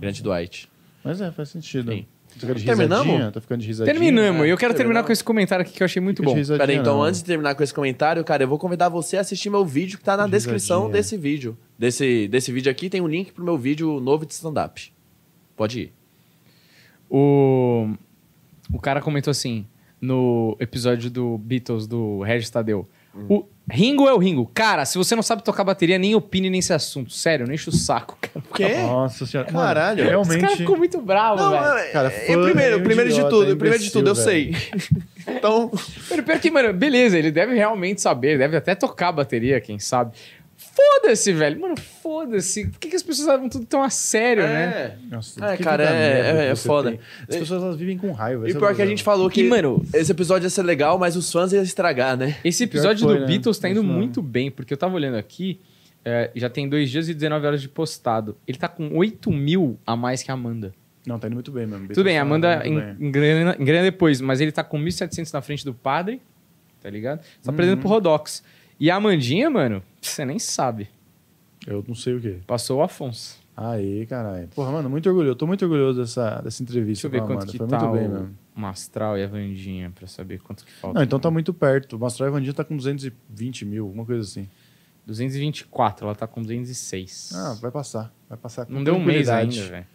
S2: Grande Dwight.
S3: Mas é, faz sentido.
S2: Sim.
S3: Tá ficando de
S2: Terminamos?
S3: risadinha? Tá ficando de risadinha?
S1: Terminamos. E eu quero
S2: Terminamos.
S1: terminar com esse comentário aqui que eu achei muito bom.
S2: Peraí, então
S3: né?
S2: antes de terminar com esse comentário, cara, eu vou convidar você a assistir meu vídeo que tá na
S3: Que
S2: descrição
S3: risadinha.
S2: desse vídeo. Desse, desse vídeo aqui tem um link pro meu vídeo novo de stand-up. Pode ir.
S1: O, o cara comentou assim no episódio do Beatles do Regis Tadeu.
S2: Hum.
S1: O Ringo é o Ringo. Cara, se você não sabe tocar bateria, nem opine nesse assunto. Sério, não enche o saco, cara.
S2: Quê?
S3: Nossa senhora. Mano,
S2: Caralho.
S1: Esse cara
S3: realmente.
S1: ficou muito bravo,
S2: Não,
S1: velho.
S2: é-
S3: Cara,
S2: é-
S3: fã
S2: primeiro,
S3: é um
S2: primeiro de
S3: idiota,
S2: tudo,
S3: é um
S2: primeiro de tudo, eu
S3: imbecil,
S2: sei. Então,
S1: Mano, pior que, mano, beleza, ele deve realmente saber, ele deve até tocar a bateria, quem sabe. Foda-se, velho. Mano, foda-se. Por que, que as pessoas levam tudo tão a sério, né?
S2: é.
S3: Nossa,
S2: Ah,
S3: que
S2: cara,
S3: vida
S2: é-
S3: merda
S2: é-
S3: que
S2: é
S3: você
S2: foda.
S3: tem. As pessoas elas vivem com raiva.
S2: E
S3: esse é o
S2: pior que a
S3: problema.
S2: gente falou que,
S1: E, mano-
S2: esse episódio ia ser legal, mas os fãs iam estragar, né?
S1: Esse
S3: Pior
S1: episódio
S3: que foi,
S1: do
S3: né?
S1: Beatles tá indo
S3: Isso mesmo.
S1: muito bem, porque eu tava olhando aqui, é, já tem dois dias e 19 horas de postado. Ele tá com 8 mil a mais que a Amanda.
S3: Não, tá indo muito bem mesmo.
S1: Tudo bem, a
S3: Tá
S1: Amanda
S3: muito bem.
S1: en- engrena, engrena depois, mas ele tá com 1.700 na frente do padre, tá ligado?
S3: Uhum.
S1: Tá perdendo pro Rodox. E a Amandinha, mano, você nem sabe.
S3: Eu não sei o quê.
S1: Passou o Afonso.
S3: Aí, caralho. Porra, mano, muito orgulhoso. Eu tô muito orgulhoso dessa, dessa
S1: Deixa
S3: entrevista
S1: eu ver
S3: com a
S1: quanto
S3: Amanda.
S1: que
S3: Foi
S1: tá
S3: muito
S1: o
S3: bem mesmo.
S1: Mastral e a Vandinha, pra saber quanto que falta.
S3: Não, então tá muito perto. O Mastral Evandinho tá com 220 mil, alguma coisa assim.
S1: 224, ela tá com 206.
S3: Ah, vai passar. Vai passar com
S1: Não deu um mês
S3: tranquilidade.
S1: ainda, velho.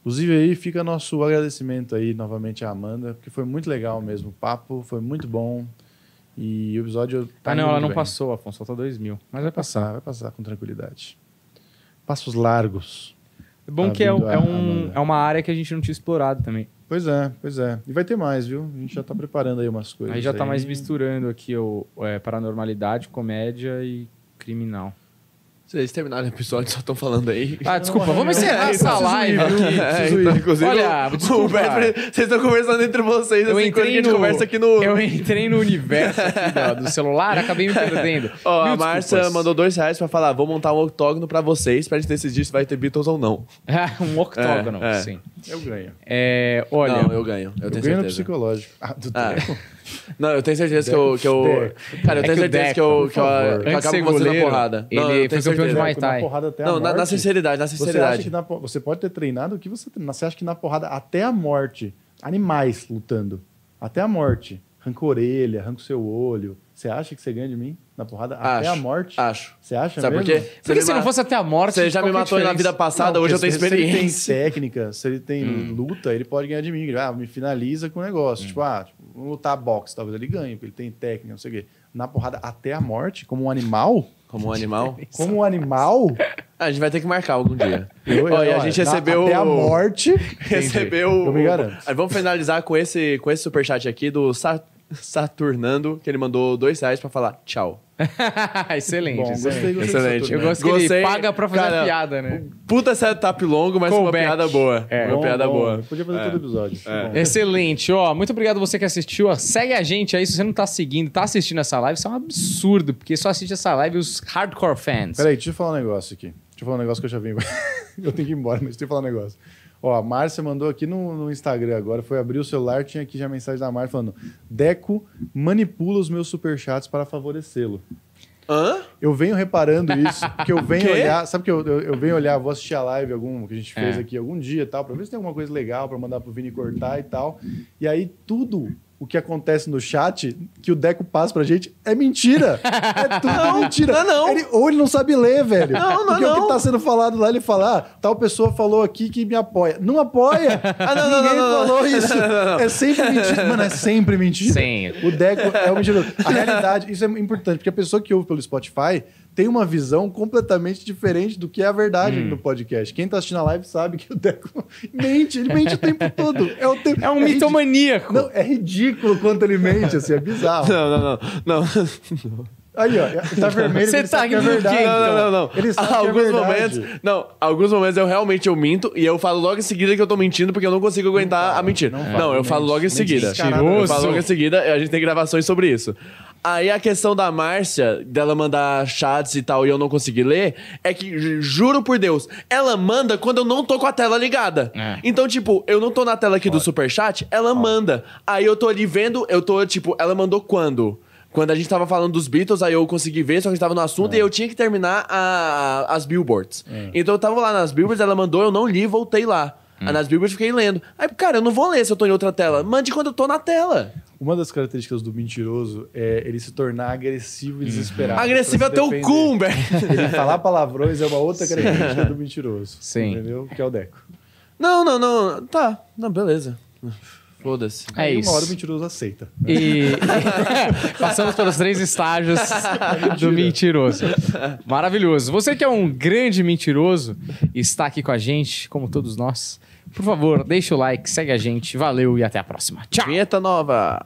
S3: Inclusive aí fica nosso agradecimento aí novamente à Amanda, porque foi muito legal mesmo o papo, foi muito bom. E o episódio tá
S1: Ah, não,
S3: indo
S1: ela
S3: muito
S1: não
S3: bem.
S1: passou, Afonso, falta 2 mil.
S3: Mas vai passar, vai passar com tranquilidade. Passos largos.
S1: É bom
S3: Tá
S1: que é,
S3: vindo
S1: um- é
S3: a-
S1: um,
S3: Amanda.
S1: é uma área que a gente não tinha explorado também.
S3: Pois é, pois é. E vai ter mais, viu? A gente já tá preparando aí umas coisas.
S1: Aí já tá mais misturando aqui o é, paranormalidade, comédia e criminal.
S2: Vocês terminaram o episódio, só estão falando aí.
S1: Ah, desculpa, vamos encerrar essa live aqui.
S2: É,
S3: preciso
S2: então,
S3: ir.
S2: inclusive,
S1: Olha,
S2: o- o
S1: desculpa.
S2: Bert- vocês estão conversando entre vocês,
S1: Eu
S2: assim, quando a
S1: entrei,
S2: gente
S1: no,
S2: conversa aqui no...
S1: eu entrei no universo aqui da- do celular, acabei me perdendo.
S2: Ó,
S1: Mil
S2: a Márcia
S1: desculpas.
S2: mandou dois reais pra falar, vou montar um octógono pra vocês, pra gente decidir se vai ter Beatles ou não.
S1: Ah, um octógono,
S2: É, é.
S1: sim.
S3: Eu ganho.
S1: É, olha,
S2: não, eu ganho, eu,
S3: Eu
S2: tenho
S3: ganho no
S2: certeza.
S3: psicológico. Ah, do
S2: Ah.
S3: tempo.
S2: Não, eu tenho certeza que eu... Que eu cara,
S1: É
S2: eu tenho
S1: que o
S2: certeza
S1: Deco,
S2: que eu, que eu,
S3: por
S2: que eu
S1: favor.
S2: acabo com você na
S1: Antes de ser
S2: porrada.
S1: goleiro,
S2: não,
S1: ele
S2: eu tenho
S1: foi campeão de
S2: certeza.
S1: Muay Thai.
S3: Na porrada até a
S2: Não, na, na
S3: morte.
S2: sinceridade, na
S3: Você acha que
S2: sinceridade.
S3: na po- você pode ter treinado o que você treinar. Você acha que na porrada até a morte, animais lutando, até a morte, arranca a orelha, arranca o seu olho. Você acha que você ganha de mim na porrada até a
S2: Acho,
S3: morte?
S2: Acho.
S3: Você acha
S2: Sabe por
S3: mesmo?
S2: quê?
S1: porque
S2: me
S1: se não
S2: ma-
S1: fosse até a morte...
S2: Você já me
S1: qual que é
S2: matou
S1: a
S2: na vida
S1: diferença?
S2: passada,
S3: Não,
S2: hoje eu
S3: porque
S2: tenho
S3: se- Se
S2: experiência. Hum.
S3: ele tem técnica, se ele tem luta, ele pode ganhar de mim. Ele, Ah, me finaliza com o negócio. Tipo, ah, tipo, vamos lutar boxe, talvez ele ganhe, porque ele tem técnica, não sei o quê. Na porrada até a morte, como um animal?
S2: Como um animal.
S3: Como um animal?
S2: Ah, a gente vai ter que marcar algum dia.
S3: Eu-
S2: Olha, a
S3: olha,
S2: gente
S3: na-
S2: recebeu.
S3: Até a morte.
S2: Recebeu.
S3: Eu me
S2: o-
S3: garanto.
S2: Aí vamos finalizar com esse, com esse superchat aqui do Sa- Saturnando, que ele mandou dois reais pra falar tchau.
S1: excelente,
S3: Bom,
S1: excelente.
S3: gostei, né? gostei.
S2: Excelente.
S3: dessa
S1: Eu
S3: turma.
S1: gosto que
S2: Gostei.
S1: ele paga pra fazer
S2: Cara,
S1: a piada, né?
S2: Puta setup longo, mas uma
S1: Callback.
S2: piada boa.
S1: É.
S2: Uma
S3: Bom,
S2: piada
S3: bom.
S2: boa.
S3: Podia fazer todo episódio.
S2: É.
S3: Bom.
S1: Excelente, ó. Muito obrigado você que assistiu. ó. Segue a gente aí. Se você não tá seguindo, tá assistindo essa live, isso é um absurdo, porque só assiste essa live os hardcore fans.
S3: Peraí, deixa eu falar um negócio aqui. Deixa eu falar um negócio que eu já vim. eu tenho que ir embora, mas deixa eu falar um negócio. Ó, a Márcia mandou aqui no, no Instagram agora, foi abrir o celular, tinha aqui já a mensagem da Márcia falando: Deco manipula os meus superchats para favorecê-lo.
S2: Hã?
S3: Eu venho reparando isso, porque eu venho
S2: Quê?
S3: olhar, sabe que eu, eu, eu venho olhar, vou assistir a live algum que a gente fez
S1: É.
S3: aqui algum dia e tal, pra ver se tem alguma coisa legal pra mandar pro Vini cortar e tal. E aí tudo o que acontece no chat que o Deco passa pra gente é mentira. É tudo mentira.
S2: não é não.
S3: Ele- ou ele não sabe ler, velho.
S2: Não, não é
S3: porque o
S2: não.
S3: que tá sendo falado lá, ele fala, ah, tal pessoa falou aqui que me apoia. Não apoia.
S2: Ah, não, não,
S3: Ninguém
S2: não, não, não.
S3: falou isso. É sempre mentira. Mano, é sempre mentira.
S1: Sim.
S3: O Deco é um mentiroso. A realidade, isso é importante, porque a pessoa que ouve pelo Spotify tem uma visão completamente diferente do que é a verdade
S2: Hum.
S3: no podcast. Quem tá assistindo a live sabe que o Deco mente, ele mente o tempo todo. É, o tempo,
S1: É um
S3: ridi-
S1: mitomaníaco.
S3: Não, é ridículo quanto ele mente, assim, é bizarro.
S2: Não, não, não. Não,
S3: Aí, ó, tá vermelho,
S1: Você
S3: ele
S1: tá
S3: sabe que é
S1: rindo de
S3: verdade.
S1: quem,
S2: não, não, não. não.
S3: Ele sabe que é
S2: alguns
S3: verdade.
S2: momentos. Não, alguns momentos eu realmente eu minto e eu falo logo em seguida que eu tô mentindo porque eu não consigo aguentar a mentira. Não,
S3: não fala,
S2: eu
S3: mente,
S2: falo logo em
S3: mente
S2: seguida.
S3: descarada.
S2: Eu falo logo em seguida, a gente tem gravações sobre isso. Aí a questão da Márcia, dela mandar chats e tal, e eu não conseguir ler, é que, ju- juro por Deus, ela manda quando eu não tô com a tela ligada.
S1: É.
S2: Então, tipo, eu não tô na tela aqui do Superchat, ela manda. Aí eu tô ali vendo, eu tô, tipo, ela mandou quando? Quando a gente tava falando dos Beatles, aí eu consegui ver, só que a gente tava no assunto e eu tinha que terminar a- as billboards. Então eu tava lá nas billboards, ela mandou, eu não li, voltei lá. Aí Nas billboards fiquei lendo. Aí, cara, eu não vou ler se eu tô em outra tela. Mande quando eu tô na tela.
S3: Uma das características do mentiroso é ele se tornar agressivo e desesperado.
S2: Agressivo
S3: Pra se
S2: até o
S3: defender.
S2: cu, Humberto.
S3: Ele falar palavrões é uma outra característica do mentiroso.
S1: Sim.
S3: Entendeu? Que é o Deco.
S2: Não, não, não. Tá. Não, beleza. Foda-se.
S1: É
S3: Aí
S1: isso.
S3: uma hora o mentiroso aceita.
S1: E passamos pelos três estágios do mentiroso. é Maravilhoso. Você que é um grande mentiroso está aqui com a gente, como todos nós. Por favor, deixa o like, segue a gente. Valeu e até a próxima. Tchau!
S2: Vinheta nova!